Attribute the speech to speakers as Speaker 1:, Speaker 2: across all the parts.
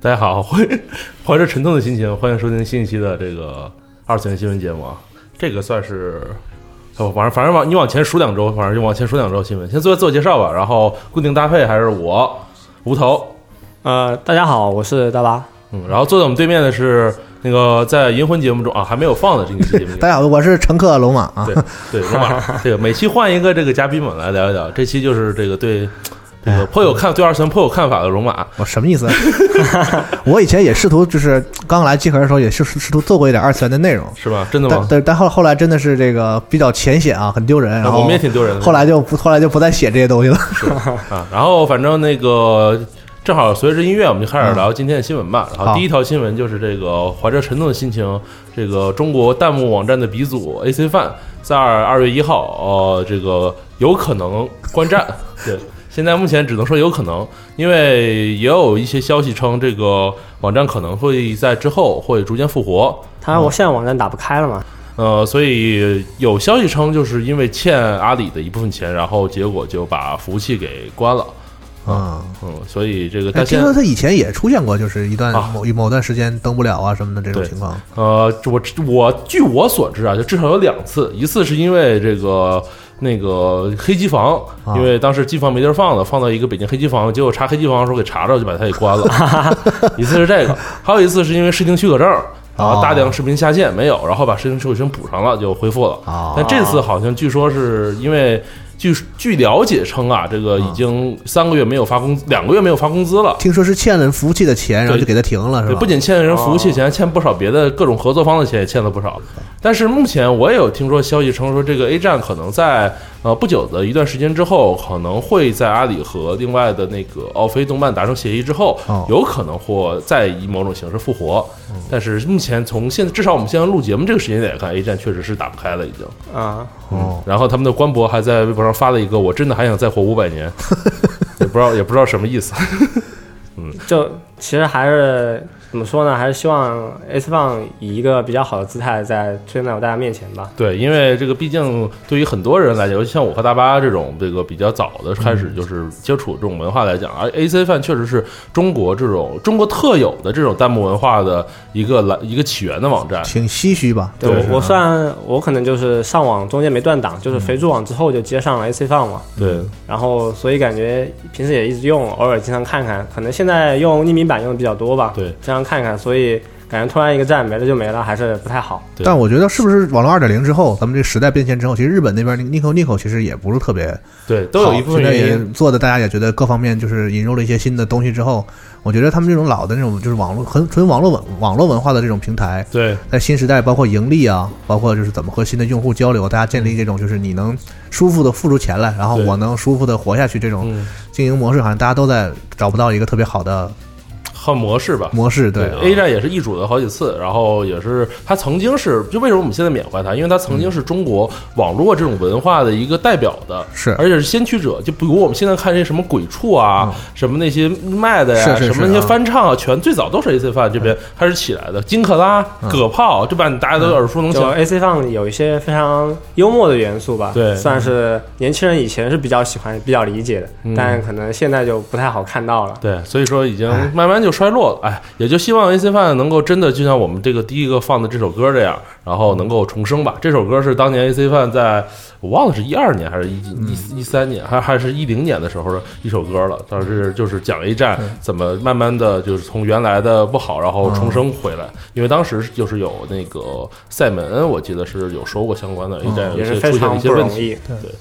Speaker 1: 大家好， 欢迎怀着沉痛的心情，欢迎收听新一期的这个二次元新闻节目。啊。这个算是，哦反正反正往你往前数两周，反正就往前数两周新闻。先做自我介绍吧，然后固定搭配还是我无头，
Speaker 2: 呃，大家好，我是大巴。
Speaker 1: 嗯，然后坐在我们对面的是那个在银魂节目中啊还没有放的这个节目
Speaker 3: 大家好，我是乘客龙马啊。
Speaker 1: 对，罗马，这个每期换一个这个嘉宾嘛，来聊一聊。这期就是这个对这个颇有看对二次元颇有看法的龙马，
Speaker 3: 我什么 意思？ 我以前也试图，就是刚来集合的时候，也是试试图做过一点二次元的内容，
Speaker 1: 是吧？真的
Speaker 3: 但
Speaker 1: 吗？
Speaker 3: 但但后后来真的是这个比较浅显啊，很丢人。然
Speaker 1: 啊我
Speaker 3: 后
Speaker 1: 们也挺丢人的。
Speaker 3: 后来就不后来就不再写这些东西了。
Speaker 1: 啊，然后反正那个正好随着音乐，我们就开始聊今天的新闻吧。然后
Speaker 3: 好
Speaker 1: 第一条新闻就是这个怀着沉重的心情，这个中国弹幕网站的鼻祖 AC Fan 在二月一号，呃，这个有可能观战。对，现在目前只能说有可能，因为也有一些消息称这个网站可能会在之后会逐渐复活。
Speaker 2: 他我现在网站打不开了嘛？
Speaker 1: 呃，所以有消息称，就是因为欠阿里的一部分钱，然后结果就把服务器给关了。
Speaker 3: 嗯，
Speaker 1: 嗯，所以这个
Speaker 3: 哎
Speaker 1: 但
Speaker 3: 听
Speaker 1: 现
Speaker 3: 说他以前也出现过，就是一段
Speaker 1: 啊
Speaker 3: 某一某段时间登不了啊什么的这种
Speaker 1: 对
Speaker 3: 情况。
Speaker 1: 呃，我我据我所知啊，就至少有两次，一次是因为这个那个黑机房，
Speaker 3: 啊
Speaker 1: 因为当时机房没地儿放了，放到一个北京黑机房，结果查黑机房的时候给查着，就把它给关了。 一次是这个，还有一次是因为视听许可证。然
Speaker 3: 哦
Speaker 1: 后大量视频下线没有，然后把视听许可证补上了，就恢复了。
Speaker 3: 啊
Speaker 1: 但这次好像据说是因为据据了解称啊，这
Speaker 3: 嗯
Speaker 1: 个已经三个月没有发工资，两个月没有发工资了。
Speaker 3: 听说是欠了服务器的钱，然后
Speaker 1: 对
Speaker 3: 就给他停了，是
Speaker 1: 对，
Speaker 3: 吧？
Speaker 1: 不仅欠人服务器钱，还欠不少别的各种合作方的钱，也欠了不少。但是目前我也有听说消息称说，这个 A 站可能在呃不久的一段时间之后，可能会在阿里和另外的那个奥飞动漫达成协议之后
Speaker 3: 哦，
Speaker 1: 有可能或再以某种形式复活。但是目前从现至少我们现在录节目这个时间点看，A 站确实是打不开了，已经。
Speaker 2: 啊、
Speaker 3: 哦，
Speaker 1: 然后他们的官博还在微博上发了一个“我真的还想再活五百年”， 也不知道也不知道什么意思。
Speaker 2: 就其实还是怎么说呢？还是希望 S 棒以一个比较好的姿态在出现在我大家面前吧。
Speaker 1: 对，因为这个毕竟对于很多人来讲，尤其像我和大巴这种这个比较早的开始就是接触这种文化来讲，而 A C 饭确实是中国这种中国特有的这种弹幕文化的一个来一个起源的网站。
Speaker 3: 挺唏嘘吧？
Speaker 2: 对
Speaker 1: 对是
Speaker 2: 我，我虽然我可能就是上网中间没断档，就是肥猪网之后就接上了 AC 放嘛，
Speaker 1: 对，
Speaker 2: 然后所以感觉平时也一直用，偶尔经常看看，可能现在用匿名版用的比较多吧，
Speaker 1: 对
Speaker 2: 经常看看，所以感觉突然一个站没了就没了，还是不太好。
Speaker 1: 对
Speaker 3: 但我觉得是不是网络二点零之后，咱们这个时代变迁之后，其实日本那边 Nico Nico 其实也不是特别
Speaker 1: 对，都有一部分
Speaker 3: 好现在
Speaker 1: 原
Speaker 3: 也
Speaker 1: 因。
Speaker 3: 做的，大家也觉得各方面就是引入了一些新的东西之后，我觉得他们这种老的那种就是网络很纯网络文网络文化的这种平台，
Speaker 1: 对，
Speaker 3: 在新时代包括盈利啊，包括就是怎么和新的用户交流，大家建立这种就是你能舒服的付出钱来，然后
Speaker 1: 嗯对
Speaker 3: 我能舒服的活下去这种
Speaker 1: 嗯，
Speaker 3: 经营模式，好像大家都在找不到一个特别好的
Speaker 1: 很模式吧。
Speaker 3: 模式。对，啊
Speaker 1: A 站也是易主了好几次，然后也是它曾经是，就为什么我们现在缅怀它？因为它曾经是中国网络这种文化的一个代表的，
Speaker 3: 是嗯
Speaker 1: 而且是先驱者。就比如我们现在看这些什么鬼畜啊，什么那些卖的呀，
Speaker 3: 是是是
Speaker 1: 什么那些
Speaker 3: 啊嗯
Speaker 1: 翻唱啊，全最早都是 AC 饭这边开始起来的。金克拉、葛炮，对吧？你大家都耳熟能
Speaker 2: 就
Speaker 1: 详。
Speaker 2: AC 放有一些非常幽默的元素吧，
Speaker 1: 对
Speaker 2: 算是年轻人以前是比较喜欢、比较理解的，
Speaker 1: 嗯
Speaker 2: 但可能现在就不太好看到了。
Speaker 1: 对，所以说已经慢慢就衰落了，哎，也就希望 AC 饭能够真的就像我们这个第一个放的这首歌这样，然后能够重生吧。这首歌是当年 AC 饭在我忘了是一二年还是一一一三年，还还是一零年的时候的一首歌了，当时就是讲 A 站怎么慢慢的就是从原来的不好，然后重生回来，因为当时就是有那个塞门，我记得是有说过相关的 A 站有
Speaker 2: 也
Speaker 1: 一些
Speaker 2: 是
Speaker 1: 出现了一
Speaker 2: 非常
Speaker 1: 些
Speaker 2: 不
Speaker 1: 问
Speaker 2: 容
Speaker 1: 题，
Speaker 2: 易，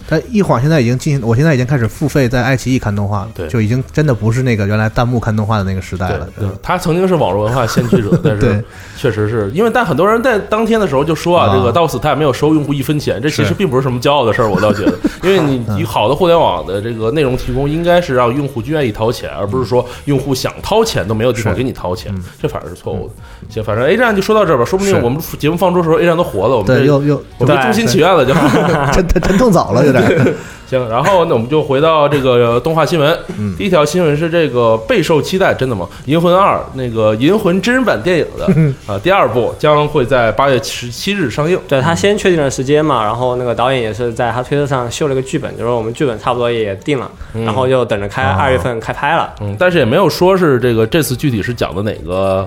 Speaker 3: 但一晃现在已经进，我现在已经开始付费在爱奇艺看动画了
Speaker 1: 对，
Speaker 3: 就已经真的不是那个原来弹幕看动画的那个时代
Speaker 1: 对
Speaker 3: 了。
Speaker 1: 对，他曾经是网络文化先驱 者，但是
Speaker 3: 哎对
Speaker 1: 确实是因为，但很多人在当天的时候就说啊，
Speaker 3: 啊
Speaker 1: 这个到死他也没有收用户一分钱，这其实
Speaker 3: 是嗯
Speaker 1: 并不是什么骄傲的事儿，我倒觉 得，因为你你好的互联网的这个内容提供，应该是让用户愿意掏钱，而不是说用户想掏钱都没有地方
Speaker 3: 是嗯
Speaker 1: 给你掏钱，这反而是错误的。行，反正 A 站就说到这儿吧，说不定
Speaker 3: 是
Speaker 1: 我们节目放出的时候 A 站都活了，我们
Speaker 3: 对，
Speaker 1: 这
Speaker 3: 又又
Speaker 1: 我们这
Speaker 2: 对
Speaker 1: 衷心祈愿了就。
Speaker 3: 真真真痛早了，有点。
Speaker 1: 行，然后那我们就回到这个动画新闻。
Speaker 3: 嗯
Speaker 1: 第一条新闻是这个备受期待，真的吗？《银魂二》那个《银魂》真人版电影的
Speaker 3: 嗯
Speaker 1: 啊第二部将会在八月十七日上映。
Speaker 2: 对他先确定了时间嘛，然后那个导演也是在他推特上秀了个剧本，就说我们剧本差不多也定了，然后就等着开
Speaker 1: 啊
Speaker 3: 哦
Speaker 2: 二月份开拍了。
Speaker 1: 嗯，但是也没有说是这个这次具体是讲的哪个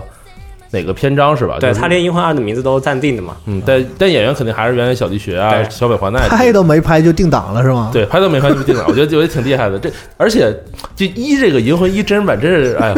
Speaker 1: 哪个篇章是吧？
Speaker 2: 对
Speaker 1: 就是
Speaker 2: 他连《银魂二》的名字都暂定的嘛，
Speaker 1: 嗯，但但演员肯定还是原来小提学啊、
Speaker 2: 对
Speaker 1: 小北环奈之类的
Speaker 3: 拍都没拍就定档了是吗？，
Speaker 1: 对，拍都没拍就定啊了，我觉得我觉得挺厉害的。这而且就一这个《银魂一》真人版真是哎呀，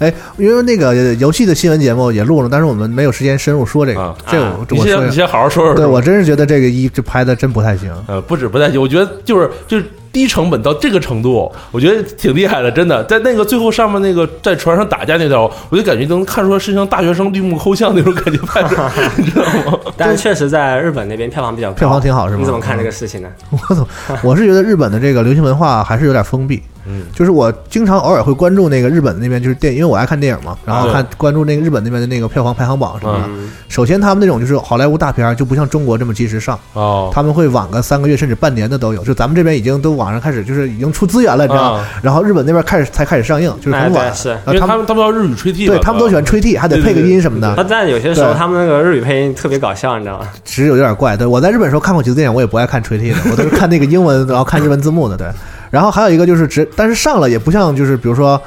Speaker 3: 哎，因为那个呃游戏的新闻节目也录了，但是我们没有时间深入说这个
Speaker 1: 啊，
Speaker 3: 这个
Speaker 2: 啊
Speaker 3: 我
Speaker 1: 你
Speaker 3: 我说
Speaker 1: 先你
Speaker 3: 一下。
Speaker 1: 先好好说说。
Speaker 3: 对我真是觉得这个一这拍的真不太行。
Speaker 1: 呃，不止不太行，我觉得就是就是低成本到这个程度，我觉得挺厉害的，真的。在那个最后上面那个在船上打架那段，我就感觉能看出来是像大学生绿幕抠像那种感觉拍的， 你知道吗？
Speaker 2: 但是确实在日本那边票房比较高，
Speaker 3: 票房挺好是吗
Speaker 2: 你怎么看这个事情呢？
Speaker 1: 嗯
Speaker 3: 我总我是觉得日本的这个流行文化还是有点封闭，
Speaker 1: 嗯，
Speaker 3: 就是我经常偶尔会关注那个日本那边，就是电，因为我爱看电影嘛，然后
Speaker 1: 对
Speaker 3: 看关注那个日本那边的那个票房排行榜什么的。
Speaker 2: 嗯，
Speaker 3: 首先，他们那种就是好莱坞大片儿就不像中国这么及时上，
Speaker 1: 哦，
Speaker 3: 他们会晚个三个月甚至半年的都有。就咱们这边已经都网上开始就是已经出资源了，你知道吗？然后日本那边开始才开始上映，就是
Speaker 2: 哎
Speaker 3: 很晚
Speaker 2: 对。是。
Speaker 1: 因
Speaker 3: 然
Speaker 1: 为
Speaker 3: 后他
Speaker 1: 他
Speaker 3: 们
Speaker 1: 们他们要日语吹替嘛，
Speaker 3: 对他们都喜欢吹替，还得配个音什么的，
Speaker 2: 啊，但有些时候
Speaker 3: 对
Speaker 2: 他们那个日语配音特别搞笑，你知道吗？
Speaker 3: 只有有点怪。对我在日本时候看过几次电影，我也不爱看垂替的，我都是看那个英文， 然后看日文字幕的。对，然后还有一个就是只，但是上了也不像就是比如说，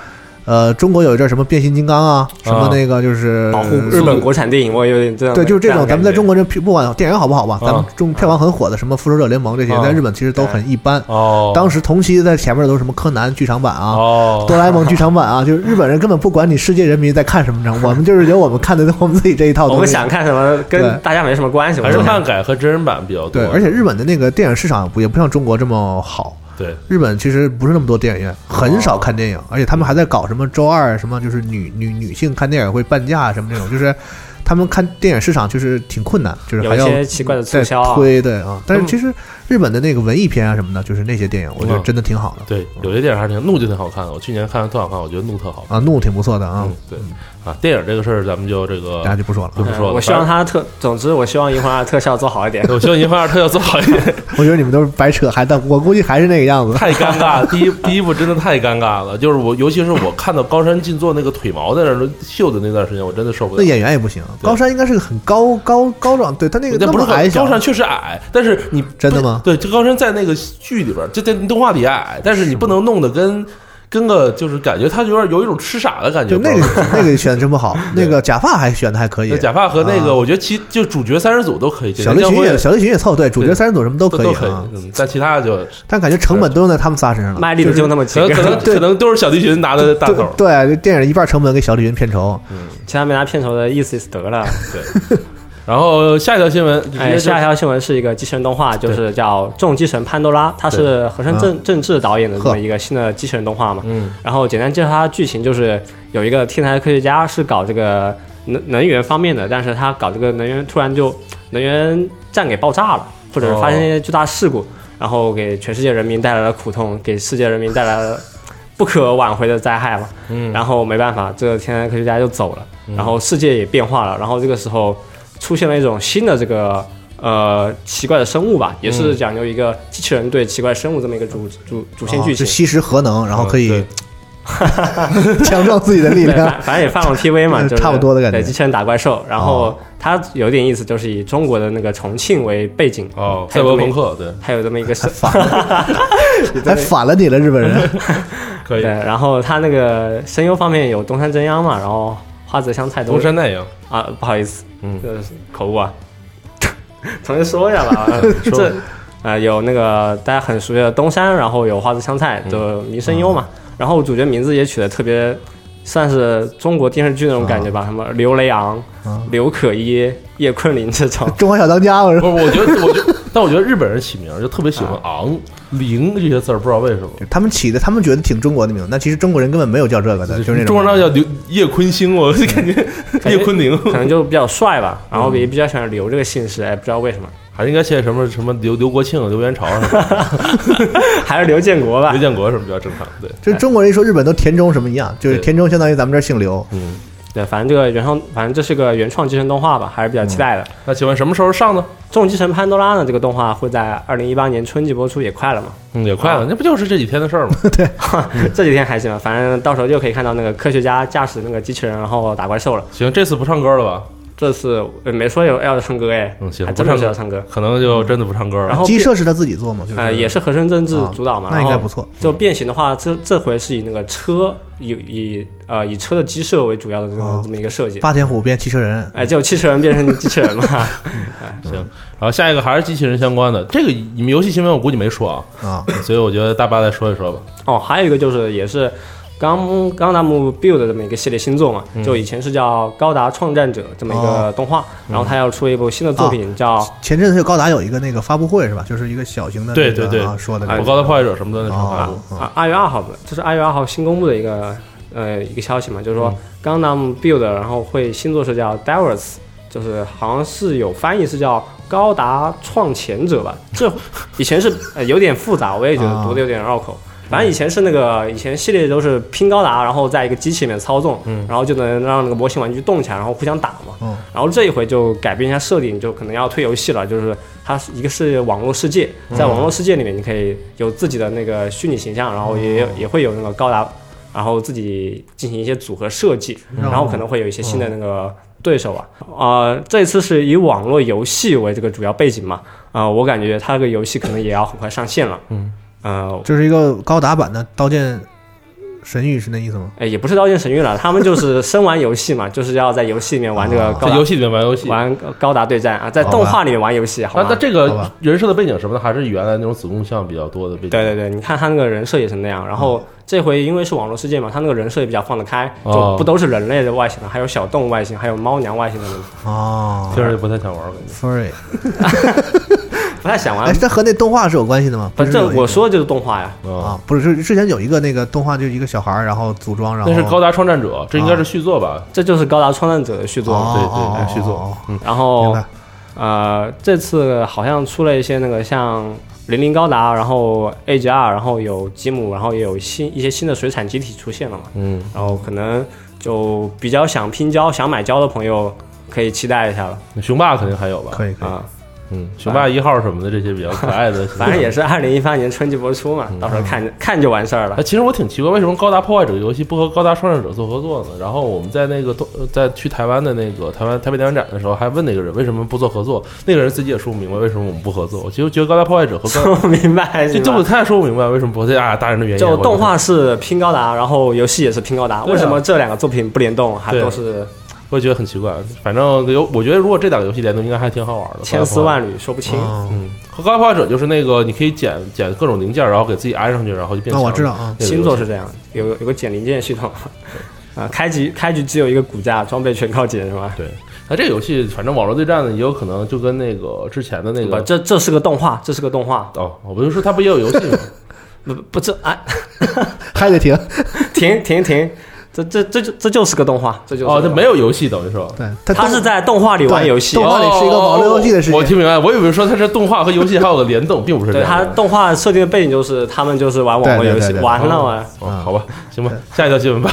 Speaker 3: 呃，中国有一阵儿什么变形金刚啊，什么那个就是
Speaker 2: 保护
Speaker 1: 嗯
Speaker 2: 日本国产电影，我有点这样的
Speaker 3: 对，就是这种。咱们在中
Speaker 2: 国
Speaker 3: 国这不管电影好不好吧，
Speaker 1: 嗯
Speaker 3: 咱们中票房很火的什么《复仇者联盟》这些
Speaker 1: 嗯，
Speaker 3: 在日本其实都很一般。
Speaker 1: 哦，
Speaker 3: 当时同期在前面都是什么柯南剧场版啊，
Speaker 1: 哦，
Speaker 3: 哆啦 A 梦剧场 版啊，就是日本人根本不管你世界人民在看什么，我们就是有我们看的 我们自己这一套东西。
Speaker 2: 我们想看什么
Speaker 3: 哦对
Speaker 2: 跟大家没什么关系，
Speaker 1: 还是
Speaker 2: 我们
Speaker 1: 漫改和真人版比较多，
Speaker 3: 对，而且日本的那个电影市场也不也不像中国这么好。
Speaker 1: 对
Speaker 3: 日本其实不是那么多电影院，很少看电影，而且他们还在搞什么周二什么，就是女女女性看电影会半价什么这种，就是他们看电影市场就是挺困难，就是
Speaker 2: 有
Speaker 3: 还
Speaker 2: 一
Speaker 3: 要
Speaker 2: 些奇怪的促
Speaker 3: 再
Speaker 2: 销啊。
Speaker 3: 推对啊。但是
Speaker 1: 嗯
Speaker 3: 其实日本的那个文艺片啊什么的，就是那些电影，我
Speaker 2: 嗯
Speaker 3: 觉得真的挺好的
Speaker 1: 对，有些电影还是挺怒就挺好看的，我去年看的特好看，我觉得怒特好看。
Speaker 3: 啊，怒挺不错的啊
Speaker 1: 嗯，，对啊，电影这个事儿咱们就这个
Speaker 3: 大家就不说了
Speaker 1: 不
Speaker 3: 啊。
Speaker 1: 是说
Speaker 2: 嗯我希望他特，总之我希望《银魂二》特效做好一点。
Speaker 1: 我希望银魂二特效做好一点，
Speaker 3: 我觉得你们都是白扯，还但我估计还是那个样子。
Speaker 1: 太尴尬。 第一第一部真的太尴尬了，就是我，尤其是我看到高山静坐那个腿毛在那儿秀的那段时间，我真的受不
Speaker 3: 那
Speaker 1: 了。
Speaker 3: 演员也不行，
Speaker 1: 对
Speaker 3: 高山应该是个很高高高壮，对他那个
Speaker 1: 那
Speaker 3: 那
Speaker 1: 不
Speaker 3: 么
Speaker 1: 是
Speaker 3: 矮
Speaker 1: 很
Speaker 3: 小
Speaker 1: 高，山确实矮，但是你
Speaker 3: 真的吗
Speaker 1: 对，这高山在那个剧里边儿，就在动画里矮，但是你不能弄得跟跟个就是感觉他有点有一种痴傻的感觉。
Speaker 3: 就那
Speaker 1: 不知
Speaker 3: 个
Speaker 1: 道
Speaker 3: 那个选的真不好，那个假发还选的还可以
Speaker 1: 那，假发和那个，
Speaker 3: 啊
Speaker 1: 我觉得其就主角三人组都可以，
Speaker 3: 小栗
Speaker 1: 江
Speaker 3: 旬
Speaker 1: 辉
Speaker 3: 也小栗旬也凑对，主角
Speaker 1: 对
Speaker 3: 三人组什么都
Speaker 1: 都
Speaker 3: 可
Speaker 1: 都
Speaker 3: 以
Speaker 1: 可以
Speaker 3: 啊，，
Speaker 1: 嗯，但其他的 就
Speaker 3: 但感觉成本都用在他们仨身上了。
Speaker 2: 卖力的就那么几
Speaker 1: 可能可能
Speaker 2: 个，
Speaker 3: 对
Speaker 1: 可能都是小提琴拿的大
Speaker 3: 对
Speaker 1: 头儿。嗯
Speaker 3: 对，这电影一半成本给小李云片酬，
Speaker 2: 其他没拿片酬的意思意思得了。
Speaker 1: 然后下一条新闻，直接
Speaker 2: 哎，
Speaker 1: 就
Speaker 2: 下一条新闻是一个机器人动画，就是叫《重机神潘多拉》，它是和声正正治导演的这么一个新的机器人动画嘛。
Speaker 1: 嗯，
Speaker 2: 然后简单介绍它的剧情，就是有一个天才科学家是搞这个能能源方面的，但是他搞这个能源突然就能源站给爆炸了，
Speaker 1: 哦
Speaker 2: 或者是发生一些巨大事故，然后给全世界人民带来了苦痛，给世界人民带来了不可挽回的灾害嘛。
Speaker 1: 嗯
Speaker 2: 然后没办法，这个天才科学家就走了，
Speaker 3: 嗯
Speaker 2: 然后世界也变化了，然后这个时候出现了一种新的这个呃奇怪的生物吧，
Speaker 3: 嗯
Speaker 2: 也是讲究一个机器人对奇怪生物这么一个主主主线
Speaker 3: 哦
Speaker 2: 剧
Speaker 3: 就
Speaker 2: 情。
Speaker 3: 吸食核能，然后可
Speaker 1: 嗯
Speaker 3: 以
Speaker 1: 对
Speaker 3: 强壮自己的力
Speaker 2: 对，
Speaker 3: 量。
Speaker 2: 反反正也放了 TV 嘛，
Speaker 3: 嗯
Speaker 2: 就是
Speaker 3: 差不多的感觉
Speaker 2: 对，机器人打怪兽，然后它有点意思，就是以中国的那个重庆为背景，
Speaker 1: 哦，赛
Speaker 2: 还有
Speaker 1: 博
Speaker 2: 这么
Speaker 1: 朋
Speaker 2: 一，
Speaker 1: 克对，
Speaker 2: 还有这么一个 设
Speaker 3: 反了，还反了你了，日 本人。。
Speaker 1: 可
Speaker 2: 对，
Speaker 1: 以。
Speaker 2: 然后它那个声优方面有东山真央嘛，然后花泽香菜都
Speaker 1: 东山奈央，
Speaker 2: 啊，不好意思，
Speaker 1: 嗯
Speaker 2: 这是口误啊， 重新说一下 吧。
Speaker 1: 说
Speaker 2: 这呃有那个大家很熟悉的东山，然后有花枝香菜，就民生优嘛。然后主角名字也取得特别，算是中国电视剧那种感觉吧，什么刘雷昂、刘可一、叶坤林这种
Speaker 3: 中华小当家，我
Speaker 1: 不是，
Speaker 3: 说
Speaker 1: 我觉得，我觉得，但我觉得日本人起名儿就特别喜欢“
Speaker 3: 啊
Speaker 1: 昂”“零”这些字儿，不知道为什么。
Speaker 3: 他们起的，他们觉得挺中国的名字，但其实中国人根本没有叫这个的，就是那
Speaker 1: 中
Speaker 3: 种嗯
Speaker 1: 国人叫刘叶坤星，我就感觉
Speaker 2: 感
Speaker 1: 叶
Speaker 2: 觉
Speaker 1: 坤宁
Speaker 2: 可能就比较帅吧，然后也比较喜欢刘这个姓氏，哎，不知道为 什么，
Speaker 1: 还是应该写什么什么刘刘国庆、刘元朝什么
Speaker 2: 还是刘建国吧
Speaker 1: 刘。建国什么比较正常。对，
Speaker 3: 就是中国人一说日本都田中什么一样，就是
Speaker 1: 对
Speaker 3: 田中相当于咱们这儿姓刘，
Speaker 1: 嗯，
Speaker 2: 对，反正这个原创，反正这是个原创机神动画吧，还是比较期待的。
Speaker 1: 那请问什么时候上呢？
Speaker 2: 《众机神潘多拉》呢，这个动画会在二零一八年春季播出，也快了嘛。
Speaker 1: 嗯，也快了，
Speaker 3: 啊
Speaker 1: 那不就是这几天的事儿吗？
Speaker 2: 这几天还行吧，反正到时候又可以看到那个科学家驾驶那个机器人，然后打怪兽了。
Speaker 1: 行，这次不唱歌了吧？
Speaker 2: 这次呃没说有要唱歌哎，
Speaker 1: 嗯行
Speaker 2: 还真没
Speaker 1: 不
Speaker 2: 说
Speaker 1: 唱歌嗯
Speaker 2: 要唱歌。
Speaker 1: 可能就真的不唱歌了。
Speaker 2: 然后
Speaker 3: 鸡舍是他自己做嘛，就是
Speaker 1: 啊
Speaker 2: 呃也是和声政治主导嘛，
Speaker 3: 啊那
Speaker 2: 然
Speaker 3: 应
Speaker 2: 后
Speaker 3: 该不错。
Speaker 2: 就变形的话，这这回是以那个车以以呃以车的机设为主要的这种
Speaker 3: 哦
Speaker 2: 这么一个设计。
Speaker 3: 霸天虎变汽车人，
Speaker 2: 哎，就汽车人变成机器人嘛，
Speaker 3: 嗯
Speaker 1: 行，然后下一个还是机器人相关的，这个你们游戏新闻我估计没说啊，
Speaker 3: 啊，
Speaker 1: 所以我觉得大巴再说一说吧。
Speaker 2: 哦，还有一个就是也是刚刚达姆 build 的这么一个系列新作嘛，就以前是叫《高达创战者》这么一个
Speaker 3: 哦
Speaker 2: 动画，然后他要出一部新的作品叫
Speaker 3: 前阵子有高达有一个那个发布会是吧？就是一个小型的那
Speaker 1: 对
Speaker 3: 个，
Speaker 1: 对对
Speaker 3: 啊说的那
Speaker 1: 我
Speaker 3: 个
Speaker 1: 高达破坏者什么的那场发布
Speaker 3: 哦，
Speaker 2: 啊二月二号吧，这是二月二号新公布的一个呃一个消息嘛，就是说刚达姆 build 然后会新作是叫 Divers，就是好像是有翻译是叫。高达创前者吧，这 以前是呃有点复杂，我也觉得
Speaker 3: 啊
Speaker 2: 读的有点绕口。反正以前是那个以前系列都是拼高达，然后在一个机器里面操纵，然后就能让那个模型玩具动起来，然后互相打嘛。
Speaker 3: 嗯
Speaker 2: 然后这一回就改变一下设定，就可能要推游戏了，就是它是一个是网络世界，在网络世界里面你可以有自己的那个虚拟形象，然后也有也会有那个高达，然后自己进行一些组合设计，
Speaker 1: 嗯
Speaker 2: 然后可能会有一些新的那个对手啊。呃，这次是以网络游戏为这个主要背景嘛，啊，我感觉它这个游戏可能也要很快上线了。
Speaker 1: 嗯，
Speaker 2: 呃，
Speaker 3: 就是一个高达版的《刀剑神域》是那意思吗？
Speaker 2: 哎，也不是刀剑神域了，他们就是生玩游戏嘛， 就是要在游戏里面玩这个高
Speaker 1: 啊在
Speaker 2: 达，
Speaker 1: 游戏里哦面玩游戏。
Speaker 2: 玩高达对战啊，在
Speaker 3: 好吧
Speaker 2: 动画里面玩游戏，好
Speaker 1: 那
Speaker 2: 吗
Speaker 1: 那？这
Speaker 3: 好
Speaker 1: 个
Speaker 3: 吧
Speaker 1: 人设的背景什么的，还是原来那种子供像比较多的背景。啊
Speaker 2: 对对对，你看他那个人设也是那样，然后这回因为是网络世界嘛，他那个人设也比较放得开，
Speaker 1: 嗯哦
Speaker 2: 就不都是人类的外形了，还有小动物外形，还有猫娘外形等等，
Speaker 3: 哦
Speaker 1: 听着就不太想玩了。感觉
Speaker 3: Furry，
Speaker 2: 不太想玩
Speaker 3: 哎，。它和那动画是有关系的吗？不
Speaker 2: 反
Speaker 3: 是有一
Speaker 2: 正
Speaker 3: 个
Speaker 2: 我说的就是动画呀，
Speaker 1: 啊，
Speaker 3: 啊，不是，是之前有一个那个动画，就是一个小孩儿，然后组啊装，然后
Speaker 1: 那是高达创战者，这应该是续作吧？
Speaker 2: 这就是《高达创战者》的续作。嗯
Speaker 3: 哦
Speaker 1: 对对
Speaker 3: 哦
Speaker 1: 对，续作
Speaker 3: 哦
Speaker 2: 然
Speaker 3: 哦明
Speaker 2: 后
Speaker 3: 白
Speaker 2: 呃，这次好像出了一些那个像零零高达，然后 AGR，然后有吉姆，然后也有新一些新的水产机体出现了嘛。
Speaker 1: 嗯，
Speaker 2: 然后可能就比较想拼胶、想买胶的朋友可以期待一下了
Speaker 1: 雄霸肯定还有吧？
Speaker 3: 可以可以。
Speaker 2: 啊。
Speaker 1: 嗯，雄霸一号什么的这些比较可爱的，
Speaker 2: 反正也是二零一八年春季播出嘛，到时候看看就完事儿了
Speaker 1: 哎，。其实我挺奇怪，为什么《高达破坏者》游戏不和《高达创战者》做合作呢？然后我们在那个东呃在去台湾的那个台湾台北电玩展的时候，还问那个人为什么不做合作，那个人自己也说不明白为什么我们不合作。我其实觉得《高达破坏者》 和高达
Speaker 2: 我明白，
Speaker 1: 就
Speaker 2: 就
Speaker 1: 这么他也说不明白为什么不合 作啊，大人的原因啊。
Speaker 2: 就
Speaker 1: 我
Speaker 2: 动，画是拼高达，然后游戏也是拼高达，
Speaker 1: 对啊
Speaker 2: 为什么这两个作品不联动，还
Speaker 1: 对啊
Speaker 2: 都是
Speaker 1: 我也觉得很奇怪。反正有，我觉得如果这两个游戏联动，应该还挺好玩的。
Speaker 2: 千丝万缕说不清？
Speaker 3: 嗯，
Speaker 1: 嗯，和《高达破坏者》就是那个你可以捡捡各种零件，然后给自己安上去，然后就变
Speaker 3: 那
Speaker 1: 强。
Speaker 3: 我知道啊，
Speaker 1: 那个游戏
Speaker 2: 星座是这样，有有个捡零件系统， 啊，开局开局只有一个骨架，装备全靠捡是吧？
Speaker 1: 对，那这个游戏反正网络对战呢，也有可能就跟那个之前的那
Speaker 2: 不，
Speaker 1: 个。
Speaker 2: 这这是个动画，这是个动画，
Speaker 1: 哦，我不是说它不也有游戏 吗？
Speaker 2: 不不这哎，
Speaker 3: 还得停。
Speaker 2: 停停停，这这这就这就是个动画，这就是
Speaker 1: 哦，
Speaker 2: 这
Speaker 1: 这没有游戏等于说，哦
Speaker 3: 对，它
Speaker 2: 他
Speaker 3: 动
Speaker 2: 是在动画里玩
Speaker 3: 对
Speaker 2: 游戏哦
Speaker 3: 动，画里是一个网络游戏的世界
Speaker 1: 我听明白，我以为说它是动画和游戏还有个联动，并不是这
Speaker 2: 对
Speaker 1: 样
Speaker 2: 他
Speaker 1: 的。
Speaker 2: 动画设定的背景就是他们就是玩网络游
Speaker 3: 对对
Speaker 2: 戏，
Speaker 3: 对对对
Speaker 2: 完了完了。
Speaker 3: 啊
Speaker 1: 哦，好吧，行吧，下一条新闻 吧。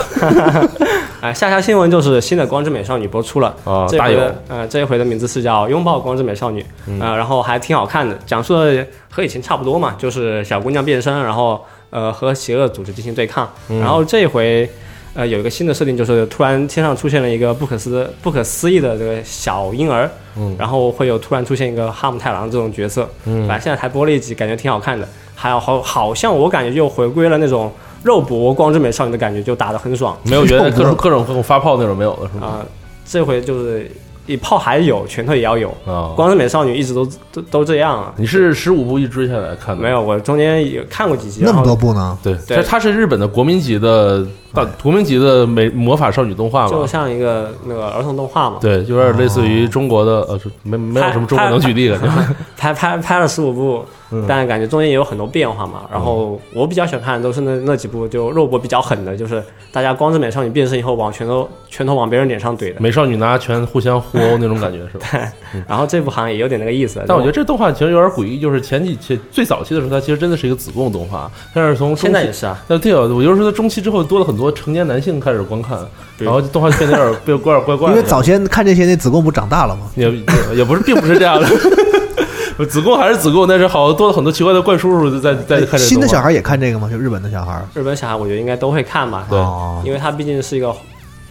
Speaker 2: 哎，下条新闻就是新的《光之美少女》播出了，
Speaker 1: 哦
Speaker 2: 这一
Speaker 1: 大
Speaker 2: 回
Speaker 1: 有嗯
Speaker 2: 的呃这一回的名字是叫《拥抱光之美少女》，呃，然后还挺好看的，讲述的和以前差不多嘛，就是小姑娘变身，然后呃和邪恶组织进行对抗，
Speaker 1: 嗯
Speaker 2: 然后这一回。呃，有一个新的设定，就是突然天上出现了一个不可思不可思议的这个小婴儿，
Speaker 1: 嗯
Speaker 2: 然后会有突然出现一个哈姆太郎这种角色，嗯，反正现在才播了一集，感觉挺好看的，还有好好像我感觉又回归了那种肉搏光之美少女的感觉，就打得很爽，
Speaker 1: 没有原来各种各种各种发炮那种没有了是吗？
Speaker 2: 啊、这回就是一炮还有，拳头也要有。
Speaker 1: 啊，
Speaker 2: 光之美少女一直都都都这样啊，
Speaker 1: 你是十五部一追下来看的？
Speaker 2: 没有，我中间也看过几集，
Speaker 3: 那
Speaker 2: 然
Speaker 3: 么
Speaker 2: 后
Speaker 3: 多部呢，
Speaker 1: 对，
Speaker 2: 对
Speaker 1: 它它是日本的国民级的大国民级的美魔法少女动画
Speaker 2: 就
Speaker 1: 嘛？
Speaker 2: 像一个那个儿童动画嘛，
Speaker 1: 对，有点类似于中国的，呃，是没没有什么中国能举 例的。
Speaker 2: 拍拍拍了十五部，
Speaker 1: 嗯
Speaker 2: 但是感觉中间也有很多变化嘛。然后我比较喜欢看的都是那那几部就肉搏比较狠的，就是大家光之美少女变身以后往拳头拳头往别人脸上怼的。
Speaker 1: 美少女拿拳互相互殴那种感觉是吧？
Speaker 2: 然后这部好像也有点那个意思，
Speaker 1: 嗯但我觉得这动画其实有点诡异，就是前几期最早期的时候，它其实真的是一个子供动画，但是从中
Speaker 2: 现在
Speaker 1: 期
Speaker 2: 也是啊，
Speaker 1: 那对啊，我就是说它中期之后多了很多成年男性开始观看，
Speaker 2: 对
Speaker 1: 然后动画就变得有点变得有点怪怪
Speaker 3: 因
Speaker 1: 的。
Speaker 3: 为早先看这些，那子贡不长大了吗？
Speaker 1: 也也也不是，并不是这样的。 子贡还是子贡，但是好多很多奇怪的怪叔叔在在看这
Speaker 3: 新的
Speaker 1: 动画
Speaker 3: 小孩也看这个吗？就日本的小孩儿？
Speaker 2: 日本小孩我觉得应该都会看吧，
Speaker 1: 对
Speaker 3: 哦
Speaker 2: 因为它毕竟是一个，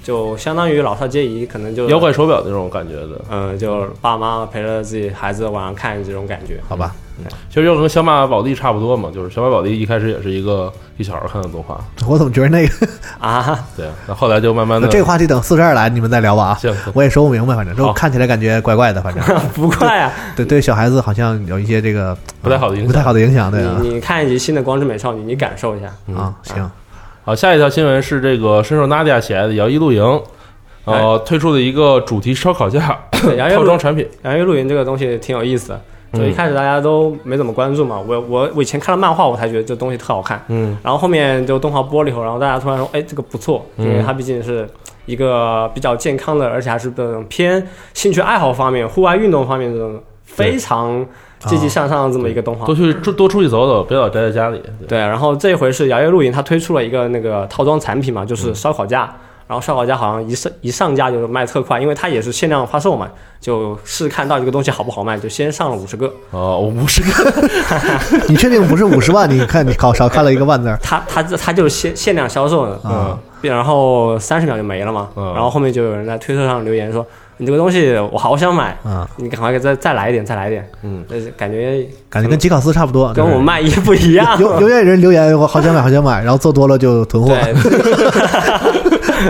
Speaker 2: 就相当于老少皆宜，可能就
Speaker 1: 摇，滚手表那种感觉的。
Speaker 2: 嗯，就爸妈陪着自己孩子晚上看这种感觉。
Speaker 3: 好吧，
Speaker 1: 其实就跟小马宝莉差不多嘛，就是小马宝莉一开始也是一个给小孩看的动画，
Speaker 3: 我怎么觉得那个
Speaker 2: 啊，
Speaker 1: 对，那后来就慢慢的
Speaker 3: 这个话题等四十二来你们再聊吧啊
Speaker 1: 嗯行，
Speaker 3: 我也说不明白，反正
Speaker 1: 好
Speaker 3: 这看起来感觉怪怪的，反 正
Speaker 2: 不快啊！
Speaker 3: 对对小孩子好像有一些这个
Speaker 1: 不太好的影响嗯
Speaker 3: 不太好的影响，对啊
Speaker 2: 你你看一集新的《光之美少女》，你感 受一下。
Speaker 3: 啊行，
Speaker 1: 好，下一条新闻是这个深受娜迪亚喜爱的摇一露营，呃，推出了一个主题烧烤架
Speaker 2: 对然后
Speaker 1: 套装产品，
Speaker 2: 然后露营这个东西挺有意思的，就
Speaker 1: 嗯
Speaker 2: 一开始大家都没怎么关注嘛。我我我以前看了漫画，我才觉得这东西特好看。
Speaker 1: 嗯，
Speaker 2: 然后后面就动画播了以后，然后大家突然说，哎，这个不错，因为
Speaker 1: 嗯
Speaker 2: 它毕竟是一个比较健康的，而且还是这种偏兴趣爱好方面、户外运动方面这种非常积极向上的这么一个动画
Speaker 1: 多。去出多出去走走，别老待在家里。对
Speaker 2: 对，然后这一回是摇曳露营，它推出了一个那个套装产品嘛，
Speaker 3: 嗯
Speaker 2: 就是烧烤架。然后烧烤架好像一上一上架就是卖特快，因为它也是限量发售嘛，就试看到这个东西好不好卖，就先上了五十个。
Speaker 1: 哦，我不是
Speaker 3: 你确定不是五十万？ 你看你考少看了一个万字儿，
Speaker 2: 它它它就是限限量销售的，嗯，
Speaker 3: 啊
Speaker 2: 然后三十秒就没了嘛，
Speaker 1: 嗯
Speaker 2: 然后后面就有人在推特上留言说，你这个东西我好想买，
Speaker 3: 嗯，
Speaker 2: 你赶快给再再来一点，再来一点，
Speaker 1: 嗯
Speaker 2: 呃，感觉
Speaker 3: 感觉跟吉考斯差不多，
Speaker 2: 跟
Speaker 3: 就是
Speaker 2: 我卖衣服一样，
Speaker 3: 有有些人留言我好想买好想买，然后做多了就囤货。
Speaker 2: 对，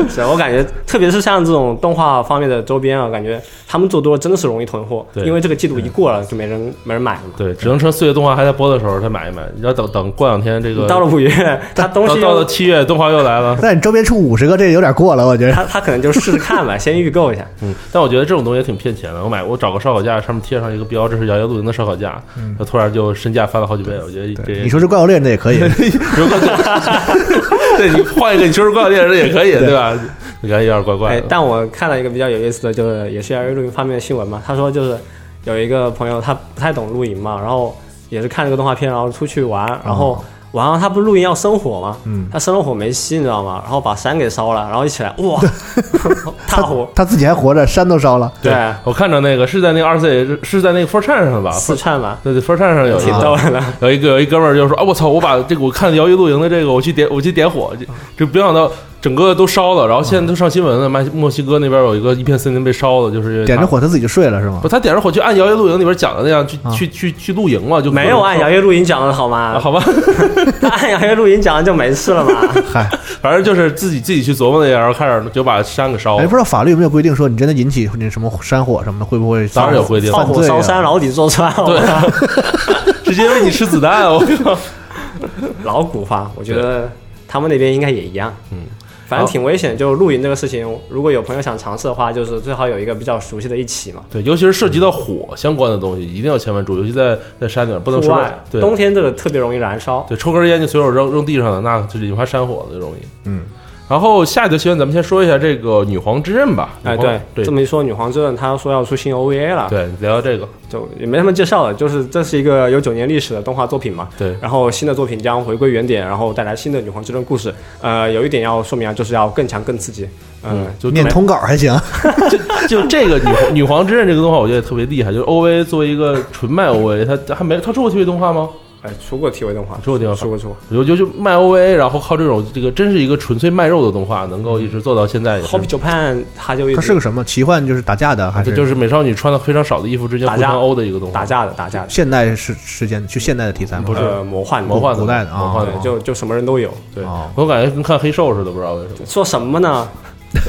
Speaker 2: 是我感觉，特别是像这种动画方面的周边啊，感觉他们做多了真的是容易囤货，
Speaker 1: 对
Speaker 2: 因为这个季度一过了就没人没人买了嘛。
Speaker 1: 对，只能趁四月动画还在播的时候再买一买，要等等过两天这个
Speaker 2: 到了五月， 他东
Speaker 1: 到
Speaker 2: 西
Speaker 1: 到
Speaker 2: 又
Speaker 1: 了七月动画又来了。
Speaker 3: 但你周边出五十个，这有点过了，我觉得。
Speaker 2: 他他可能就试试看吧，先预购 一下。
Speaker 1: 嗯，但我觉得这种东西也挺骗钱的。我买我找个烧烤架，上面贴上一个标，这是摇摇露营的烧烤架，它突然就身价翻了好几倍。我觉得这
Speaker 3: 嗯你说是怪物猎人的 也可以，
Speaker 1: 如 果对你换一个，你说是怪物猎人也可以，对吧？你感觉有点怪怪
Speaker 2: 哎，
Speaker 1: 的。
Speaker 2: 但我看了一个比较有意思的，就是也是 L 露营方面的新闻嘛，他说就是有一个朋友他不太懂露营嘛，然后也是看这个动画片，然后出去玩，然后
Speaker 1: 嗯
Speaker 2: 晚上他不是露营要生火嘛，
Speaker 3: 嗯
Speaker 2: 他生了火没熄，你知道吗？然后把山给烧了，然后一起来， 哇，大火，
Speaker 3: 他自己还活着，山都烧了。
Speaker 2: 对，
Speaker 1: 我看着那个是在那个二 C 是在那个 f o r c h a n 上吧？
Speaker 2: 四川嘛，
Speaker 1: 对对 f o r c h a n 上有一
Speaker 2: 挺
Speaker 1: 个
Speaker 2: 逗的。
Speaker 1: 有一个有一哥们儿就说啊，我操，我把这个我看摇曳露营的这个，我去点我去点火，这这没想到整个都烧了，然后现在都上新闻了，墨墨西哥那边有一个一片森林被烧了，就是因为
Speaker 3: 嗯点着
Speaker 1: 他
Speaker 3: 火他自己就睡了是吗
Speaker 1: 不，？他点着火就按摇曳露营里边讲的那样去、
Speaker 3: 啊
Speaker 1: 去去去露营了，就
Speaker 2: 没有按摇
Speaker 1: 曳、
Speaker 2: 曳露营讲的好吗
Speaker 1: 啊，？好吧，
Speaker 2: 他按摇曳露营讲的就没事了嘛。
Speaker 3: 嗨，
Speaker 1: 反正就是自己自己去琢磨那样，然后开始就把山给烧
Speaker 3: 哎，
Speaker 1: 了
Speaker 3: 不。知道法律有没有规定说你真的引起那什么山火什么的，会不会
Speaker 1: 当然有规定
Speaker 2: 放
Speaker 3: 犯
Speaker 2: 火
Speaker 3: 罪
Speaker 2: 烧山，
Speaker 3: 啊？
Speaker 2: 牢底坐穿，好
Speaker 1: 对
Speaker 2: 吧，
Speaker 1: 直接为你吃子弹，啊我靠！
Speaker 2: 老古话，我觉得他们那边应该也一样。
Speaker 1: 嗯，
Speaker 2: 反正挺危险。就露营这个事情，如果有朋友想尝试的话，就是最好有一个比较熟悉的一起嘛。
Speaker 1: 对，尤其是涉及到火相关的东西，一定要千万注意，尤其在在山顶，不能
Speaker 2: 户
Speaker 1: 说
Speaker 2: 外，
Speaker 1: 对
Speaker 2: 冬天这个特别容易燃烧。
Speaker 1: 对，抽根烟就随手扔扔地上了，那就是引发山火的容易。
Speaker 3: 嗯，
Speaker 1: 然后下一条新闻，咱们先说一下这个女皇之刃吧。
Speaker 2: 哎，
Speaker 1: 女皇
Speaker 2: 对，
Speaker 1: 对
Speaker 2: 这么一说，女皇之刃她说要出新 OVA 了，
Speaker 1: 对，聊聊这个，
Speaker 2: 就也没什么介绍了，就是这是一个有九年历史的动画作品嘛。
Speaker 1: 对，
Speaker 2: 然后新的作品将回归原点，然后带来新的女皇之刃故事。呃，有一点要说明啊，就是要更强、更刺激。嗯，
Speaker 1: 就
Speaker 3: 念通稿还行，
Speaker 1: 就 就这个女皇女皇之刃这个动画，我觉得也特别厉害。就是 OVA 作为一个纯卖 OVA，它还没它出过 TV 动画吗？
Speaker 2: 哎，出过 TV 动画，
Speaker 1: 出过 TV 动
Speaker 2: 出
Speaker 1: 画。
Speaker 2: 过出过。
Speaker 1: 我觉得就卖 OVA，然后靠这种这个真是一个纯粹卖肉的动画，能够一直做到现在也是
Speaker 2: Hop Japan 它就一
Speaker 3: 它
Speaker 2: 直
Speaker 3: 是个什么奇幻就是打架的还
Speaker 1: 这
Speaker 3: 是
Speaker 1: 就是美少女穿的非常少的衣服之间
Speaker 2: 打
Speaker 1: 互
Speaker 2: 架
Speaker 1: 相殴的一个动画。
Speaker 2: 打架的打架的，
Speaker 3: 现代时时间就现代的题材吗？
Speaker 1: 不是
Speaker 2: 呃，魔幻的
Speaker 1: 魔幻的
Speaker 3: 古代的
Speaker 1: 魔
Speaker 3: 啊
Speaker 1: 幻的
Speaker 2: 对，就就什么人都有。
Speaker 1: 对
Speaker 3: 哦，
Speaker 1: 我感觉跟看黑兽似的，不知道为什么。
Speaker 2: 说什么呢？嗯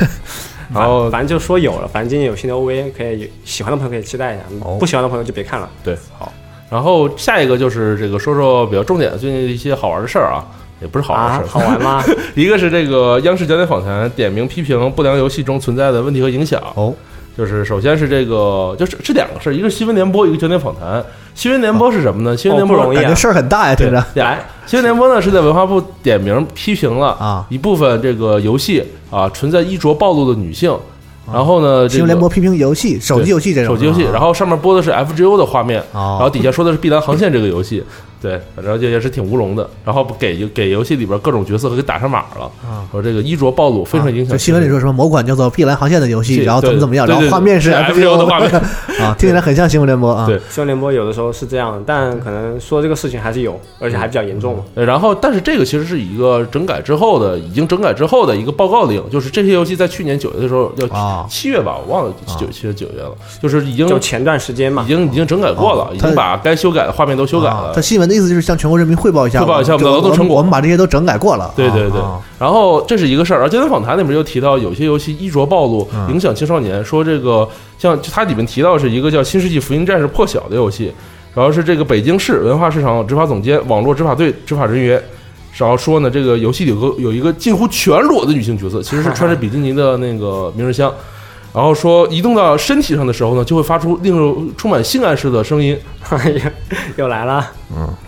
Speaker 1: 然后
Speaker 2: 反正就说有了，反正今年有新的 OVA，可以喜欢的朋友可以期待一下，
Speaker 3: 哦
Speaker 2: 不喜欢的朋友就别看了。
Speaker 1: 对，好，然后下一个就是这个说说比较重点的最近的一些好玩的事儿啊，也不是好玩的
Speaker 2: 啊
Speaker 1: 事，儿，
Speaker 2: 好玩吗？
Speaker 1: 一个是这个央视焦点访谈点名批评不良游戏中存在的问题和影响，
Speaker 3: 哦，
Speaker 1: 就是首先是这个，就是这两个事儿，一个是新闻联播，一个焦点访谈。新闻联播是什么
Speaker 3: 哦
Speaker 1: 呢？新闻联播
Speaker 2: 不容易
Speaker 3: 感觉事儿很大呀，听着
Speaker 1: 俩新闻联播呢是在文化部点名批评了
Speaker 3: 哎啊
Speaker 1: 一部分这个游戏啊存在衣着暴露的女性，然后呢，这
Speaker 3: 啊新
Speaker 1: 个
Speaker 3: 闻联播批评游戏、手机游戏这种啊
Speaker 1: 手机游戏，然
Speaker 3: 后
Speaker 1: 后上面播的是 FGO 的画面，然后
Speaker 3: 哦，
Speaker 1: 底下说的是《碧蓝航线》这个游戏，对，反正就也是挺乌龙的。然后给给游戏里边各种角色给打上码了，
Speaker 3: 啊。
Speaker 1: 说这个衣着暴露非常影响。
Speaker 3: 就新闻里说什么某款叫做《碧蓝航线》的游戏，
Speaker 1: 对
Speaker 3: 然后怎么怎么样，
Speaker 1: 对
Speaker 3: 然
Speaker 1: 对
Speaker 3: 后画面是
Speaker 1: 对 FGO 的画面
Speaker 3: 啊，听起来很像新闻联播啊。
Speaker 1: 对
Speaker 2: 新闻联播有的时候是这样的，但可能说这个事情还是有，而且还比较严重嘛。
Speaker 1: 呃然后，但是这个其实是一个整改之后的，已经整改之后的一个报告令，就是这些游戏在去年九月的时候，
Speaker 3: 啊
Speaker 1: 要七月吧，我忘了
Speaker 3: 啊
Speaker 1: 九七月九月了，就是已经
Speaker 2: 就前段时
Speaker 1: 已
Speaker 2: 间嘛，
Speaker 1: 经已经整改过了，已
Speaker 3: 哦它
Speaker 1: 经把该修改的画面都修改
Speaker 3: 啊
Speaker 1: 了
Speaker 3: 他。新闻的意思就是向全国人民汇报一下，
Speaker 1: 汇报一下
Speaker 3: 我们
Speaker 1: 我们的劳动成果
Speaker 3: 我们把这些都整改过了。
Speaker 1: 对对对
Speaker 3: 啊啊，
Speaker 1: 然后这是一个事儿，而《尖端访谈》里面又提到，有些游戏衣着暴露
Speaker 3: 嗯
Speaker 1: 影响青少年，说这个像就它里面提到是一个叫《新世纪福音战士破晓》的游戏，然后是这个北京市文化市场执法总监、网络执法队执法人员，然后说呢，这个游戏里有个有一个近乎全裸的女性角色，其实是穿着比基尼的那个明日香。然后说，移动到身体上的时候呢，就会发出令人充满性暗示的声音。
Speaker 2: 又又来了、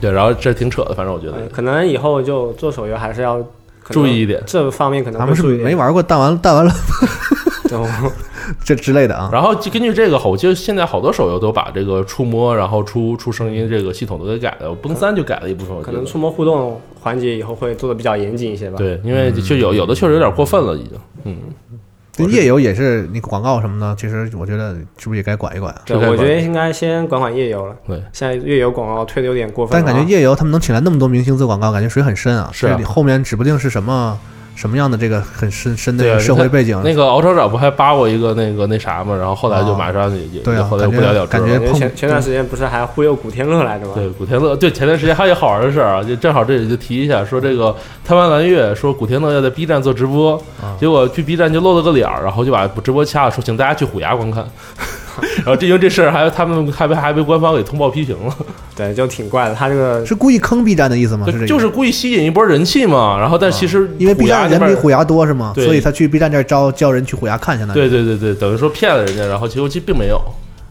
Speaker 1: 对，然后这挺扯的，反正我觉得
Speaker 2: 嗯可能以后就做手游还是要可能
Speaker 1: 注意一点。
Speaker 2: 这方面，可能
Speaker 3: 咱们是
Speaker 2: 会注意一
Speaker 3: 没
Speaker 2: 点。
Speaker 3: 玩过弹完弹完了
Speaker 2: 就
Speaker 3: 这之类的啊。
Speaker 1: 然后就根据这个，我记得现在好多手游都把这个触摸，然后出出声音这个系统都给改了。崩三就改了一部分，我觉
Speaker 2: 可
Speaker 1: 得
Speaker 2: 能触摸互动环节以后会做的比较严谨一些吧。，
Speaker 1: 对，因为就有有的确实有点过分了，已经。嗯，
Speaker 3: 对夜游也是，你广告什么的，其实我觉得是不是也该管一管啊？
Speaker 2: 对
Speaker 1: 这该，
Speaker 2: 我
Speaker 1: 管
Speaker 2: 觉得应该先管管夜游了。
Speaker 1: 对，
Speaker 2: 现在夜游广告推的有点过分
Speaker 3: 但
Speaker 2: 了啊，
Speaker 3: 感觉夜游他们能请来那么多明星做广告，感觉水很深啊。
Speaker 1: 是啊
Speaker 3: 这里后面指不定是什么什么样的这个很深深的这个
Speaker 1: 对啊
Speaker 3: 社会背景。
Speaker 1: 那个敖厂长不还扒过一个那个那啥嘛，啊然后后来就
Speaker 3: 啊
Speaker 1: 马上也也
Speaker 3: 对啊
Speaker 1: 也后来就不了了之
Speaker 3: 感觉
Speaker 1: 了。
Speaker 2: 感觉
Speaker 3: 碰嗯
Speaker 2: 前前段时间不是还忽悠古天乐来着吗？
Speaker 1: 对，古天乐，对前段时间还有一好玩的事儿啊，就正好这里就提一下，说这个台湾蓝月说古天乐要在 B 站做直播，
Speaker 3: 啊
Speaker 1: 结果去 B 站就露了个脸儿，然后就把直播掐了，说请大家去虎牙观看。 然后这因为这事儿还他们还被还被官方给通报批评了。
Speaker 2: 对，就挺怪的。他这 个
Speaker 3: 是故意坑 B 站的意思啊吗？是
Speaker 1: 对，
Speaker 3: 这个啊
Speaker 1: 就是故意吸引一波人气嘛。然后，但其实
Speaker 3: 因为 B 站
Speaker 1: 虎牙那
Speaker 3: 人
Speaker 1: 边
Speaker 3: 比虎牙多是吗？
Speaker 1: 对
Speaker 3: 所以他去 B 站这儿招叫人去虎牙看，相当于。
Speaker 1: 对对对对，等于说骗了人家，然后结果其实并没有。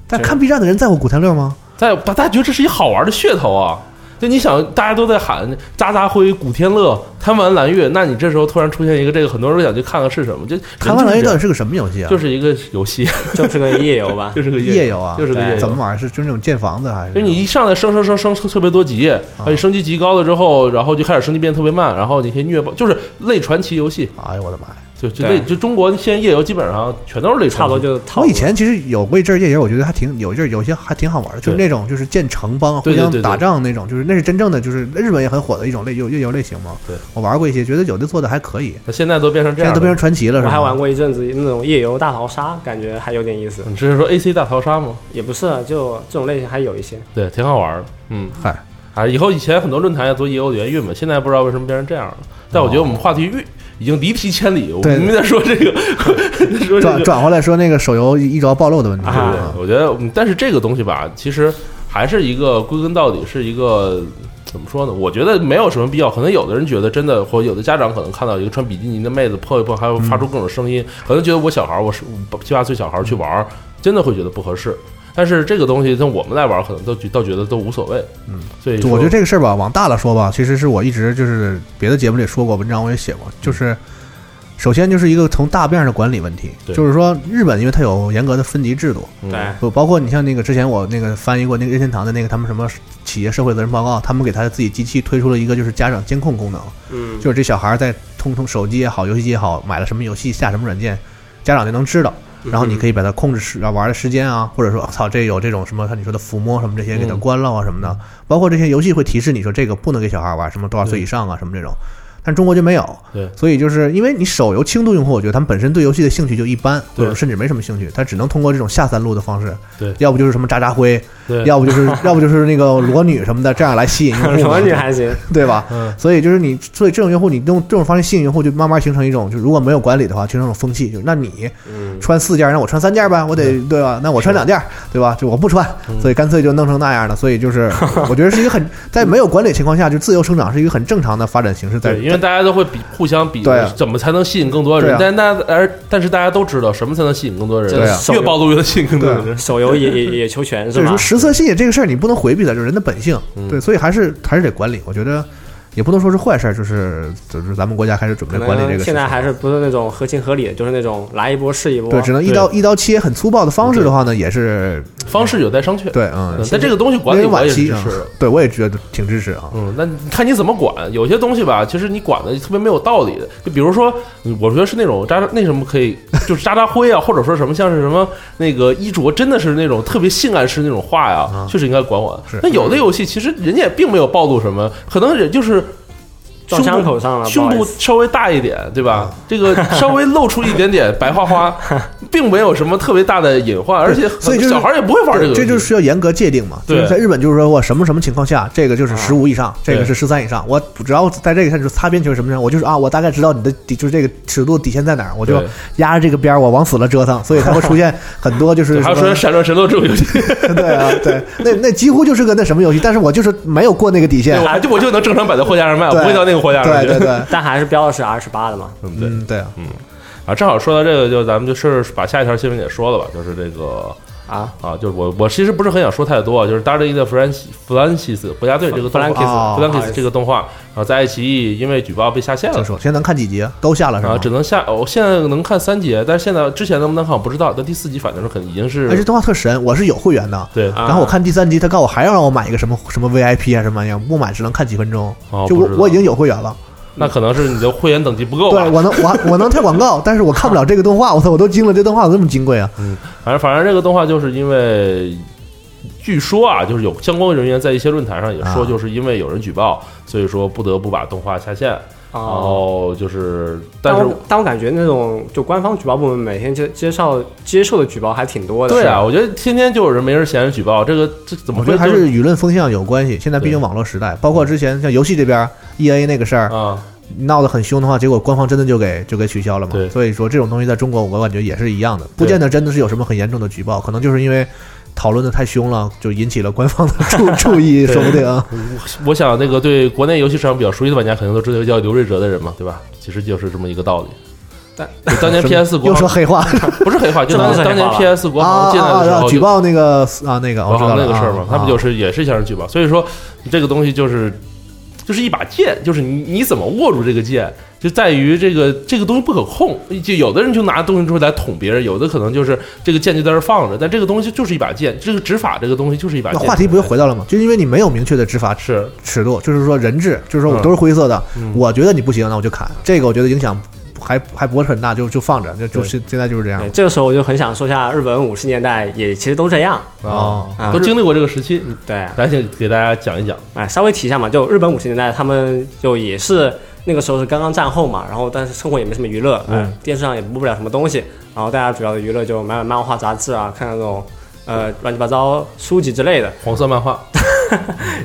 Speaker 3: 但看 B 站的人在乎古天乐吗？
Speaker 1: 但大家觉得这是一好玩的噱头啊！就你想，大家都在喊渣渣辉、古天乐、贪玩蓝月，那你这时候突然出现一个这个，很多人都想去看看是什么。就
Speaker 3: 台湾蓝月到底
Speaker 1: 人
Speaker 3: 是个什么游戏啊？
Speaker 1: 就是这样就是一个游戏，，
Speaker 2: 就是个夜游 吧
Speaker 1: 就是个
Speaker 3: 夜游啊
Speaker 1: 就是个夜游。
Speaker 3: 怎么玩儿？是就是那种建房子还是？
Speaker 1: 就你一上来升升升升特别多级，
Speaker 3: 啊
Speaker 1: 而且升级级高了之后，然后就开始升级变得特别慢，然后你可以虐爆，就是类传奇游戏，
Speaker 3: 哎呦我的妈呀！
Speaker 1: 就就类
Speaker 2: 对
Speaker 1: 就中国现在夜游基本上全都是类传奇，
Speaker 2: 差不多就是套
Speaker 3: 我
Speaker 2: 路。
Speaker 3: 以前其实有过一阵儿夜游，我觉得还挺有一阵儿有些还挺好玩的，就是那种就是建城邦互
Speaker 1: 对对
Speaker 3: 相
Speaker 1: 对对
Speaker 3: 打仗那种，就是那是真正的就是日本也很火的一种类游夜游类型嘛。
Speaker 1: 对，
Speaker 3: 我玩过一些，觉得有的做的还可以，
Speaker 1: 那现在都变成这
Speaker 3: 现在
Speaker 1: 样
Speaker 3: 都
Speaker 1: 了，
Speaker 3: 变成传奇了，
Speaker 2: 我
Speaker 3: 是吧？
Speaker 2: 还玩过一阵子那种夜游大逃杀，感觉还有点意思。
Speaker 1: 你这是说 A C 大逃杀吗？
Speaker 2: 也不是，啊就这种类型还有一些。
Speaker 1: 对，挺好玩儿的。嗯，
Speaker 3: 嗨，
Speaker 1: 啊，以后以前很多论坛也做 E 业务联运嘛，现在不知道为什么变成这样了。但我觉得我们话题越已经离题千里，我
Speaker 3: 对
Speaker 1: 们明明在说这个， 说这
Speaker 3: 转
Speaker 1: 个，
Speaker 3: 转回来说那个手游一着暴露的问题，
Speaker 1: 对不
Speaker 2: 啊
Speaker 1: 对
Speaker 3: 啊？
Speaker 1: 我觉得，嗯但是这个东西吧，其实还是一个归根到底是一个。怎么说呢？我觉得没有什么必要。可能有的人觉得真的，或者有的家长可能看到一个穿比基尼的妹子碰一碰，还会发出各种声音，可能觉得我小孩儿，我是我七八岁小孩儿去玩儿，真的会觉得不合适。但是这个东西，像我们来玩儿，可能都觉倒觉得都无所谓。
Speaker 3: 嗯，
Speaker 1: 所以
Speaker 3: 就我
Speaker 1: 说
Speaker 3: 觉得这个事儿吧，往大了说吧，其实是我一直就是别的节目里说过，文章我也写过，就是首先就是一个从大面上的管理问题，
Speaker 1: 对
Speaker 3: 就是说日本因为它有严格的分级制度，
Speaker 1: 嗯
Speaker 2: 对，
Speaker 3: 不包括你像那个之前我那个翻译过那个任天堂的那个他们什么企业社会责任报告，他们给他自己机器推出了一个就是家长监控功能，
Speaker 2: 嗯，
Speaker 3: 就是这小孩在通通手机也好，游戏机也好，买了什么游戏下什么软件，家长就能知道。
Speaker 1: 嗯
Speaker 3: 然后你可以把它控制时啊玩的时间啊，或者说我操这有这种什么像你说的抚摸什么这些给它
Speaker 1: 嗯
Speaker 3: 关了啊什么的，包括这些游戏会提示你说这个不能给小孩玩，什么多少岁以上啊什么这种，但中国就没有。啊
Speaker 1: 对
Speaker 3: 所以就是因为你手游轻度用户，我觉得他们本身对游戏的兴趣就一般，或
Speaker 1: 对
Speaker 3: 者甚至没什么兴趣，他只能通过这种下三路的方式，
Speaker 1: 对
Speaker 3: 要不就是什么渣渣灰，
Speaker 1: 对，
Speaker 3: 要不就是要不就是那个裸女什么的，这样来吸 引用户嘛，
Speaker 2: 什 么女还行，
Speaker 3: 对吧？
Speaker 1: 嗯
Speaker 3: 所以就是你，所以这种用户，你用这种方式吸引用户，就慢慢形成一种，就如果没有管理的话，形成一种风气，就是那你
Speaker 2: 嗯，
Speaker 3: 穿四件儿，那我穿三件儿吧，我得
Speaker 1: 嗯
Speaker 3: 对吧？那我穿两件儿，对吧？就我不穿，所以干脆就弄成那样了。所以就是， 我觉得是一个很在没有管理情况下，就自由生长是一个很正常的发展形式在。
Speaker 1: 对，因为大家都会比互相比
Speaker 3: 对啊，
Speaker 1: 怎么才能吸引更多的人？
Speaker 3: 对啊
Speaker 1: 但大家而但是大家都知道什么才能吸引更多人，
Speaker 3: 对啊
Speaker 1: 越暴露越能吸引更多人。
Speaker 2: 嗯手游也也也求全
Speaker 3: 所
Speaker 2: 是
Speaker 3: 以
Speaker 2: 吧
Speaker 1: 嗯
Speaker 3: 说，？食色性也这个事儿，你不能回避的，就是人的本性。对，所以还是还是得管理。我觉得也不能说是坏事儿，就是就是咱们国家开始准备
Speaker 2: 可
Speaker 3: 管理这
Speaker 2: 能
Speaker 3: 个事
Speaker 2: 现
Speaker 3: 情
Speaker 2: 在还是不是那种合情合理的，就是那种来一波是一波。
Speaker 3: 对，只能一刀一刀切，很粗暴的方式的话呢，也是
Speaker 1: 方式有待商榷。
Speaker 3: 对，嗯
Speaker 1: 嗯，，但这个东西
Speaker 3: 有
Speaker 1: 管理
Speaker 3: 点
Speaker 1: 我
Speaker 3: 惋
Speaker 1: 也是
Speaker 3: 惜
Speaker 1: 支
Speaker 3: 啊
Speaker 1: 持的。，
Speaker 3: 对我也觉得挺支持啊。
Speaker 1: 嗯，那你看你怎么管？有些东西吧，其实你管的特别没有道理的。就比如说，嗯我觉得是那种渣那什么可以，就是渣渣灰啊，或者说什么像是什么那个衣着真的是那种特别性暗示那种话呀，确实应该管管
Speaker 3: 啊是。
Speaker 1: 那有的游戏其实人家也并没有暴露什么，可能也就是
Speaker 2: 撞伤口上了，
Speaker 1: 胸
Speaker 2: 不好
Speaker 1: 部
Speaker 2: 意思
Speaker 1: 稍微大一点，对吧？
Speaker 3: 啊
Speaker 1: 这个稍微露出一点点白花花， 并没有什么特别大的隐患，而且
Speaker 3: 所以就是
Speaker 1: 小孩也不会玩这个游戏，
Speaker 3: 这就是需要严格界定嘛。
Speaker 1: 对
Speaker 3: 就是在日本就是说我什么什么情况下，这个就是
Speaker 2: 啊
Speaker 3: 十五以上，这个
Speaker 1: 对
Speaker 3: 是十三以上。我只要在这个上就是擦边球是什么样，我就是啊，我大概知道你的底就是这个尺度底线在哪儿，我就
Speaker 1: 对
Speaker 3: 压着这个边儿，我往死了折腾，所以才会 出现很多就是
Speaker 1: 对还有
Speaker 3: 什
Speaker 1: 说
Speaker 3: 么
Speaker 1: 《闪乱神斗》这种游戏，
Speaker 3: 对啊对，那那几乎就是个那什么游戏，但是我就是没有过那个底线
Speaker 1: 对，我。还就我就能正常摆在货架上卖，我
Speaker 3: 对
Speaker 1: 不会到那个货架上
Speaker 3: 对
Speaker 1: 去。
Speaker 3: 对 对，
Speaker 2: 但还是标的是 R 十八的嘛。
Speaker 1: 嗯对
Speaker 3: 嗯对啊，
Speaker 1: 啊，正好说到这个，就咱们就是把下一条新闻也说了吧，就是这个
Speaker 2: 啊，
Speaker 1: 啊，就是我我其实不是很想说太多啊，就是《达利的弗兰西弗兰西斯国家队》这个动画
Speaker 2: Francis，
Speaker 1: 啊
Speaker 3: 哦
Speaker 1: 弗兰西
Speaker 2: 不好意
Speaker 1: 斯
Speaker 2: 思
Speaker 1: 这个动画，然后在爱奇艺因为举报被下线了
Speaker 3: 就。说现在能看几集啊？都下了是
Speaker 1: 啊，
Speaker 3: 吗
Speaker 1: 只？能下，我、现在能看三集，但是现在之前能不能看我不知道。但第四集反正是肯已经是
Speaker 3: 而且动画特神，我是有会员的。
Speaker 1: 对，
Speaker 2: 啊
Speaker 3: 然后我看第三集，他告诉我还要让我买一个什么什么 VIP 啊什么玩意儿，不买只能看几分钟。
Speaker 1: 哦
Speaker 3: 就
Speaker 1: 不
Speaker 3: 我
Speaker 1: 知道
Speaker 3: 我已经有会员了，
Speaker 1: 那可能是你的会员等级不够吧
Speaker 3: 对，。我能我我能跳 广告，但是我看不了这个动画，我操，我都惊了，这动画怎么这么金贵啊？
Speaker 1: 反正反正这个动画就是因为，据说啊，就是有相关人员在一些论坛上也说，
Speaker 3: 啊
Speaker 1: 就是因为有人举报，所以说不得不把动画下线。然
Speaker 2: 哦。
Speaker 1: 后就是，但
Speaker 2: 但
Speaker 1: 是
Speaker 2: 我但我感觉那种就官方举报部门每天接接受接受的举报还挺多的。
Speaker 1: 对
Speaker 2: 是
Speaker 1: 啊，
Speaker 2: 吧，
Speaker 1: 我觉得天天就有人没人闲着举报，这个这怎么
Speaker 3: 我觉
Speaker 1: 会
Speaker 3: 得还
Speaker 1: 就是
Speaker 3: 舆论风向有关系。现在毕
Speaker 1: 对
Speaker 3: 竟网络时代，包括之前像游戏这边 E A 那个事儿
Speaker 1: 啊？
Speaker 3: 闹得很凶的话，结果官方真的就给就给取消了嘛
Speaker 1: 对。
Speaker 3: 所以说这种东西在中国，我感觉也是一样的，不
Speaker 1: 对
Speaker 3: 见得真的是有什么很严重的举报，可能就是因为讨论的太凶了，就引起了官方的注注意，说不定啊。
Speaker 1: 我想那个对国内游戏市场比较熟悉的玩家，肯定都知道一个叫刘瑞哲的人嘛，对吧？其实就是这么一个道理。
Speaker 2: 但
Speaker 1: 就 当年 PS 国
Speaker 3: 又说
Speaker 1: 行
Speaker 3: 黑话
Speaker 1: 不是黑化，就
Speaker 2: 这
Speaker 1: 当
Speaker 2: 不是
Speaker 1: 年
Speaker 2: 黑
Speaker 1: 当年
Speaker 2: 化吧
Speaker 1: PS 国
Speaker 3: 啊
Speaker 1: 行进来
Speaker 3: 啊
Speaker 1: 的时
Speaker 3: 啊！
Speaker 1: 候
Speaker 3: 举
Speaker 1: 就
Speaker 3: 报那个啊那个，我
Speaker 1: 国
Speaker 3: 知道
Speaker 1: 行
Speaker 3: 了
Speaker 1: 那个事儿嘛
Speaker 3: 啊，
Speaker 1: 他们就是也是向人举报，所以说这个东西就是就是一把剑，就是你你怎么握住这个剑，就在于这个这个东西不可控。就有的人就拿东西出来捅别人，有的可能就是这个剑就在这儿放着，但这个东西就是一把剑，这个执法这个东西就是一把
Speaker 3: 那
Speaker 1: 剑。
Speaker 3: 话题不又回到了吗？就因为你没有明确的执法
Speaker 1: 是
Speaker 3: 尺度，就是说人质，就是说我都是灰色的，
Speaker 1: 嗯
Speaker 3: 我觉得你不行，那我就砍。这个我觉得影响还还不会很大，就就放着，就就
Speaker 1: 对
Speaker 3: 现现在就是这样
Speaker 2: 对这个时候我就很想说一下，日本五十年代也其实都这样。
Speaker 1: 啊，
Speaker 3: 哦
Speaker 2: 啊
Speaker 1: 都经历过这个时期，
Speaker 2: 对，
Speaker 1: 来先给大家讲一讲。
Speaker 2: 哎，稍微提一下嘛，就日本五十年代，他们就也是那个时候是刚刚战后嘛，然后但是生活也没什么娱乐，
Speaker 1: 嗯
Speaker 2: 哎，电视上也播不了什么东西，然后大家主要的娱乐就买买漫画杂志啊，看那种呃乱七八糟书籍之类的，
Speaker 1: 黄色漫画，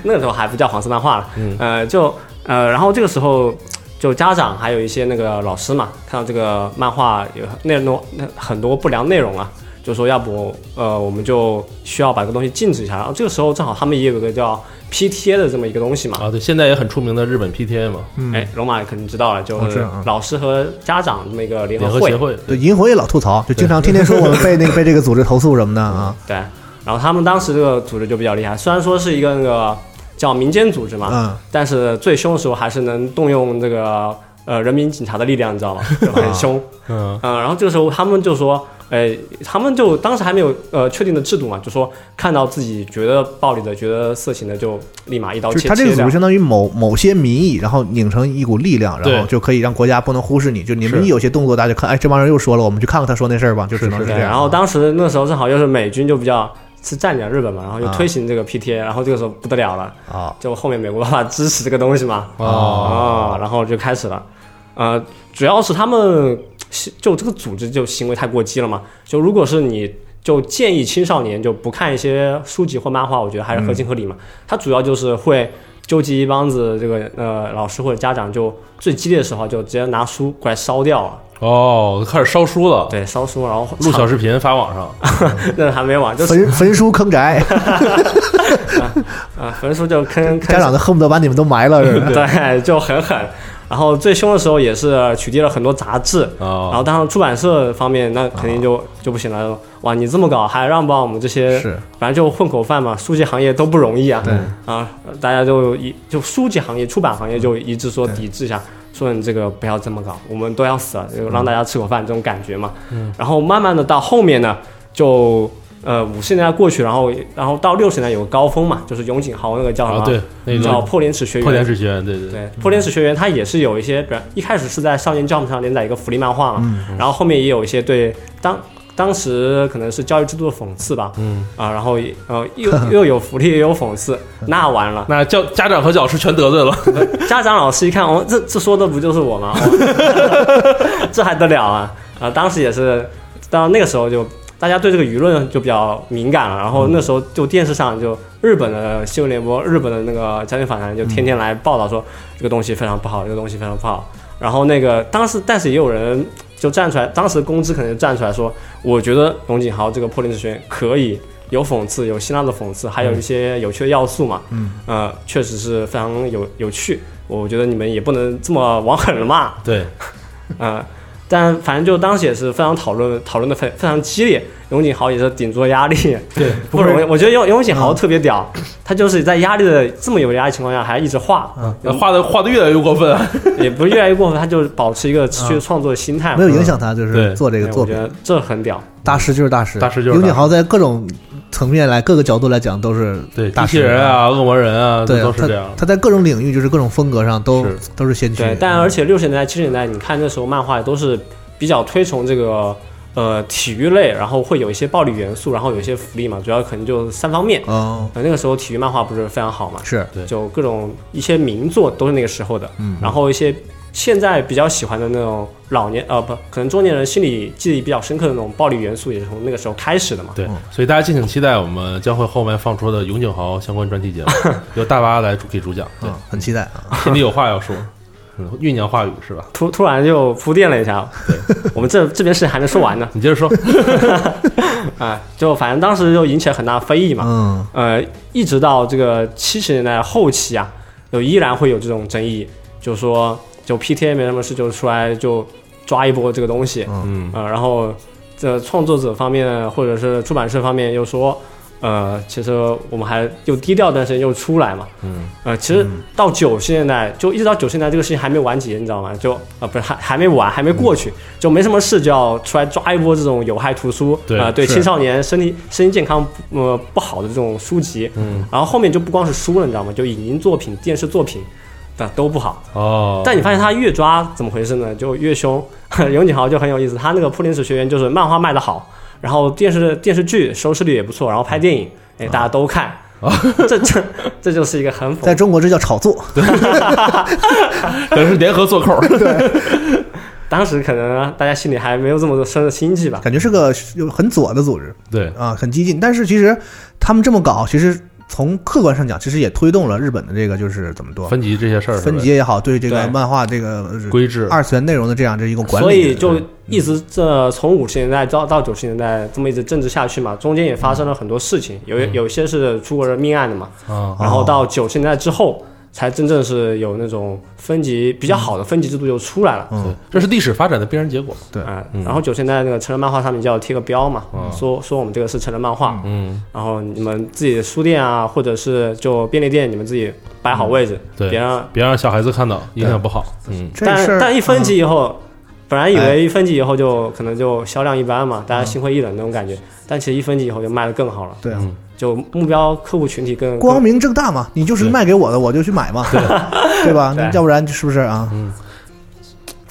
Speaker 2: 那个时候还不叫黄色漫画了，
Speaker 1: 嗯
Speaker 2: 呃，就呃，然后这个时候就家长还有一些那个老师嘛，看到这个漫画有内容那很多不良内容啊，就说要不呃我们就需要把这个东西禁止一下。然后这个时候正好他们也有一个叫 PTA 的这么一个东西嘛，
Speaker 1: 啊，对，现在也很出名的日本 PTA 嘛，
Speaker 3: 嗯
Speaker 2: 哎，龙马肯定知道了，就
Speaker 3: 我知
Speaker 2: 是
Speaker 3: 道啊
Speaker 2: 老师和家长那个联
Speaker 1: 联
Speaker 2: 合
Speaker 1: 合
Speaker 2: 会
Speaker 1: 协，会，
Speaker 3: 对，银魂也老吐槽，就经常天天说我们 被那个被这个组织投诉什么的啊
Speaker 2: 对。然后他们当时这个组织就比较厉害，虽然说是一个那个叫民间组织
Speaker 1: 啊
Speaker 2: 嘛，
Speaker 3: 嗯
Speaker 2: 但是最凶的时候还是能动用这个呃人民警察的力量，你知 道吗？就
Speaker 3: 啊
Speaker 2: 很凶。
Speaker 1: 嗯，
Speaker 2: 嗯，然后这个时候他们就说，呃，他们就当时还没有呃确定的制度嘛，就说看到自己觉得暴力的、觉得色情的，就立马一刀
Speaker 3: 就
Speaker 2: 切
Speaker 3: 是他这个
Speaker 2: 切
Speaker 3: 组
Speaker 2: 掉
Speaker 3: 织。相当于某某些民意，然后拧成一股力量，然后
Speaker 1: 对
Speaker 3: 就可以让国家不能忽视你。就你们
Speaker 1: 是
Speaker 3: 一有些动作，大家就看，哎，这帮人又说了，我们去看看他说那事儿吧，就只能
Speaker 1: 是
Speaker 3: 是
Speaker 2: 对，
Speaker 3: 这样。
Speaker 2: 然后当时那时候正好又是美军就比较是占领日本嘛，然后就推行这个 PTA，、然后这个时候不得了了，
Speaker 3: 啊，
Speaker 2: 就后面美国爸爸支持这个东西嘛，
Speaker 1: 哦
Speaker 2: 啊，然后就开始了，呃，主要是他们是就这个组织就行为太过激了嘛，就如果是你就建议青少年就不看一些书籍或漫画，我觉得还是合情合理嘛。他主要就是会纠集一帮子这个呃老师或者家长，就最激烈的时候就直接拿书过来烧掉啊，
Speaker 1: 哦，开始烧书了，
Speaker 2: 对，烧书，然后
Speaker 1: 录小视频发网上，
Speaker 2: 那还没完，就是
Speaker 3: 焚 焚书 坑宅，
Speaker 2: 啊，焚书就坑坑
Speaker 3: 家长都恨不得把你们都埋了，是吧
Speaker 2: 对，就很狠。然后最凶的时候也是取缔了很多杂志，然后
Speaker 1: 啊，
Speaker 2: 当然出版社方面那肯定就、就不行了。哇，你这么搞还让不让我们这些？
Speaker 3: 是
Speaker 2: 反正就混口饭嘛，书籍行业都不容易啊。
Speaker 3: 对
Speaker 2: 啊，大家就一就书籍行业、出版行业就一致说抵制一下，说你这个不要这么搞，我们都要
Speaker 1: 嗯
Speaker 2: 死了，就让大家吃口饭这种感觉嘛。嗯、然后慢慢的到后面呢，就呃五十年代过去，然后然后到六十年代有个高峰嘛，就是永井豪那个叫什么？
Speaker 1: 啊对，那
Speaker 2: 叫
Speaker 1: 个
Speaker 2: 破廉耻学
Speaker 1: 破
Speaker 2: 园
Speaker 1: 天。使学院，对对对，
Speaker 2: 对，破天使学员他也是有一些，比如一开始是在少年 Jump 上连载一个福利漫画嘛，然后后面也有一些对当当时可能是教育制度的讽刺吧，
Speaker 1: 嗯
Speaker 2: 啊，然后也呃又又有福利也有讽刺，那完了，
Speaker 1: 那教家长和老师全得罪了，
Speaker 2: 家长老师一看，哦，这这说的不就是我吗？哦、这还得了啊！啊，当时也是，到那个时候就大家对这个舆论就比较敏感了，然后那时候就电视上就日本的新闻联播、日本的那个家庭访谈就天天来报道说、这个东西非常不好，这个东西非常不好。然后那个当时，但是也有人就站出来，当时公知可能就站出来说，我觉得龙井豪这个破例之学可以。有讽刺，有辛辣的讽刺，还有一些有趣的要素嘛。
Speaker 3: 嗯，
Speaker 2: 呃，确实是非常有有趣。我觉得你们也不能这么往狠了骂，
Speaker 1: 对，
Speaker 2: 呃，但反正就当时也是非常讨论，讨论的非非常激烈。永井豪也是顶住了 压力，
Speaker 1: 对，
Speaker 2: 不容易。我觉得永永井
Speaker 3: 嗯
Speaker 2: 豪特别屌，他就是在压力的这么有压力情况下还一直画，
Speaker 3: 嗯
Speaker 1: 那画的画的越来越过分啊，
Speaker 2: 也不是越来越过分，他就是保持一个持续创作的心态嘛。
Speaker 3: 嗯没有影响他，就是
Speaker 1: 对哎
Speaker 3: 做这
Speaker 2: 对
Speaker 3: 个作
Speaker 2: 我觉
Speaker 3: 品。
Speaker 2: 得这很屌。
Speaker 3: 大师就是大师，
Speaker 1: 大师就是大师
Speaker 3: 永井豪在各种层面来各个角度来讲都是
Speaker 1: 对，
Speaker 3: 大
Speaker 1: 机器
Speaker 3: 师
Speaker 1: 人。啊，恶魔人啊，
Speaker 3: 对
Speaker 1: 这都
Speaker 3: 啊，
Speaker 1: 是这样
Speaker 3: 他，他在各种领域就是各种风格上都
Speaker 1: 是
Speaker 3: 都是先驱。
Speaker 2: 对，但而且六十年代、七十年代，你看那时候漫画也都是比较推崇这个呃体育类，然后会有一些暴力元素，然后有一些福利嘛，主要可能就三方面。
Speaker 3: 哦，
Speaker 2: 呃，那个时候体育漫画不是非常好嘛，
Speaker 3: 是
Speaker 1: 对
Speaker 2: 就各种一些名作都是那个时候的，
Speaker 3: 嗯
Speaker 2: 然后一些现在比较喜欢的那种老年呃不，可能中年人心里记忆比较深刻的那种暴力元素，也是从那个时候开始的嘛。
Speaker 1: 对，所以大家敬请期待我们将会后面放出的永井豪相关专题节 目，由大巴来主给主讲，对
Speaker 3: 嗯，，很期待啊。
Speaker 1: 心里有话要说，嗯酝酿话语是吧？
Speaker 2: 突突然就铺垫了一下，对，我们这这边事情还没说完呢，
Speaker 1: 你接着说，
Speaker 2: 啊、就反正当时就引起了很大非议嘛，
Speaker 3: 嗯，
Speaker 2: 呃，一直到这个七十年代后期啊，就依然会有这种争议，就说就 PTA 没什么事就出来就抓一波这个东西，
Speaker 1: 嗯，
Speaker 2: 呃，然后这创作者方面或者是出版社方面又说，呃，其实我们还又低调，但是又出来嘛，
Speaker 1: 嗯，
Speaker 2: 呃，其实到九十年代就一直到九十年代这个事情还没完结，你知道吗？就啊、呃不是还还没完，还没过
Speaker 1: 嗯
Speaker 2: 去，就没什么事就要出来抓一波这种有害图书，
Speaker 1: 对
Speaker 2: 啊、对
Speaker 3: 是
Speaker 2: 青少年身体身心健康呃不好的这种书籍，
Speaker 1: 嗯，
Speaker 2: 然后后面就不光是书了，你知道吗？就影音作品、电视作品。的都不好，
Speaker 1: 哦，
Speaker 2: 但你发现他越抓怎么回事呢？就越凶。 永井豪就很有意思，他那个《破天使学员》就是漫画卖的好，然后电视电视剧收视率也不错，然后拍电影，
Speaker 3: 嗯
Speaker 2: 哎，大家都看，
Speaker 3: 哦
Speaker 2: 这这这就是一个很讽
Speaker 3: 在中国这叫炒作。
Speaker 1: 可能是联合做扣，
Speaker 2: 当时可能大家心里还没有这么深的心计吧。
Speaker 3: 感觉是个有很左的组织
Speaker 1: 对，
Speaker 3: 啊，很激进。但是其实他们这么搞，其实从客观上讲，其实也推动了日本的这个就是怎么说
Speaker 1: 分级这些事儿是吧，
Speaker 3: 分级也好，对这个
Speaker 2: 对
Speaker 3: 漫画这个呃
Speaker 1: 规制，
Speaker 3: 二次元内容的嗯这样这一个管理，
Speaker 2: 所以就一直这从五十年代到到九十年代这么一直政治下去嘛，中间也发生了很多事情，有
Speaker 3: 嗯
Speaker 2: 有些是出国人命案的嘛，
Speaker 3: 哦
Speaker 1: 啊，
Speaker 2: 然后到九十年代之后才真正是有那种分级比较好的分级制度就出来了。
Speaker 1: 对，这是历史发展的必然结果，
Speaker 3: 对
Speaker 2: 啊、然后九现在那个成人漫画上面就要贴个标嘛，
Speaker 1: 嗯
Speaker 2: 说说我们这个是成人漫画，
Speaker 1: 嗯，
Speaker 2: 然后你们自己的书店啊，或者是就便利店，你们自己摆好位置，
Speaker 1: 嗯对
Speaker 2: 别让。
Speaker 1: 别让小孩子看到，影响不好，嗯，
Speaker 3: 这
Speaker 2: 但
Speaker 3: 事儿
Speaker 2: 但一分级以后，本来以
Speaker 3: 哎
Speaker 2: 为一分级以后就可能就销量一般嘛，
Speaker 1: 嗯
Speaker 2: 大家心灰意冷那种感觉，但其实一分级以后就卖的更好了，
Speaker 3: 对啊，
Speaker 2: 就目标客户群体更
Speaker 3: 光明正大嘛，你就是
Speaker 1: 对
Speaker 3: 卖给我的，我就去买嘛，对吧
Speaker 2: 对？嗯
Speaker 3: 要不然是不是啊？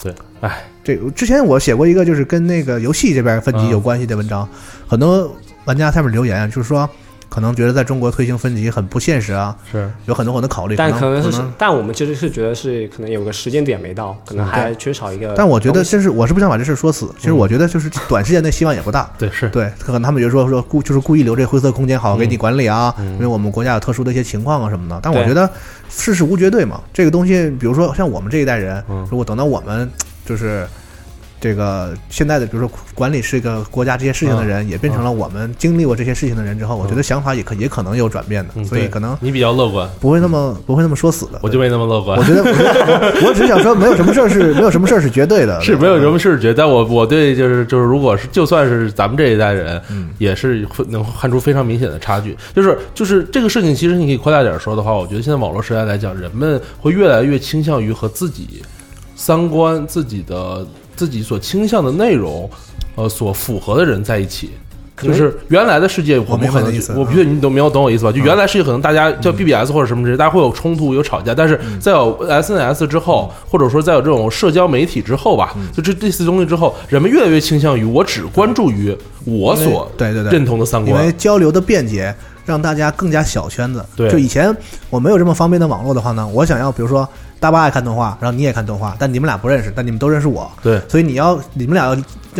Speaker 1: 对，哎，
Speaker 3: 这之前我写过一个就是跟那个游戏这边分级
Speaker 2: 嗯
Speaker 3: 有关系的文章，很多玩家下面留言就是说，可能觉得在中国推行分级很不现实啊，
Speaker 1: 是，
Speaker 3: 有很多很多考虑。
Speaker 2: 但可
Speaker 3: 可
Speaker 2: 能是
Speaker 3: 可，
Speaker 2: 但我们其实是觉得是可能有个时间点没到，可能还缺少一个东西。
Speaker 3: 嗯但我觉得真是我是不想把这事说死，
Speaker 2: 嗯
Speaker 3: 其实我觉得就是短时间内希望也不大。
Speaker 1: 对，是，
Speaker 3: 对，可能他们觉得说说故就是故意留这灰色空间好给你管理啊，
Speaker 1: 嗯
Speaker 3: 因为我们国家有特殊的一些情况啊什么的。但我
Speaker 2: 对
Speaker 3: 觉得世事无绝对嘛，这个东西，比如说像我们这一代人，
Speaker 1: 嗯
Speaker 3: 如果等到我们就是这个现在的，比如说管理这个国家这些事情的
Speaker 1: 嗯
Speaker 3: 人，也变成了我们经历过这些事情的人之后，我觉得想法也可也可能有转变的，
Speaker 1: 嗯
Speaker 3: 所以
Speaker 1: 对
Speaker 3: 可能
Speaker 1: 你比较乐观，
Speaker 3: 不会那么不会那么说死的。
Speaker 1: 我就没那么乐观
Speaker 3: 我。觉得，我觉得 我只是想说，没有什么事儿是没有什么事儿是绝对的，
Speaker 1: 是没有什么事觉，但我我对就是就是，如果是就算是咱们这一代人，
Speaker 3: 嗯
Speaker 1: 也是会能看出非常明显的差距。就是就是这个事情，其实你可以扩大点说的话，我觉得现在网络时代来讲，人们会越来越倾向于和自己三观、自己的自己所倾向的内容，呃，所符合的人在一起。就
Speaker 2: 能
Speaker 1: 是原来的世界，我
Speaker 3: 我
Speaker 1: 们
Speaker 3: 明白
Speaker 1: 可能
Speaker 3: 你的
Speaker 1: 就
Speaker 3: 意思
Speaker 1: 我
Speaker 3: 嗯
Speaker 1: 觉得你都没有懂我意思吧？就原来世界可能大家叫 BBS 或者什
Speaker 3: 嗯
Speaker 1: 么之类，大家会有冲突、有吵架，但是在有 SNS 之后，
Speaker 3: 嗯
Speaker 1: 或者说在有这种社交媒体之后吧，就这这些东西之后，人们越来越倾向于我只关注于我
Speaker 3: 因为
Speaker 1: 所
Speaker 3: 对对对
Speaker 1: 认同的三
Speaker 3: 因为
Speaker 1: 观。
Speaker 3: 交流的便捷，让大家更加小圈子。
Speaker 1: 对
Speaker 3: 就以前我没有这么方便的网络的话呢，我想要比如说大巴爱看动画，然后你也看动画，但你们俩不认识，但你们都认识我，
Speaker 1: 对
Speaker 3: 所以你要你们俩要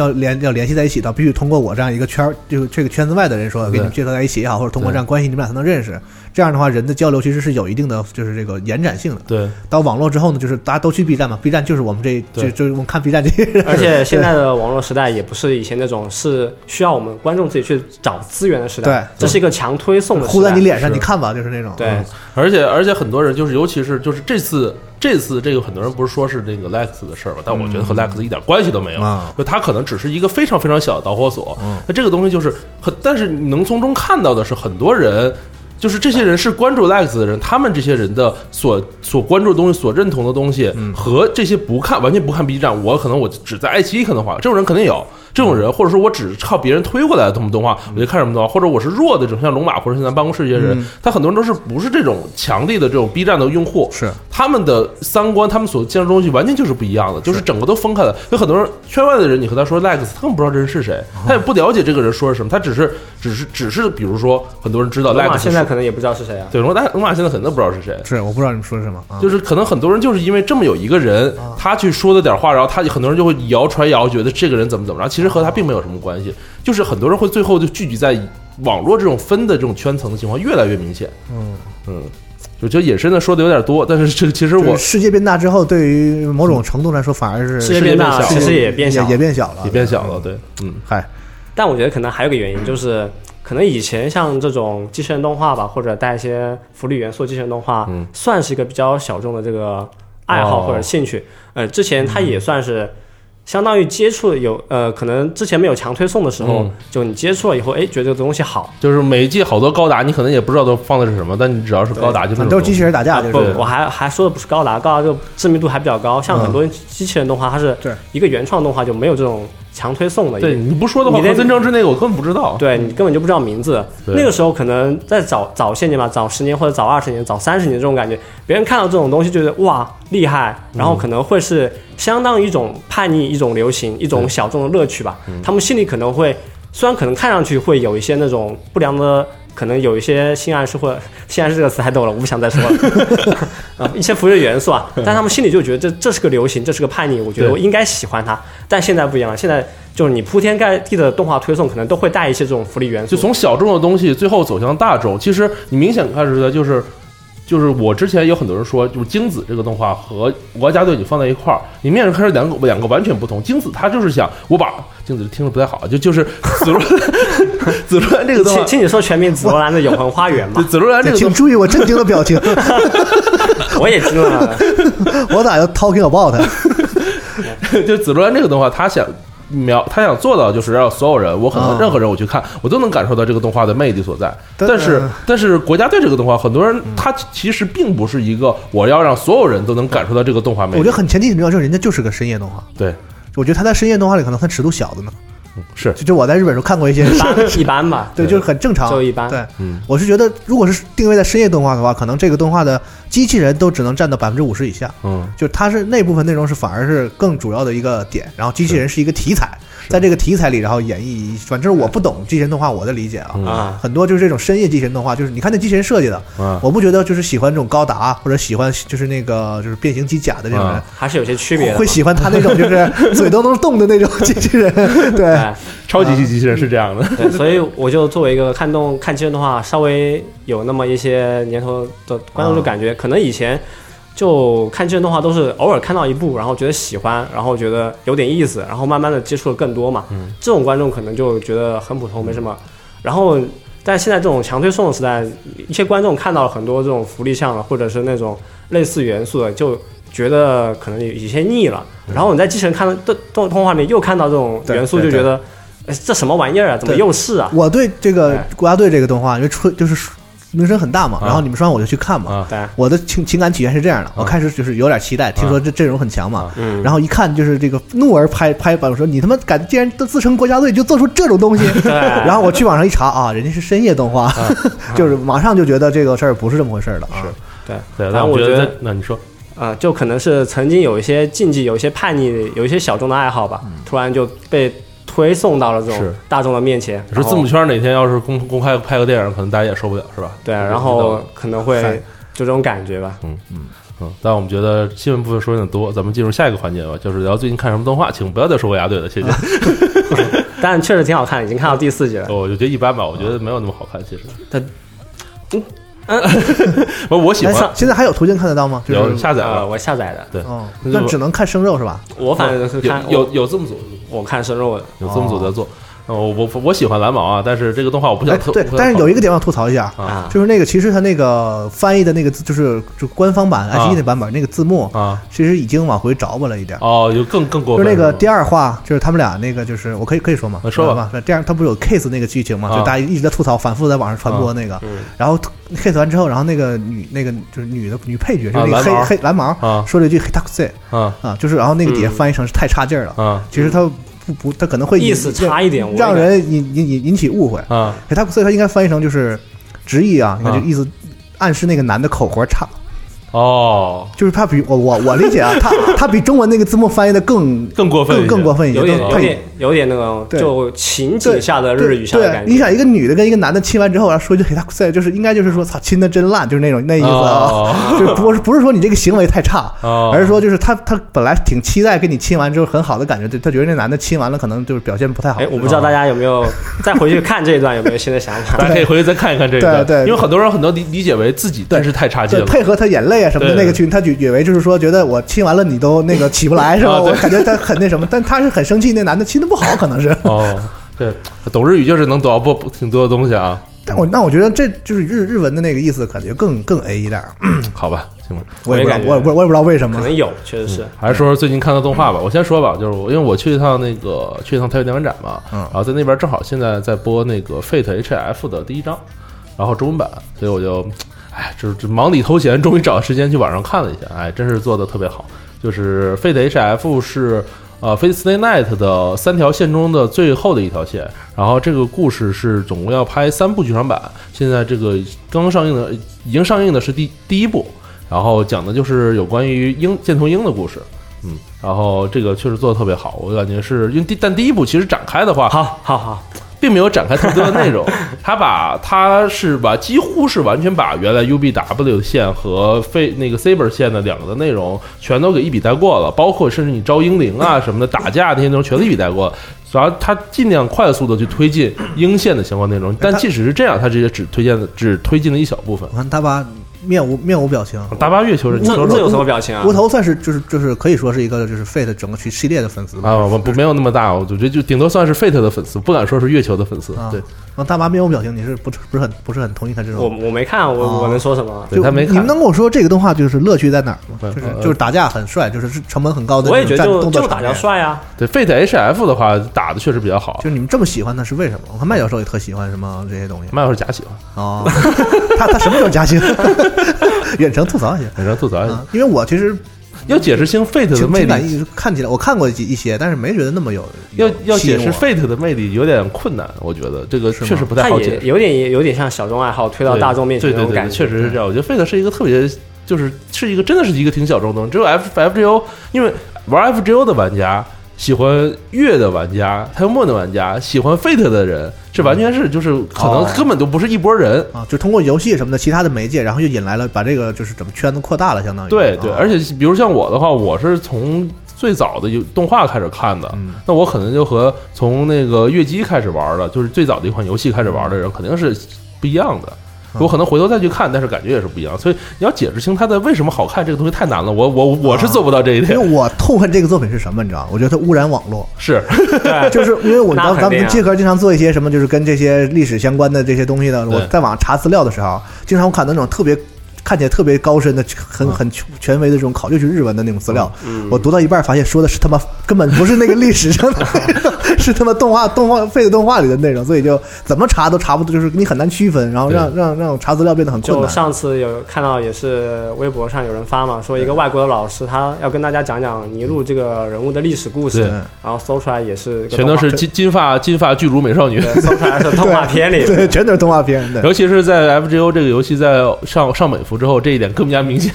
Speaker 3: 要联要联系在一起的，必须通过我这样一个圈儿，就这个圈子外的人说给
Speaker 1: 对
Speaker 3: 你们介绍在一起也好，或者通过
Speaker 1: 对
Speaker 3: 这样关系你们俩才能认识。这样的话，人的交流其实是有一定的就是这个延展性的。
Speaker 1: 对，
Speaker 3: 到网络之后呢，就是大家都去 B 站嘛，B 站就是我们这
Speaker 1: 对
Speaker 3: 就就是我们看 B 站这些人，
Speaker 2: 而且现在的网络时代也不是以前那种是需要我们观众自己去找资源的时代，
Speaker 3: 对
Speaker 2: 这是一个强推送的时代。
Speaker 3: 呼在你脸上，
Speaker 1: 是
Speaker 3: 你看吧，就是那种嗯
Speaker 2: 对，
Speaker 1: 而且而且很多人就是，尤其是就是这次这次这个很多人不是说是这个 Lex 的事儿吧，但我觉得和 Lex 一点关系都没有
Speaker 3: 嗯啊，
Speaker 1: 就他可能只是一个非常非常小的导火索。那这个东西就是很，但是你能从中看到的是很多人。就是这些人是关注 Lex 的人，他们这些人的所所关注的东西、所认同的东西，和这些不看完全不看 B 站，我可能我只在爱奇艺看动画，这种人肯定有。这种人，或者说我只靠别人推过来的动动画，我就看什么动画，或者我是弱的这种，像龙马或者像咱办公室这些人，他很多人都是不是这种强力的这种 B 站的用户，
Speaker 3: 是
Speaker 1: 他们的三观，他们所见的东西完全就是不一样的，就是整个都分开了。有很多人圈外的人，你和他说 Lex，他根本不知道这人是谁，
Speaker 2: 嗯
Speaker 1: 他也不了解这个人说的什么，他只是只是只是，比如说很多人知道
Speaker 2: 罗马
Speaker 1: Lex
Speaker 2: 现在嗯
Speaker 1: 是
Speaker 2: 可能也不知道是谁啊。
Speaker 1: 对，龙马龙马现在肯定不知道是谁。
Speaker 3: 是我不知道你们说什么啊，
Speaker 1: 就是可能很多人就是因为这么有一个人，他去说了点话，然后他很多人就会以谣传谣，觉得这个人怎么怎么着，其实和他并没有什么关系。就是很多人会最后就聚集在网络这种分的这种圈层的情况越来越明显。
Speaker 3: 嗯
Speaker 1: 嗯，我觉得引申的说的有点多，但是这个其实
Speaker 3: 就
Speaker 1: 我
Speaker 3: 是世界变大之后，对于某种程度来说，反而是
Speaker 2: 世界变大了，
Speaker 1: 世界
Speaker 2: 其实也变小
Speaker 3: 也，也变小了，
Speaker 1: 啊也变小了，对，嗯，
Speaker 3: 嗨，
Speaker 2: 但我觉得可能还有个原因，就是可能以前像这种机器人动画吧，或者带一些福利元素机器人动画，
Speaker 1: 嗯
Speaker 2: 算是一个比较小众的这个爱
Speaker 1: 哦
Speaker 2: 好或者兴趣。呃，之前它也算是。相当于接触有呃，可能之前没有强推送的时候，
Speaker 1: 嗯
Speaker 2: 就你接触了以后，哎，觉得这个东西好。
Speaker 1: 就是每一季好多高达，你可能也不知道都放的是什么，但你只要是高达就
Speaker 3: 反
Speaker 1: 是
Speaker 3: 正都是机器人打架，
Speaker 2: 啊
Speaker 3: 就
Speaker 2: 不
Speaker 3: 是，
Speaker 2: 我还还说的不是高达，高达就知名度还比较高。像很多机器人动画，它是
Speaker 3: 对
Speaker 2: 一个原创动画就没有这种强推送的。
Speaker 1: 对你不说的话，
Speaker 2: 你那
Speaker 1: 和曾正之那个我根本不知道。
Speaker 2: 对你根本就不知道名字。
Speaker 1: 对
Speaker 2: 那个时候可能在早早些年吧，早十年或者早二十年、早三十年这种感觉，别人看到这种东西就觉得哇厉害，然后可能会是相当于一种叛逆、一种流行、一种小众的乐趣吧。他们心里可能会，虽然可能看上去会有一些那种不良的。可能有一些性暗示或性暗示这个词太逗了，我不想再说了。啊，一些福利元素啊，但他们心里就觉得这这是个流行，这是个叛逆，我觉得
Speaker 1: 对
Speaker 2: 我应该喜欢它。但现在不一样了，现在就是你铺天盖地的动画推送，可能都会带一些这种福利元素。
Speaker 1: 就从小众的东西最后走向大众。其实你明显看出来，就是就是我之前有很多人说，就是精子这个动画和国家队你放在一块儿，你面上看是两个两个完全不同。精子他就是想我把精子听着不太好，就就是 紫罗紫罗兰这 个动
Speaker 2: 请
Speaker 1: 画，
Speaker 2: 请你说全名《紫罗兰的永恒花园》
Speaker 1: 就
Speaker 2: 嘛，
Speaker 1: 紫罗兰这
Speaker 3: 对
Speaker 1: 个动
Speaker 3: 请注意我震惊 的表情，
Speaker 2: 我也惊 了。
Speaker 3: 我咋要 talking about？
Speaker 1: 就紫罗兰这个动画，他想描，他想做到就是让所有人，我可
Speaker 3: 啊
Speaker 1: 能任何人我去看，我都能感受到这个动画的魅力所在。
Speaker 3: 但
Speaker 1: 但是
Speaker 3: 嗯，
Speaker 1: 但是国家队这个动画，很多人他其实并不是一个我要让所有人都能感受到这个动画
Speaker 3: 我
Speaker 1: 魅
Speaker 3: 觉
Speaker 1: 力
Speaker 3: 得。很前提你知道，就是人家就是个深夜动画，
Speaker 1: 对，
Speaker 3: 我觉得他在深夜动画里可能算尺度小的呢，
Speaker 1: 是
Speaker 3: 就就我在日本时候看过一些，
Speaker 2: 一 般一般吧，
Speaker 3: 对，就是很正常，
Speaker 2: 就一般
Speaker 3: 对
Speaker 1: 嗯，
Speaker 3: 我是觉得如果是定位在深夜动画的话，可能这个动画的机器人都只能占到百分之五十以下。
Speaker 1: 嗯。
Speaker 3: 就它是那部分内容是反而是更主要的一个点，然后机器人是一个题材，在这个题材里，然后演绎，反正我不懂机器人动画，我的理解啊，
Speaker 1: 嗯
Speaker 2: 啊，
Speaker 3: 很多就是这种深夜机器人动画，就是你看那机器人设计的，
Speaker 2: 嗯
Speaker 1: 啊，
Speaker 3: 我不觉得就是喜欢这种高达或者喜欢就是那个就是变形机甲的这种人。
Speaker 1: 啊
Speaker 2: 还是有些区嗯别的
Speaker 3: 会
Speaker 2: 嘛。
Speaker 3: 喜欢他那种就是嘴都能动的那种机器人， 对，
Speaker 2: 哎
Speaker 1: 超级系机器人是这样的，
Speaker 2: 对，所以我就作为一个看
Speaker 3: 啊
Speaker 2: 动看机器人动画稍微有那么一些年头的观众就感觉，可能以前就看这些动画都是偶尔看到一部，然后觉得喜欢，然后觉得有点意思，然后慢慢的接触的更多嘛。
Speaker 1: 嗯
Speaker 2: 这种观众可能就觉得很普通，没什么。
Speaker 3: 嗯
Speaker 2: 然后，但现在这种强推送的时代，一些观众看到了很多这种福利项的，或者是那种类似元素的，就觉得可能有有些腻了。然后你在机器人看到动动动画里面又看到这种
Speaker 3: 嗯对
Speaker 2: 元素，
Speaker 3: 对
Speaker 2: 就
Speaker 3: 对
Speaker 2: 觉得哎这什么玩意儿啊？怎么
Speaker 3: 对
Speaker 2: 又是啊？
Speaker 3: 我对这个
Speaker 2: 哎
Speaker 3: 国家队这个动画，因为出就是名声很大嘛，
Speaker 2: 嗯
Speaker 1: 啊
Speaker 3: 然后你们说让我就去看嘛。
Speaker 1: 啊
Speaker 2: 对，
Speaker 3: 我的情情感体验是这样的，我开始就是有点期待，听说这阵容很强嘛，
Speaker 2: 嗯，
Speaker 3: 然后一看就是这个怒而拍拍板说：“你他妈敢竟然自称国家队就做出这 种东西！”
Speaker 2: 对，
Speaker 3: 然后我去网上一查啊，人家是深夜动画，
Speaker 1: 啊
Speaker 3: 就是马上就觉得这个事儿不是这么回事儿了啊。
Speaker 2: 对。
Speaker 1: 对，
Speaker 2: 反
Speaker 1: 但
Speaker 2: 正我
Speaker 1: 觉
Speaker 2: 觉
Speaker 1: 得
Speaker 2: 得
Speaker 1: 在那你说
Speaker 2: 呃，就可能是曾经有一些禁忌、有一些叛逆、有一些小众的爱好吧，突然就被推送到了这
Speaker 1: 是
Speaker 2: 种大众的面前。
Speaker 1: 你说
Speaker 2: 然
Speaker 1: 字
Speaker 2: 后
Speaker 1: 母圈哪天要是公公开拍个电影，可能大家也受不了，是吧？
Speaker 2: 对，啊
Speaker 3: 啊
Speaker 1: 这个
Speaker 2: 然
Speaker 1: 知道
Speaker 2: 后
Speaker 1: 的
Speaker 2: 可能会
Speaker 3: 嗨
Speaker 2: 就这种感觉吧。
Speaker 1: 嗯，但我们觉得新闻部分说有点多，咱们进入下一个环节吧，就是聊最近看什么动画，请不要再说国家队了，谢谢。
Speaker 2: 但确实挺好看，已经看到第四集了。
Speaker 1: 我就觉得一般吧，我觉得没有那么好看，其实。
Speaker 2: 但 嗯，
Speaker 1: 不，我喜
Speaker 3: 哎，
Speaker 1: 欢
Speaker 3: 上现在还有途径看得到吗？就
Speaker 1: 啊有
Speaker 3: 是
Speaker 1: 下载
Speaker 2: 呃，
Speaker 1: 了，
Speaker 2: 我下载的，
Speaker 3: 哦，
Speaker 1: 那就
Speaker 3: 那只能看生肉是吧？
Speaker 2: 我反正是看
Speaker 1: 有有有字幕组，
Speaker 2: 我我看深入的，
Speaker 1: 有字幕组在做。呃我我我喜欢蓝毛啊，但是这个动画我不
Speaker 3: 哦哎
Speaker 1: 想特
Speaker 3: 对
Speaker 1: 不，想
Speaker 3: 但是有一
Speaker 1: 讨
Speaker 3: 个点我要吐槽一下，
Speaker 1: 啊
Speaker 2: 啊
Speaker 3: 就是那个其实它那个翻译的那个字就是就官方版
Speaker 1: 啊
Speaker 3: ICE 那版本那个字幕，
Speaker 1: 论啊
Speaker 3: 其实已经往回找补了一点。
Speaker 1: 哦，有更更过
Speaker 3: 就是
Speaker 1: 分
Speaker 3: 那个
Speaker 1: 是吗
Speaker 3: 第二话，就是他们俩那个，就是我可以可以说嘛，
Speaker 1: 呃说吧
Speaker 3: 吧。第二，他不是有 kiss 那个剧情嘛，
Speaker 1: 啊
Speaker 3: 就大家一直在吐槽，反复在网上传播那个。
Speaker 2: 嗯
Speaker 3: 然后 kiss 完之后，然后那个女那个就是女的女配角，就是那
Speaker 1: 啊
Speaker 3: 个黑
Speaker 1: 蓝毛
Speaker 3: 黑蓝毛，
Speaker 1: 啊
Speaker 3: 说了一句 hitakusa
Speaker 1: 啊
Speaker 3: 啊，就是然后那个底下
Speaker 2: 嗯
Speaker 3: 翻译成是太差劲儿了。
Speaker 1: 啊
Speaker 3: 其实他不不，他可能会
Speaker 2: 意
Speaker 3: 引
Speaker 2: 思差一点我
Speaker 3: 让
Speaker 2: 也
Speaker 3: 人引引引引起误会。
Speaker 1: 啊
Speaker 3: hitakusa 他应该翻译成就是直译啊，你看
Speaker 1: 啊
Speaker 3: 这意思暗示那个男的口活差。
Speaker 1: 哦，
Speaker 3: 就是他比我我我理解啊，他他比中文那个字幕翻译的更
Speaker 1: 更过分一
Speaker 3: 更
Speaker 1: 些
Speaker 3: 更过分一些，
Speaker 2: 有点
Speaker 3: 更
Speaker 2: 有点有点那种
Speaker 3: 对
Speaker 2: 就情景
Speaker 3: 对
Speaker 2: 下的日语下
Speaker 3: 对啊
Speaker 2: 的
Speaker 3: 对
Speaker 2: 感
Speaker 3: 你想一
Speaker 2: 觉。
Speaker 3: 个女的跟一个男的亲完之后，然后说一句“嘿，他塞”，就是应该就是说“操，亲的真烂”，就是那种那意思啊。
Speaker 1: 哦
Speaker 3: 就不是不是说你这个行为太差，
Speaker 1: 哦
Speaker 3: 而是说就是他他本来挺期待跟你亲完之后很好的感觉，对他觉得那男的亲完了可能就是表现不太好。
Speaker 2: 哎，我不知道大家有 没有再回去看这一段有没有新的想
Speaker 1: 大
Speaker 2: 法？
Speaker 1: 家可以回去再看一看这个，
Speaker 3: 对对对
Speaker 1: 因为很多人很多理理解为自己真是太差劲
Speaker 3: 对，
Speaker 1: 了，
Speaker 3: 配合他眼泪啊什么的
Speaker 1: 对
Speaker 3: 那个群，他就以为就是说觉得我亲完了你都那个起不来是吧？
Speaker 2: 哦
Speaker 1: 啊对
Speaker 3: 我感觉他很那什么，但他是很生气，那男的亲的不好可 能是。
Speaker 1: 哦，对，懂日语就是能懂到不不挺多的东西啊，
Speaker 3: 但我那我觉得这就是日日文的那个意思，感觉更更 A 一点儿。
Speaker 1: 嗯好吧，行吧。
Speaker 3: 我也不知道，
Speaker 2: 我
Speaker 3: 我
Speaker 2: 也
Speaker 3: 也
Speaker 2: 感
Speaker 3: 不
Speaker 2: 觉
Speaker 3: 我也不知道为什
Speaker 2: 可
Speaker 3: 么
Speaker 2: 能。有，确实是。
Speaker 1: 还是说说最近看的动画吧。我先说吧，就是我因为我去一趟那个去一趟台北电玩展嘛，
Speaker 3: 嗯
Speaker 1: 然后在那边正好现在在播那个 Fate HF 的第一章，然后中文版，所以我就，哎，就是这忙里偷闲，终于找时间去网上看了一下，哎，真是做的特别好。就是 Fate HF 是呃 Fate Stay Night 的三条线中的最后的一条线，然后这个故事是总共要拍三部剧场版，现在这个刚上映的已经上映的是第第一部。然后讲的就是有关于鹰剑头鹰的故事，嗯，然后这个确实做的特别好，我感觉是因为第但第一部其实展开的话，
Speaker 2: 好好好，
Speaker 1: 并没有展开特别多的内容，他把他是把几乎是完全把原来 UBW 线和非那个 Saber 线的两个的内容全都给一笔带过了，包括甚至你招英灵啊什么的打架那些内容全都一笔带过了。然后他尽量快速的去推进英线的相关内容，但即使是这样，他直接只推荐了只推进了一小部分
Speaker 3: 我。看他把面无面无表情，
Speaker 1: 大巴月球人，你
Speaker 2: 这
Speaker 1: 说
Speaker 2: 这
Speaker 1: 说
Speaker 2: 有什么表情啊？
Speaker 3: 无头算是就是就是可以说是一个就是 Fate 整个系系列的粉丝
Speaker 1: 啊，我不没有那么大，我觉得就顶多算是 Fate 的粉丝，不敢说是月球的粉丝。
Speaker 3: 啊
Speaker 1: 对，。
Speaker 3: 然后大妈面无表情，你是不不是很不是很同意他这
Speaker 2: 我
Speaker 3: 种？
Speaker 2: 我没看，啊我、
Speaker 3: 哦
Speaker 2: 我能说什么？
Speaker 1: 对
Speaker 3: 就
Speaker 1: 他没
Speaker 3: 你们
Speaker 1: 看
Speaker 3: 能跟我说这个动画就是乐趣在哪儿吗？
Speaker 1: 对
Speaker 3: 就是
Speaker 1: 呃
Speaker 3: 就是打架很帅，就是是成本很高的
Speaker 2: 我也
Speaker 3: 那
Speaker 2: 觉
Speaker 3: 种
Speaker 2: 得
Speaker 3: 战
Speaker 2: 就
Speaker 3: 动作
Speaker 2: 就
Speaker 3: 场
Speaker 2: 打
Speaker 3: 面。
Speaker 2: 较帅啊，
Speaker 1: 对 Fate HF 的话打的确实比较好
Speaker 3: 就，是你们这么喜欢他是为什么？我看麦教授也特喜欢什么这些东西
Speaker 1: 麦老师假喜欢，
Speaker 3: 哦， 他他什么时候加薪？ 远程吐槽一下
Speaker 1: 本身吐槽一下
Speaker 3: 啊，因为我其实
Speaker 1: 要解释清 Fate 的
Speaker 3: 情
Speaker 1: 呃魅
Speaker 3: 情感
Speaker 1: 力，
Speaker 3: 一直看起来，我看过一一些，但是没觉得那么有
Speaker 1: 要要
Speaker 3: 吸引
Speaker 1: 解释
Speaker 3: 我
Speaker 1: Fate 的魅力有点困难，我觉得这个
Speaker 3: 是吗
Speaker 1: 确实不太
Speaker 2: 他
Speaker 1: 好
Speaker 2: 也
Speaker 1: 解释。
Speaker 2: 有点有点像小众爱好推到
Speaker 1: 对
Speaker 2: 大众面前
Speaker 1: 对
Speaker 2: 那
Speaker 1: 对
Speaker 2: 种
Speaker 1: 对，
Speaker 2: 感觉。
Speaker 1: 确实是这样。我觉得 Fate 是一个特别，就是是一个真的是一个挺小众的东西，只有 F FGO，因为玩 FGO 的玩家。喜欢月的玩家，还有梦的玩家，喜欢 Fate 的人，这完全是就是可能
Speaker 3: 哦
Speaker 1: 根本就不是一拨人，
Speaker 3: 啊，就通过游戏什么的其他的媒介，然后就引来了把这个就是整个圈子扩大了，相当于
Speaker 1: 对对，
Speaker 3: 啊
Speaker 1: 而且比如像我的话，我是从最早的有动画开始看的，
Speaker 3: 嗯
Speaker 1: 那我可能就和从那个月姬开始玩的，就是最早的一款游戏开始玩的人，肯定是不一样的。我可能回头再去看，但是感觉也是不一样。所以你要解释清它的为什么好看这个东西太难了，我我我是做不到这一
Speaker 3: 因为
Speaker 1: 点。
Speaker 3: 我痛恨这个作品是什么，你知道吗？我觉得它污染网络，
Speaker 1: 是，
Speaker 2: 对，
Speaker 3: 就是因为我
Speaker 2: 那
Speaker 3: 咱
Speaker 2: 肯
Speaker 3: 咱
Speaker 2: 定
Speaker 3: 们
Speaker 2: 啊
Speaker 3: 借壳经常做一些什么，就是跟这些历史相关的这些东西的。我
Speaker 1: 对
Speaker 3: 在网上查资料的时候，经常会看到那种特别看起来特别高深的、很
Speaker 2: 嗯
Speaker 3: 很权威的这种考，尤其是日文的那种资料。我读到一半发现说的是他妈根本不是那个历史上的 内容，是他妈动画动画废的动画里的内容，所以就怎么查都查不，就是你很难区分，然后让让让查资料变得很困
Speaker 2: 就
Speaker 3: 难。
Speaker 2: 上次有看到，也是微博上有人发嘛，说一个外国的老师，他要跟大家讲讲尼禄这个人物的历史故事
Speaker 1: 对，
Speaker 2: 然后搜出来也是一个
Speaker 1: 全都是
Speaker 2: 动
Speaker 1: 金金发金发巨乳美少女。
Speaker 2: 画对搜出来是动画片里，
Speaker 3: 对，全都是动画片。 对，
Speaker 1: 尤其是在 FGO 这个游戏在上上美服之后，这一点更加明显。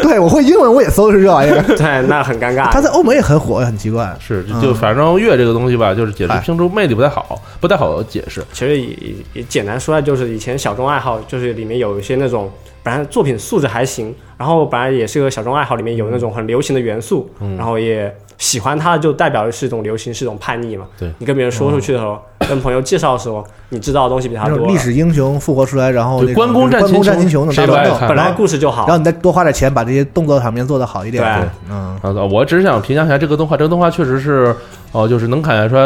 Speaker 3: 对我会英文，我也搜的是这玩意儿。
Speaker 2: 对，那很尴尬。
Speaker 3: 它在欧美也很火，很奇怪。
Speaker 1: 是，就
Speaker 3: 嗯
Speaker 1: 就反正月这个东西吧，就是解释
Speaker 3: 哎
Speaker 1: 拼出魅力不太好，不太好解释。
Speaker 2: 其实也也简单说来，就是以前小众爱好，就是里面有一些那种本来作品素质还行，然后本来也是个小众爱好，里面有那种很流行的元素，
Speaker 1: 嗯
Speaker 2: 然后也喜欢它，就代表是一种流行，是一种叛逆嘛。
Speaker 1: 对嗯
Speaker 2: 你跟别人说出去的时候，跟朋友介绍的时候，你知道的东西比他
Speaker 3: 那
Speaker 2: 多
Speaker 3: 种
Speaker 2: 了。
Speaker 3: 历史英雄复活出来，然后
Speaker 1: 对
Speaker 3: 那个
Speaker 1: 啊关公战
Speaker 3: 关公
Speaker 1: 秦
Speaker 3: 战
Speaker 1: 琼
Speaker 3: 秦琼的
Speaker 1: 谁
Speaker 3: 大
Speaker 1: 不爱
Speaker 3: 乱斗
Speaker 1: 看
Speaker 2: 本来
Speaker 3: 然后
Speaker 2: 故事就好
Speaker 3: 然，后你再多花点钱，把这些动作场面做得好一点。
Speaker 2: 对，
Speaker 3: 嗯，
Speaker 1: 啊，我只是想评价一下这个动画，这个动画确实是，哦、就是能看出来，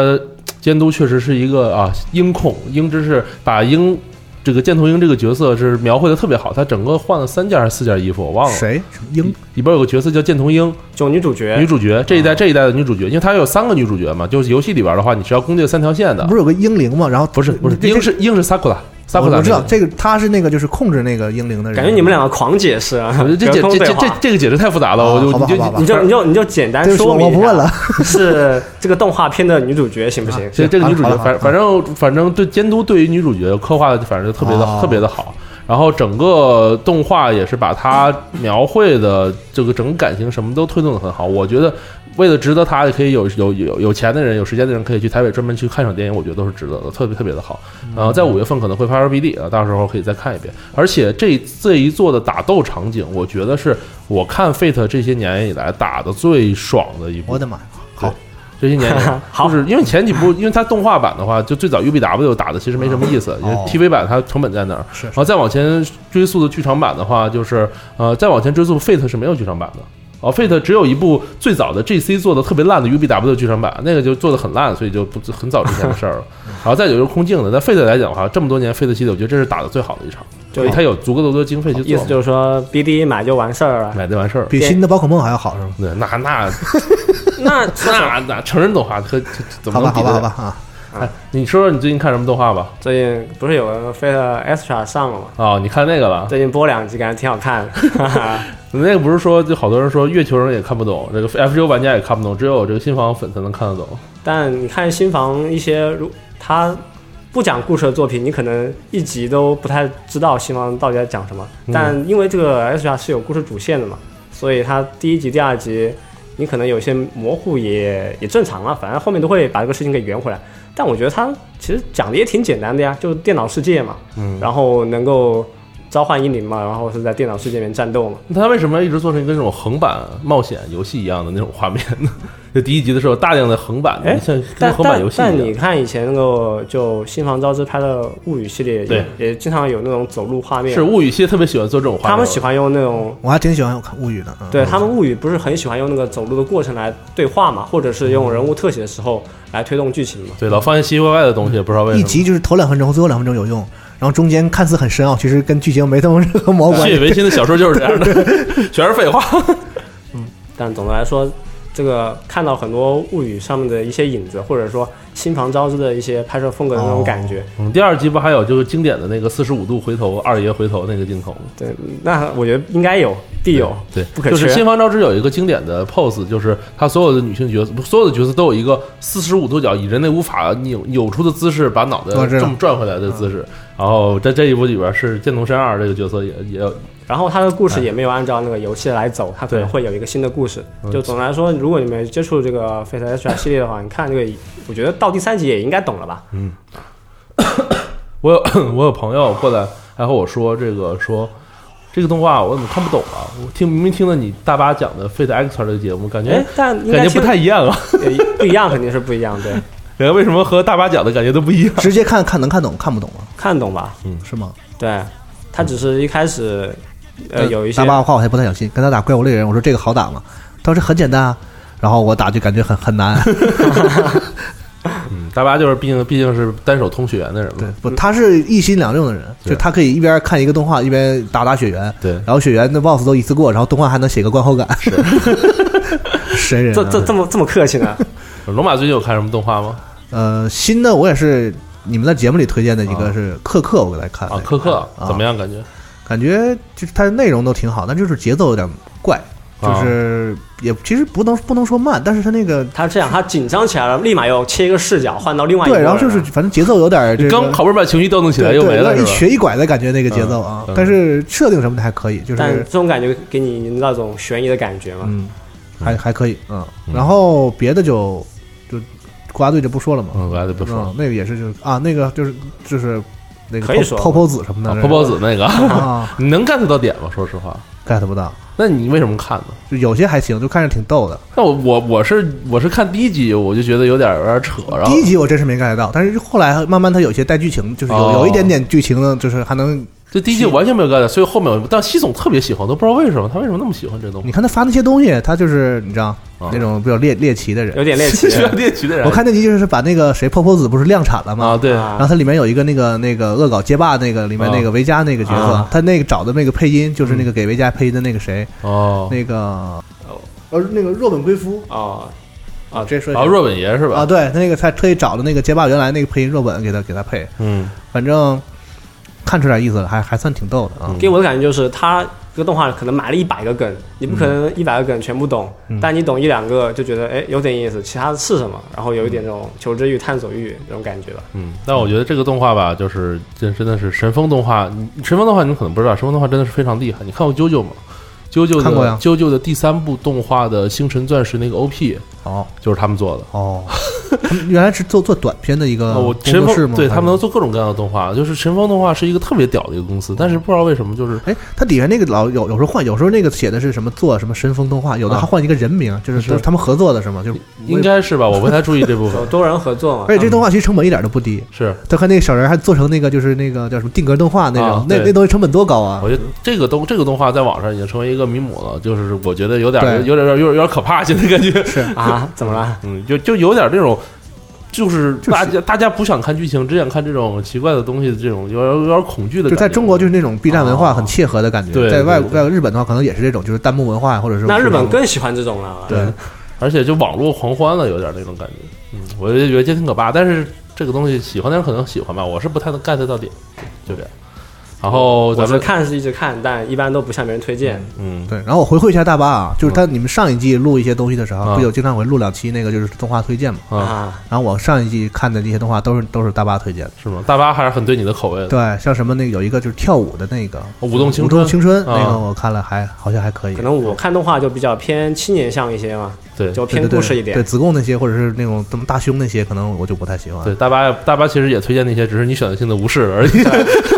Speaker 1: 监督确实是一个啊鹰控，鹰之是把鹰这个箭头鹰这个角色是描绘的特别好，他整个换了三件还是四件衣服，我忘了。
Speaker 3: 谁英
Speaker 1: 里边有个角色叫箭头鹰，
Speaker 2: 就女主
Speaker 1: 女
Speaker 2: 角
Speaker 1: 主角这一
Speaker 2: 啊
Speaker 1: 代这一代的女主角，因为她有三个女主角嘛，就是游戏里边的话，你是要攻略三条线的
Speaker 3: 不，是有个英灵吗？然后
Speaker 1: 不是不是，
Speaker 3: 这
Speaker 1: 鹰
Speaker 3: 这
Speaker 1: 是鹰是 sakura
Speaker 3: 我
Speaker 1: sakura，
Speaker 3: 我知道
Speaker 1: 那个
Speaker 3: 这个他是那个就是控制那个英灵的人。
Speaker 2: 感觉你们两个狂解释啊
Speaker 1: 我觉，得这
Speaker 2: 隔
Speaker 1: 解
Speaker 2: 空
Speaker 1: 这
Speaker 2: 对
Speaker 1: 这这
Speaker 2: 话。
Speaker 1: 这个解释太复杂了，我就
Speaker 3: 啊好吧
Speaker 1: 你就
Speaker 3: 好吧
Speaker 2: 你就你就你就简单
Speaker 3: 对不起
Speaker 2: 说明
Speaker 3: 我
Speaker 2: 一下，
Speaker 3: 不问了
Speaker 2: 是这个动画片的女主角行不行？
Speaker 1: 所以这个女主
Speaker 3: 好
Speaker 1: 角，
Speaker 3: 了好
Speaker 1: 反
Speaker 3: 了
Speaker 1: 反正反正对监督对于女主角刻画的，反正特别的、
Speaker 3: 哦
Speaker 1: 特别的好。然后整个动画也是把她描绘的这个整个感情什么都推动的很好。我觉得为了值得她，也可以有有有有钱的人、有时间的人可以去台北专门去看场电影，我觉得都是值得的，特别特别的好。
Speaker 3: 嗯
Speaker 1: 呃，在五月份可能会发 RBD 啊，到时候可以再看一遍。而且这这一座的打斗场景，我觉得是我看 Fate 这些年以来打的最爽的一部
Speaker 3: 我。的妈呀！好，
Speaker 1: 这些年 也
Speaker 2: 好
Speaker 1: 就是因为前几部，因为它动画版的话，就最早 UBW 打的其实没什么意思，因为 TV 版它成本在那儿。
Speaker 3: 哦是
Speaker 1: 然后再往前追溯的剧场版的话，就是呃，再往前追溯，Fate 是没有剧场版的。哦，Fate 只有一部最早的 GC 做的特别烂的 UBW 剧场版，那个就做的很烂，所以就不很早之前的事儿 了。然后再有就是空镜的，但 Fate 来讲的话，这么多年 Fate 系列，我觉得这是打的最好的一场，
Speaker 2: 就
Speaker 1: 所以它有足够的多经费去
Speaker 2: 意
Speaker 1: 做
Speaker 2: 思，就是说 BD 买就完事儿了。
Speaker 1: 买就完事儿。
Speaker 3: 比新的宝可梦还要好是吗？
Speaker 1: 对，那 那
Speaker 2: 那
Speaker 1: 那那成人动画可可怎么
Speaker 3: 好吧，
Speaker 1: 能比
Speaker 3: 好
Speaker 1: 得
Speaker 3: 吧，好
Speaker 1: 了
Speaker 3: 吧？啊，
Speaker 1: 哎，你说说你最近看什么动画吧？
Speaker 2: 最近不是有个 Fate Extra 上了吗？
Speaker 1: 哦，你看那个了？
Speaker 2: 最近播两集，感觉挺好看的。
Speaker 1: 那个不是说，就好多人说月球人也看不懂，这个 F 九玩家也看不懂，只有这个新房粉才能看得懂。
Speaker 2: 但你看新房一些，如他不讲故事的作品，你可能一集都不太知道新房到底在讲什么。
Speaker 1: 嗯
Speaker 2: 但因为这个 Extra 是有故事主线的嘛，所以它第一集、第二集你可能有些模糊也也正常了，反正后面都会把这个事情给圆回来。但我觉得它其实讲的也挺简单的呀，就是电脑世界嘛，
Speaker 1: 嗯，
Speaker 2: 然后能够召唤英灵嘛，然后是在电脑世界里面战斗嘛。
Speaker 1: 那他为什么一直做成跟这种横版冒险游戏一样的那种画面呢？ 就第一集的时候，大量的横版，
Speaker 2: 哎
Speaker 1: 像跟
Speaker 2: 但
Speaker 1: 横版游戏
Speaker 2: 但但
Speaker 1: 一
Speaker 2: 你
Speaker 1: 样。
Speaker 2: 看以前那个就新房昭之拍的《物语》系列也，
Speaker 1: 对
Speaker 2: 也经常有那种走路画面。
Speaker 1: 是物语系特别喜欢做这种画面，
Speaker 2: 他们喜欢用那种，
Speaker 3: 我还挺喜欢看物语的。嗯
Speaker 2: 对他们《物语》不是很喜欢用那个走路的过程来对话嘛，或者是
Speaker 1: 嗯
Speaker 2: 用人物特写的时候来推动剧情嘛。
Speaker 1: 对老放一些奇奇怪怪的东西，不知道为
Speaker 3: 一
Speaker 1: 什么。
Speaker 3: 集就是头两分钟，最后两分钟有用，然后中间看似很深奥，其实跟剧情没什么任何毛关
Speaker 1: 谢
Speaker 3: 系。
Speaker 1: 以维新的小说就是这样的， 全是废话。
Speaker 2: 但总的来说，这个看到很多《物语》上面的一些影子，或者说新房昭之的一些拍摄风格的那种
Speaker 3: 哦
Speaker 2: 感觉。
Speaker 1: 嗯，第二集不还有就是经典的那个四十五度回头二爷回头那个镜头吗？
Speaker 2: 对，那我觉得应该有，必有，
Speaker 1: 对，
Speaker 2: 不可
Speaker 1: 就
Speaker 2: 缺。
Speaker 1: 是新方昭之有一个经典的 pose，就是他所有的女性角色，不所有的角色都有一个四十五度角以人类无法扭扭出的姿势，把脑袋
Speaker 3: 我知
Speaker 1: 哦这
Speaker 3: 道
Speaker 1: 么转回来的姿势。然后在这一部里边是剑童山二这个角色也也
Speaker 2: 然后它的故
Speaker 3: 哎
Speaker 2: 事也没有按照那个游戏来走，它可能
Speaker 1: 对
Speaker 2: 会有一个新的故事
Speaker 1: 嗯。
Speaker 2: 就总的来说，如果你们接触这个 Fate Extra 系列的话，你看这个，我觉得到第三集也应该懂了吧？
Speaker 3: 嗯
Speaker 1: 我有我有朋友过来还和我说这个说这个动画我怎么看不懂啊？我听明明听了你大巴讲的 Fate X 这个节目，感
Speaker 2: 哎
Speaker 1: 觉，
Speaker 2: 但应
Speaker 1: 感
Speaker 2: 该
Speaker 1: 觉不太一样啊，
Speaker 2: 听也不一样，肯定是不一样。对，
Speaker 1: 感觉为什么和大巴讲的感觉都不一样？
Speaker 3: 直接看看能看懂，看不懂吗？
Speaker 1: 嗯
Speaker 2: 看懂吧？
Speaker 3: 是吗？
Speaker 2: 对，他只是一开始呃有一些
Speaker 3: 嗯大啊巴的话我还不太小心，跟他打怪物猎人，我说这个好打吗？他说这很简单啊，然后我打就感觉很 很难。
Speaker 1: 嗯，大巴就是毕竟毕竟是单手通血缘的人
Speaker 3: 对
Speaker 1: 嘛，，
Speaker 3: 不，他是一心两用的人，
Speaker 1: 对
Speaker 3: 就他可以一边看一个动画一边打打血缘，
Speaker 1: 对，
Speaker 3: 然后血缘的 BOSS 都一次过，然后动画还能写个观后感， 神人、啊。
Speaker 2: 这这这么这么客气 呢？
Speaker 1: 龙马最近有看什么动画吗？
Speaker 3: 呃，新的我也是你们在节目里推荐的一个
Speaker 1: 啊
Speaker 3: 是克克，我给大家看
Speaker 1: 啊
Speaker 3: 了，
Speaker 1: 科克
Speaker 3: 啊
Speaker 1: 怎么样？感觉
Speaker 3: 感觉就是它的内容都挺好，但就是节奏有点怪，就
Speaker 1: 啊
Speaker 3: 是也其实不能不能说慢，但是它那个
Speaker 2: 他这样，他紧张起来了，立马又切一个视角换到另外一个
Speaker 3: 对，
Speaker 2: 人啊
Speaker 3: 然
Speaker 2: 了。
Speaker 3: 后就是反正节奏有点这
Speaker 1: 你
Speaker 3: 个
Speaker 1: 刚好不容易把情绪调动起来
Speaker 3: 对
Speaker 1: 又
Speaker 3: 对
Speaker 1: 没
Speaker 3: 有
Speaker 1: 了
Speaker 3: 点一
Speaker 1: 是吧？
Speaker 3: 瘸一拐的感觉那个节奏啊
Speaker 1: 嗯嗯，
Speaker 3: 但是设定什么的还可以，就
Speaker 2: 但
Speaker 3: 是
Speaker 2: 这种感觉给你营造一种悬疑的感觉嘛。
Speaker 3: 嗯，还还可以嗯，
Speaker 1: 嗯
Speaker 3: 然后别的就就国家队就不说了嘛，
Speaker 1: 嗯，我还得不说
Speaker 3: 嗯，那个也是就是啊，那个就是就是那个
Speaker 2: 可以说
Speaker 3: 泡泡泡子什么的
Speaker 1: 啊，
Speaker 3: 那
Speaker 1: 泡
Speaker 3: 个，
Speaker 1: 泡子那个，
Speaker 3: 啊
Speaker 1: 你能 get 到点吗？说实话，
Speaker 3: get 不到，
Speaker 1: 那你为什么看呢？
Speaker 3: 就有些还行，就看着挺逗的。
Speaker 1: 那我我我是我是看第一集，我就觉得有点有点扯，然后
Speaker 3: 第一集我真是没 get 到，但是后来慢慢它有些带剧情，就是有、
Speaker 1: 哦
Speaker 3: 有一点点剧情呢，就是还能
Speaker 1: 就第一集完全没有 get，所以后面我但西总特别喜欢，都不知道为什么他为什么那么喜欢这东西
Speaker 3: 你，看他发那些东西，他就是你知道、
Speaker 1: 啊
Speaker 3: 那种比较猎猎奇的人。
Speaker 2: 有点猎 奇，
Speaker 1: 需要猎奇的人。
Speaker 3: 我看那集就是把那个谁泡泡子不是量产了吗？
Speaker 1: 啊，对，
Speaker 3: 然后它里面有一个那个那个恶搞街霸那个里面
Speaker 1: 啊嗯
Speaker 3: 那个维嘉那个角色
Speaker 2: 啊，
Speaker 3: 他那个找的那个配音就是那个给维嘉配音的那个谁，
Speaker 1: 哦，
Speaker 3: 那个呃那个若本归夫
Speaker 2: 哦，
Speaker 3: 啊，直接说一
Speaker 1: 然后
Speaker 3: 下
Speaker 1: 若本爷是吧？
Speaker 3: 啊，对，他那个他特意找的那个街霸原来那个配音若本给他给他配，
Speaker 1: 嗯，
Speaker 3: 反正看出点意思了，还还算挺逗的啊。
Speaker 1: 嗯
Speaker 2: 给我的感觉就是他这个动画可能埋了一百个梗，你不可
Speaker 3: 嗯
Speaker 2: 能一百个梗全部懂，但你懂一两个就觉得哎有点意思，其他的是什么？然后有一
Speaker 3: 嗯
Speaker 2: 点这种求知欲、探索欲这种感觉吧。
Speaker 1: 嗯，但我觉得这个动画吧，就是这真的是神风动画。你神风动画你们可能不知道，神风动画真的是非常厉害。你看过《啾啾》吗？啾啾
Speaker 3: 看过
Speaker 1: 的
Speaker 3: 呀
Speaker 1: 啾啾的第三部动画的《星辰钻石》那个 OP
Speaker 3: 哦
Speaker 1: 就是他们做的。哦
Speaker 3: 哦， 他们原来是做做短片的一个
Speaker 1: 啊我
Speaker 3: 嗯工
Speaker 1: 神
Speaker 3: 作室
Speaker 1: 风
Speaker 3: 吗？
Speaker 1: 对
Speaker 3: 还是
Speaker 1: 他们能做各种各样的动画，就是神风动画是一个特别屌的一个公司，但是不知道为什么就是
Speaker 3: 哎，它底下那个老有有时候换，有时候那个写的是什么做什么神风动画，有的
Speaker 1: 啊
Speaker 3: 还换一个人名，就是
Speaker 1: 是啊
Speaker 3: 都是他们合作的是吗？就是
Speaker 1: 应该 是吧，我没太注意这部分
Speaker 2: 有。多人合作嘛，
Speaker 3: 而且哎
Speaker 1: 嗯
Speaker 3: 这动画其实成本一点都不低，
Speaker 1: 是，
Speaker 3: 他和那个小人还做成那个就是那个叫什么定格动画那种
Speaker 1: 啊，
Speaker 3: 那
Speaker 1: 对
Speaker 3: 那东西成本多高啊
Speaker 1: 我！觉得这个动这个动画在网上已经成为一个迷母了，就是我觉得有点
Speaker 3: 对
Speaker 1: 有点有点有点可怕，现在感觉，
Speaker 2: 啊，怎么了？
Speaker 1: 嗯，就就有点这种。就是
Speaker 3: 就是
Speaker 1: 大家大家不想看剧情，只想看这种奇怪的东西，这种有点有点恐惧的
Speaker 3: 就
Speaker 1: 感觉。啊
Speaker 3: 在中国就是那种 B 站文化很切合的感
Speaker 1: 对
Speaker 3: 觉，在外
Speaker 1: 对对
Speaker 3: 外日本的话可能也是这种，就是弹幕文化或者是
Speaker 2: 那日本更喜欢这种了。
Speaker 3: 对，
Speaker 1: 而且就网络狂欢了，有点那种感觉。嗯，我就觉得挺可怕，但是这个东西喜欢的人可能喜欢吧，我是不太能 get 到点，就这样。然后
Speaker 2: 我
Speaker 1: 咱
Speaker 2: 是
Speaker 1: 们
Speaker 2: 看是一直看，但一般都不向别人推荐。
Speaker 1: 嗯，
Speaker 3: 对。然后我回馈一下大巴啊，就是他你们上一季录一些东西的时
Speaker 1: 啊
Speaker 3: 候，不有经常会录两期那个就是动画推荐嘛？
Speaker 1: 啊，
Speaker 2: 啊，
Speaker 3: 然后我上一季看的那些动画都是都是大巴推荐的，
Speaker 1: 是吗？大巴还是很对你的口味的。
Speaker 3: 对，像什么那个有一个就是跳舞的那个
Speaker 1: 哦舞动青
Speaker 3: 舞
Speaker 1: 春
Speaker 3: 动青春那
Speaker 1: 啊
Speaker 3: 个我看了还好像还可以
Speaker 2: 可，能我看动画就比较偏青年向一些嘛，
Speaker 1: 对
Speaker 2: 就
Speaker 3: 对
Speaker 2: 偏
Speaker 3: 对
Speaker 2: 故事
Speaker 3: 对
Speaker 2: 一点
Speaker 3: 对。子贡那些或者是那种什么大胸那些，可能我就不太喜欢。
Speaker 1: 对，大巴大巴其实也推荐那些，只是你选择性的无视而已。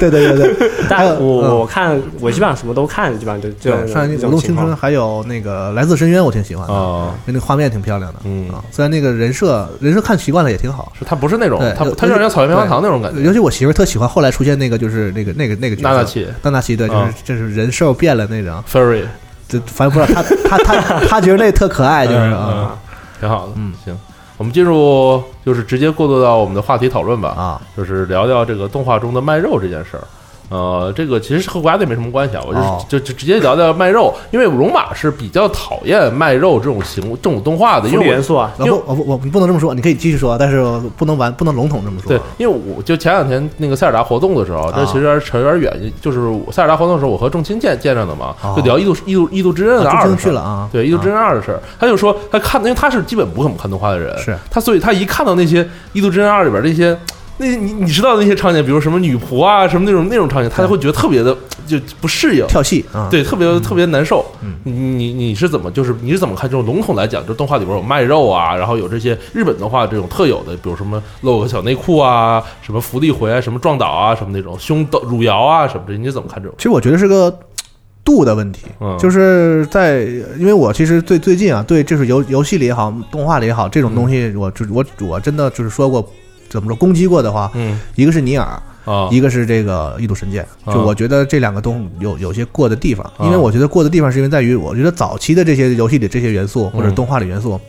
Speaker 3: 对对对对， 还有
Speaker 2: 但
Speaker 3: 嗯
Speaker 2: 我我看我基本上什么都看，基本上就就
Speaker 3: 对，上一
Speaker 2: 这
Speaker 3: 季《
Speaker 2: 种
Speaker 3: 舞动
Speaker 2: 情
Speaker 3: 青
Speaker 2: 况
Speaker 3: 春》还有那个《来自深渊》，我挺喜欢的，
Speaker 1: 啊，
Speaker 3: 因为那个画面挺漂亮的。
Speaker 1: 嗯
Speaker 3: 啊，虽然那个人设人设看习惯了也挺好，
Speaker 1: 是他不是那种
Speaker 3: 对，
Speaker 1: 他
Speaker 3: 有
Speaker 1: 他有点像草原棉花糖那种感觉。
Speaker 3: 尤其我媳妇儿特喜欢后来出现那个就是那个那个那个角色
Speaker 1: 娜娜奇
Speaker 3: 娜娜奇对，就是
Speaker 1: 啊
Speaker 3: 就是人兽变了那种，
Speaker 1: Furry
Speaker 3: 就反正不知道她她她她觉得那特可爱，就是啊
Speaker 1: 嗯挺好的。
Speaker 3: 嗯，
Speaker 1: 行，我们进入就是直接过渡到我们的话题讨论吧。
Speaker 3: 啊
Speaker 1: 就是聊聊这个动画中的卖肉这件事儿。呃，这个其实和国家队没什么关系啊，我就、
Speaker 3: 哦
Speaker 1: 就就直接聊聊卖肉，因为龙马是比较讨厌卖肉这种行这种动画的，因
Speaker 2: 福利
Speaker 1: 为我
Speaker 2: 元素啊，
Speaker 3: 然后我我我你不能这么说，你可以继续说，啊但是我不能完不能笼统这么说。
Speaker 1: 对，因为我就前两天那个塞尔达活动的时候，这
Speaker 3: 啊
Speaker 1: 其实有点扯有点远，就是我塞尔达活动的时候，我和仲卿见见着的嘛，
Speaker 3: 哦
Speaker 1: 就聊《异度异度异度之刃》的
Speaker 3: 啊
Speaker 1: 二
Speaker 3: 就
Speaker 1: 的
Speaker 3: 进去
Speaker 1: 事
Speaker 3: 了
Speaker 1: 儿。
Speaker 3: 啊，
Speaker 1: 对《异度之
Speaker 3: 啊
Speaker 1: 刃二》的事儿，他就说他看，因为他是基本不怎么看动画的人，
Speaker 3: 是
Speaker 1: 他，所以他一看到那些《异度之刃二》里边那些，那你你知道的那些场景，比如什么女仆啊，什么那种那种场景，他就会觉得特别的就不适应，
Speaker 3: 跳戏啊，
Speaker 1: 对，特别、特别难受。
Speaker 3: 嗯
Speaker 1: 你你你是怎么就是你是怎么看这种笼统来讲，就动画里边有卖肉啊，然后有这些日本动画这种特有的，比如什么露个小内裤啊，什么福利回啊，什么撞倒啊，什么那种胸倒汝窑啊什么的，你怎么看这种？
Speaker 3: 其实我觉得是个度的问题，
Speaker 1: 嗯
Speaker 3: 就是在因为我其实最最近啊，对就是游游戏里也好，动画里也
Speaker 1: 嗯
Speaker 3: 好，这种东西我就我我真的就是说过，怎么说攻击过的话，
Speaker 1: 嗯
Speaker 3: 一个是尼尔，
Speaker 1: 啊
Speaker 3: 一个是这个《异度神剑》，就
Speaker 1: 啊
Speaker 3: 我觉得这两个都有有些过的地方，
Speaker 1: 啊
Speaker 3: 因为我觉得过的地方是因为在于，我觉得早期的这些游戏里这些元素或者
Speaker 1: 嗯
Speaker 3: 动画里元素，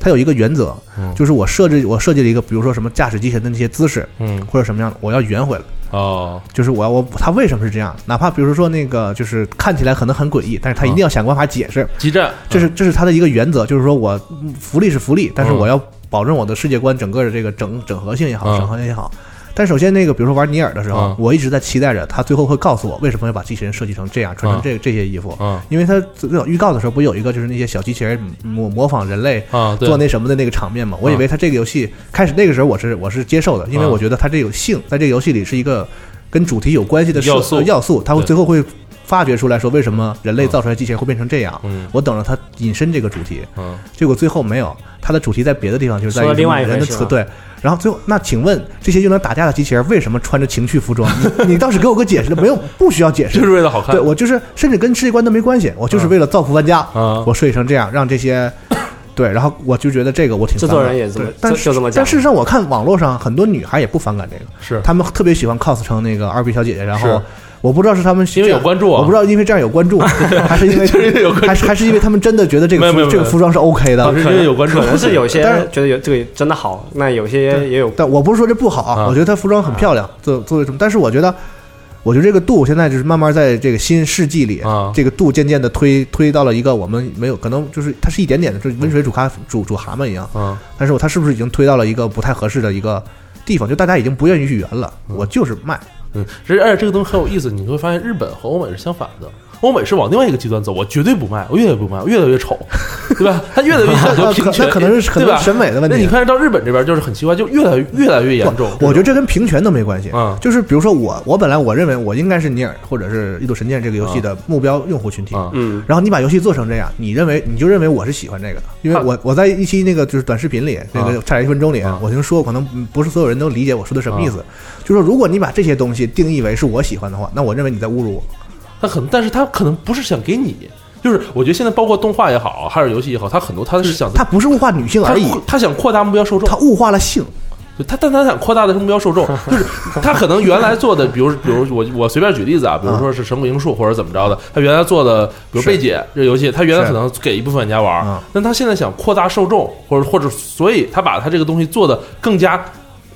Speaker 3: 它有一个原则
Speaker 1: 嗯，
Speaker 3: 就是我设置我设计了一个，比如说什么驾驶机器人的那些姿势
Speaker 1: 嗯
Speaker 3: 或者什么样的，我要圆回来，
Speaker 1: 哦
Speaker 3: 就是我要我它为什么是这样，哪怕比如说那个就是看起来可能很诡异，但
Speaker 1: 啊
Speaker 3: 是它一定要想办法解释，
Speaker 1: 激战
Speaker 3: 这是这是他的一个原则，就是说我嗯福利是福利，但是我要保证我的世界观整个的这个整整合性也
Speaker 1: 嗯
Speaker 3: 好，
Speaker 1: 嗯
Speaker 3: 整合性也好。但首先，那个比如说玩尼尔的时候
Speaker 1: 嗯，
Speaker 3: 我一直在期待着他最后会告诉我为什么要把机器人设计成这样，
Speaker 1: 嗯
Speaker 3: 穿成这这些衣服，
Speaker 1: 啊
Speaker 3: 因为他最早预告的时候不有一个就是那些小机器人模模仿人类
Speaker 1: 啊对
Speaker 3: 做那什么的那个场面嘛？我以为他这个游戏开始那个时候我是我是接受的，因为
Speaker 1: 嗯
Speaker 3: 我觉得他这有性在这个游戏里是一个跟主题有关系的
Speaker 1: 要
Speaker 3: 设
Speaker 1: 素
Speaker 3: 要素，他会
Speaker 1: 对
Speaker 3: 最后会发掘出来说为什么人类造出来的机器人会变成这样。
Speaker 1: 嗯
Speaker 3: 我等着它引申这个主题，
Speaker 1: 嗯
Speaker 3: 结果最后没有，它的主题在别的地方，就是在
Speaker 2: 说了另外一回
Speaker 3: 人的
Speaker 2: 事
Speaker 3: 词
Speaker 2: 吧
Speaker 3: 对。然后最后，那请问这些用来打架的机器人为什么穿着情趣服装？你你倒是给我个解释的，没有不需要解
Speaker 1: 就是
Speaker 3: 释。
Speaker 1: 为了好看嗯
Speaker 3: 对我就是，甚至跟世界观都没关系，我就是为了造福玩家，
Speaker 1: 啊
Speaker 3: 我睡成这样，让这些对，然后我就觉得这个我挺
Speaker 2: 制
Speaker 3: 烦
Speaker 2: 作
Speaker 3: 的
Speaker 2: 人也这么
Speaker 3: 对但
Speaker 2: 就就这么讲
Speaker 3: 但事实上，我看网络上很多女孩也不反感这个，
Speaker 1: 是
Speaker 3: 她们特别喜欢 cos 成那个二逼小姐姐，然后
Speaker 1: 是
Speaker 3: 我不知道是她们
Speaker 1: 因为
Speaker 3: 这样
Speaker 1: 有关注啊
Speaker 3: 我不知道因为这样有关 注，还是因为
Speaker 1: 就是因为有关注
Speaker 3: 还是还是因为他们真的觉得这
Speaker 1: 没
Speaker 3: 个
Speaker 1: 有没有啊
Speaker 3: 服这个
Speaker 1: 没有
Speaker 3: 服装是 OK
Speaker 1: 当
Speaker 3: 的。
Speaker 1: 时因为有关注
Speaker 2: 可能是有些
Speaker 3: 但是
Speaker 2: 觉得有这个真的好，那有些也有
Speaker 3: 但我不是说这不好啊，
Speaker 1: 啊
Speaker 3: 我觉得她服装很漂亮，作作为什么，但是我觉得。我觉得这个度现在就是慢慢在这个新世纪里，
Speaker 1: 啊
Speaker 3: 这个度渐渐的推推到了一个我们没有可能就是它是一点点的，就是温水煮咖煮煮蛤蟆一样。
Speaker 1: 嗯
Speaker 3: 但是我它是不是已经推到了一个不太合适的一个地方？就大家已经不愿意去圆了，我就是卖。
Speaker 1: 嗯，这而且这个东西很有意思，你会发现日本和欧美是相反的。欧美是往另外一个极端走，我绝对不卖，我越来越不卖，我越来越 丑，对吧？他越来越讲究
Speaker 3: 那
Speaker 1: 平
Speaker 3: 可
Speaker 1: 权，
Speaker 3: 那可能是可
Speaker 1: 对
Speaker 3: 能
Speaker 1: 吧
Speaker 3: 是？审美的问题。
Speaker 1: 那
Speaker 3: 啊
Speaker 1: 你看到日本这边就是很奇怪，就越来越越来越严重。
Speaker 3: 我觉得这跟平权都没关系。
Speaker 1: 嗯
Speaker 3: 就是比如说我，我本来我认为我应该是尼尔或者是《异度神剑》这个游戏的目标用户群体。
Speaker 1: 啊，
Speaker 2: 嗯
Speaker 3: 然后你把游戏做成这样，你认为你就认为我是喜欢这个的，因为
Speaker 1: 看
Speaker 3: 我我在一期那个就是短视频里，那个差点一分钟里
Speaker 1: 啊，
Speaker 3: 我听说过可能嗯不是所有人都理解我说的什么意思，就说如果你把这些东西定义为是我喜欢的话，那我认为你在侮辱我。
Speaker 1: 他可能，但是他可能不是想给你，就是我觉得现在包括动画也好，还是游戏也好，他很多他是想
Speaker 3: 它不是物化女性
Speaker 1: 他
Speaker 3: 而已，
Speaker 1: 他想扩大目标受众
Speaker 3: 它，物化了性。
Speaker 1: 就他但他想扩大的是目标受 众，就是他可能原来做的，比如比如我我随便举例子啊，比如说是《神谷英树》或者怎么着的，他原来做的，比如
Speaker 3: 是
Speaker 1: 贝姐这游戏，他原来
Speaker 3: 是
Speaker 1: 可能给一部分玩家玩
Speaker 3: 嗯
Speaker 1: 儿，但他现在想扩大受众，或者或者所以他把他这个东西做的更加。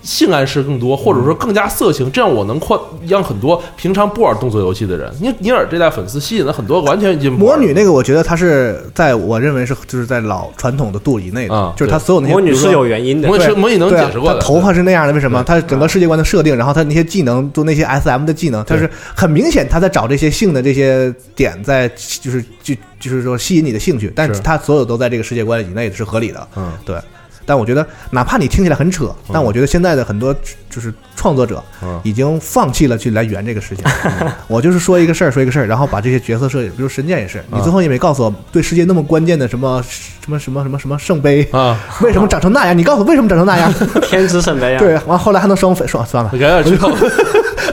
Speaker 1: 性暗示更多，或
Speaker 3: 嗯
Speaker 1: 者说更加色情，这样我能扩让很多平常不玩动作游戏的人，尼尼尔这代粉丝吸引了很多完全已经不
Speaker 3: 魔
Speaker 1: 玩
Speaker 3: 女那个，我觉得它是在我认为是就是在老传统的度以内的
Speaker 1: 啊，
Speaker 3: 就是它
Speaker 1: 对
Speaker 3: 所有那些
Speaker 2: 魔
Speaker 3: 比
Speaker 2: 女
Speaker 3: 如说
Speaker 2: 是有原因的
Speaker 1: 魔，女
Speaker 3: 对
Speaker 1: 是魔女能
Speaker 3: 对啊
Speaker 1: 解释过的，
Speaker 3: 他头发是那样的，为什么？他整个世界观的设定，然后他那些技能，就那些 S M 的技能，他是很明显他在找这些性的这些点在，就是就就是说吸引你的兴趣，但是
Speaker 1: 是
Speaker 3: 他所有都在这个世界观以内是合理的，
Speaker 1: 嗯，
Speaker 3: 对。但我觉得，哪怕你听起来很扯，但我觉得现在的很多就是创作者
Speaker 1: 嗯
Speaker 3: 已经放弃了去来圆这个事情。 我就是说一个事儿，说一个事儿，然后把这些角色设计，比如神剑也是，你
Speaker 1: 嗯
Speaker 3: 最后也没告诉我对世界那么关键的什么什么什么什么什么圣杯
Speaker 1: 啊，
Speaker 3: 为什么长成那样？你告诉我为什么长成那 样？
Speaker 2: 天之圣杯啊，
Speaker 3: 对，完后来还能双飞，算算了，
Speaker 1: 感 染之后，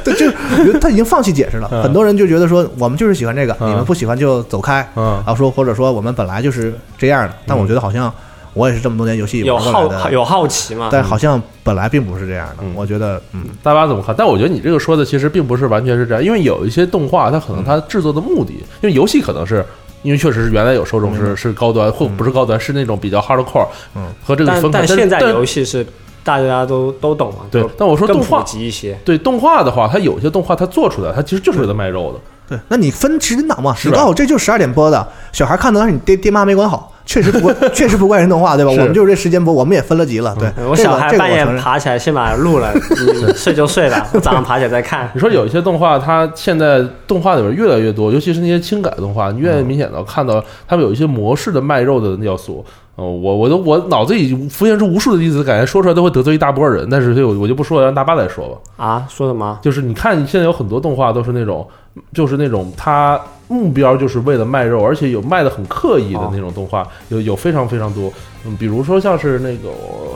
Speaker 3: 对，就是我觉得他已经放弃解释了。
Speaker 1: 嗯
Speaker 3: 很多人就觉得说，我们就是喜欢这个，
Speaker 1: 嗯
Speaker 3: 你们不喜欢就走开，
Speaker 1: 嗯
Speaker 3: 然后说或者说我们本来就是这样的。但我觉得好像我也是这么多年游戏
Speaker 2: 有
Speaker 3: 玩过
Speaker 2: 好
Speaker 3: 来的，
Speaker 2: 有好奇嘛，
Speaker 1: 嗯
Speaker 3: 但好像本来并不是这样的。我觉得，嗯，
Speaker 1: 大巴怎么看？但我觉得你这个说的其实并不是完全是这样，因为有一些动画它可能它制作的目的，因为游戏可能是。因为确实是原来有受众是
Speaker 2: 嗯
Speaker 1: 是高端，或不是高端，是那种比较 hardcore，
Speaker 3: 嗯，
Speaker 1: 和这个
Speaker 2: 但
Speaker 1: 分开。
Speaker 2: 但现在
Speaker 1: 但
Speaker 2: 游戏是大家都都懂嘛，
Speaker 1: 对
Speaker 2: 都
Speaker 1: 但我说
Speaker 2: 更
Speaker 1: 动画
Speaker 2: 普及一些，
Speaker 1: 对动画的话，它有些动画它做出来，它其实就是为了卖肉的。
Speaker 3: 对，那你分时间档嘛？
Speaker 1: 是啊
Speaker 3: 你
Speaker 1: 吧
Speaker 3: 告诉我这就十二点播的，小孩看的，但是你爹爹妈没管好，确实不 怪，确实不怪人动画，对吧？
Speaker 1: 是嗯
Speaker 3: 我们就是这时间播，我们也分了级了。对，
Speaker 2: 我
Speaker 3: 这个
Speaker 2: 小孩
Speaker 3: 这个
Speaker 2: 半
Speaker 3: 我
Speaker 2: 夜
Speaker 3: 承认。
Speaker 2: 爬起来先把录了，你睡就睡了，早上爬起来再看
Speaker 1: 你。说有一些动画，它现在动画里边越来越多，尤其是那些轻改动画，你越来越明显的看到他们有一些模式的卖肉的要素。呃，我我都我脑子里浮现出无数的例子，感觉说出来都会得罪一大波人，但是就我就不说了，让大巴来说吧。
Speaker 2: 啊，说什么？
Speaker 1: 就是你看，现在有很多动画都是那种，就是那种它目标就是为了卖肉，而且有卖的很刻意
Speaker 2: 哦
Speaker 1: 的那种动画，有有非常非常多。嗯，比如说像是那个，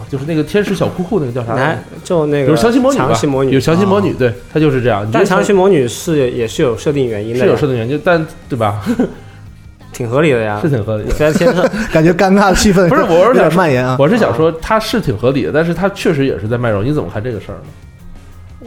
Speaker 1: 就是那个天使小酷酷那个叫啥？
Speaker 2: 来，就那
Speaker 1: 比
Speaker 2: 个
Speaker 1: 如强袭魔女吧
Speaker 2: 强袭，魔
Speaker 1: 有
Speaker 2: 女，哦
Speaker 1: 强袭魔女，对，它就是这样。你觉
Speaker 2: 但
Speaker 1: 得
Speaker 2: 强袭魔女是也是有设定原因的呀，
Speaker 1: 是有设定原因，但对吧？
Speaker 2: 挺合理的呀
Speaker 1: 是。挺合理的。
Speaker 2: 在天上，
Speaker 3: 感觉尴尬的气氛
Speaker 1: 不是我是
Speaker 3: 有点
Speaker 1: 想
Speaker 3: 蔓延啊。
Speaker 1: 我是想说，它是挺合理的，但是它确实也是在卖肉。你怎么看这个事儿呢？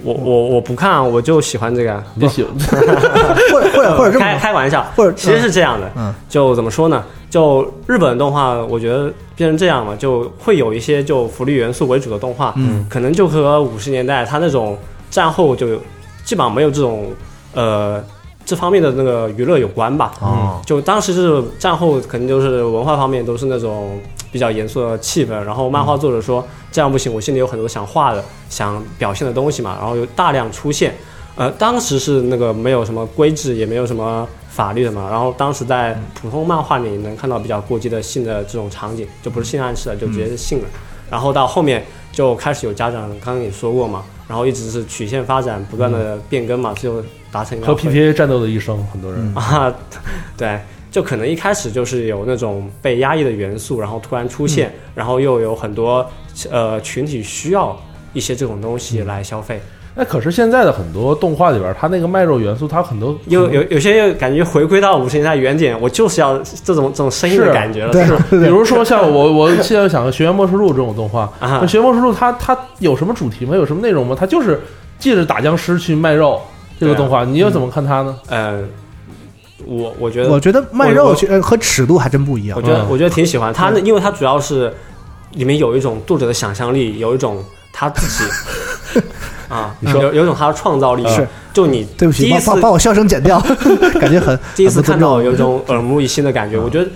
Speaker 2: 我我我不看啊，我就喜欢这个啊。
Speaker 1: 你喜
Speaker 3: 或者或者或者这么
Speaker 2: 嗯开
Speaker 3: 说，
Speaker 2: 开玩笑，
Speaker 3: 或者
Speaker 2: 其实是这样的，
Speaker 3: 嗯，
Speaker 2: 就怎么说呢？就日本动画，我觉得变成这样嘛，就会有一些就福利元素为主的动画，
Speaker 3: 嗯，
Speaker 2: 可能就和五十年代它那种战后就基本上没有这种呃这方面的那个娱乐有关吧。
Speaker 3: 哦，
Speaker 2: 就当时是战后，肯定就是文化方面都是那种比较严肃的气氛。然后漫画作者说这样不行，我心里有很多想画的、想表现的东西嘛，然后有大量出现。呃，当时是那个没有什么规制，也没有什么法律的嘛。然后当时在普通漫画里能看到比较过激的性的这种场景，就不是性暗示了，就直接是性了。然后到后面就开始有家长，刚刚也说过嘛，然后一直是曲线发展，不断的变更嘛，就达成一个
Speaker 1: 和
Speaker 2: 回
Speaker 1: PTA 战斗的一生，很多人
Speaker 2: 啊，对，就可能一开始就是有那种被压抑的元素，然后突然出
Speaker 3: 嗯
Speaker 2: 现，然后又有很多呃群体需要一些这种东西
Speaker 3: 嗯
Speaker 2: 来消费，
Speaker 1: 哎，可是现在的很多动画里边，它那个卖肉元素，它很多
Speaker 2: 有有有些又感觉回归到五十年代原点，我就是要这种这种生硬
Speaker 1: 是
Speaker 2: 的感觉了，
Speaker 3: 对
Speaker 2: 是吧
Speaker 1: 比
Speaker 3: 对，
Speaker 1: 如说像我， 我现在想《学院末世录》这种动画，
Speaker 2: 啊
Speaker 1: 那《学院末世录》它它有什么主题吗？有什么内容吗？它就是借着打僵尸去卖肉这个动画，你又怎么看它呢？
Speaker 2: 呃，我我觉得
Speaker 3: 我觉得卖肉
Speaker 2: 我
Speaker 3: 去呃和尺度还真不一样
Speaker 2: 我，觉得
Speaker 1: 嗯
Speaker 2: 我觉得挺喜欢他，那因为他主要是里面有一种作者的想象力，有一种他自己 啊，
Speaker 1: 说
Speaker 2: 有有一种他的创造力，
Speaker 3: 是
Speaker 2: 就你
Speaker 3: 对不起，
Speaker 2: 第一
Speaker 3: 把把
Speaker 2: 次
Speaker 3: 把我笑声 剪掉，感觉很
Speaker 2: 第一次
Speaker 3: 很不尊
Speaker 2: 看
Speaker 3: 重
Speaker 2: 到有一种耳目一新的感
Speaker 3: 啊
Speaker 2: 觉，我觉得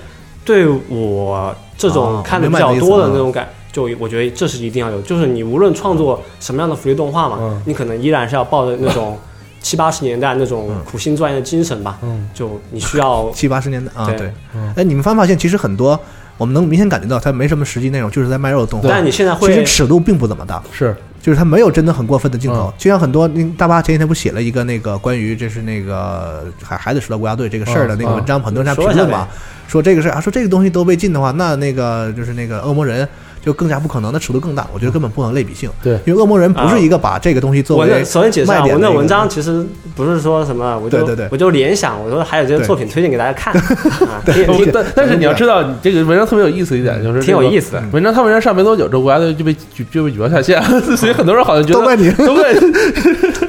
Speaker 2: 对我这种
Speaker 3: 哦
Speaker 2: 看的
Speaker 3: 明
Speaker 2: 比
Speaker 3: 白
Speaker 2: 较
Speaker 3: 你的意
Speaker 2: 多
Speaker 3: 思
Speaker 2: 的
Speaker 3: 啊了
Speaker 2: 那种感，就我觉得这是一定要有，就是你无论创作什么样的福利动画嘛
Speaker 1: 嗯，
Speaker 2: 你可能依然是要抱着那 种七八十年代那种苦心钻研的精神吧，
Speaker 1: 嗯，
Speaker 2: 就你需 要
Speaker 3: 七八十年代啊，
Speaker 2: 对
Speaker 3: 对
Speaker 1: 嗯，
Speaker 3: 哎，你们发没发现其实很多我们能明显感觉到它没什么实际内容，就是在卖肉的动画，
Speaker 2: 但你现在
Speaker 3: 其
Speaker 2: 会
Speaker 3: 实尺度并不怎么大，
Speaker 2: 嗯
Speaker 1: 是
Speaker 3: 就是它没有真的很过分的镜
Speaker 1: 嗯
Speaker 3: 头，就像很多嗯那大巴前几天不写了一个那个关于这是那个孩孩子拾到国家队这个事儿的
Speaker 1: 嗯
Speaker 3: 那个文章，很多人在评论嘛，说这个事儿啊，说这个东西都被禁的话，那那个就是那个恶魔人就更加不可能，那尺度更大，我觉得根本不能类比性，
Speaker 1: 嗯对
Speaker 3: 因为恶魔人不是一个把这个东西作
Speaker 2: 我那
Speaker 3: 为
Speaker 2: 首先解释啊，
Speaker 3: 卖点
Speaker 2: 我那
Speaker 3: 的一个嗯
Speaker 2: 文章其实不是说什么，我就
Speaker 3: 对对对
Speaker 2: 我就联想，我说还有这些
Speaker 3: 对
Speaker 2: 作品推荐给大家 看，啊，挺
Speaker 1: 不
Speaker 2: 挺
Speaker 1: 但但是你要知道，你这个文章特别有意思一点，就是
Speaker 2: 挺有 意
Speaker 1: 思。
Speaker 2: 思
Speaker 3: 嗯
Speaker 2: 的。
Speaker 1: 文章他文章上没多久，哎这国家队就被举就被举报下线，所以很多人好像觉
Speaker 3: 都
Speaker 1: 得
Speaker 3: 怪你。
Speaker 1: 都被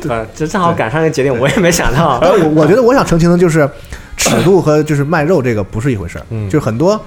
Speaker 2: 对，这正好赶上一个节点，我也没想 到。
Speaker 3: 而我我觉得我想澄清的就是，尺度和就是卖肉这个不是一回事儿，
Speaker 1: 嗯
Speaker 3: 就是很多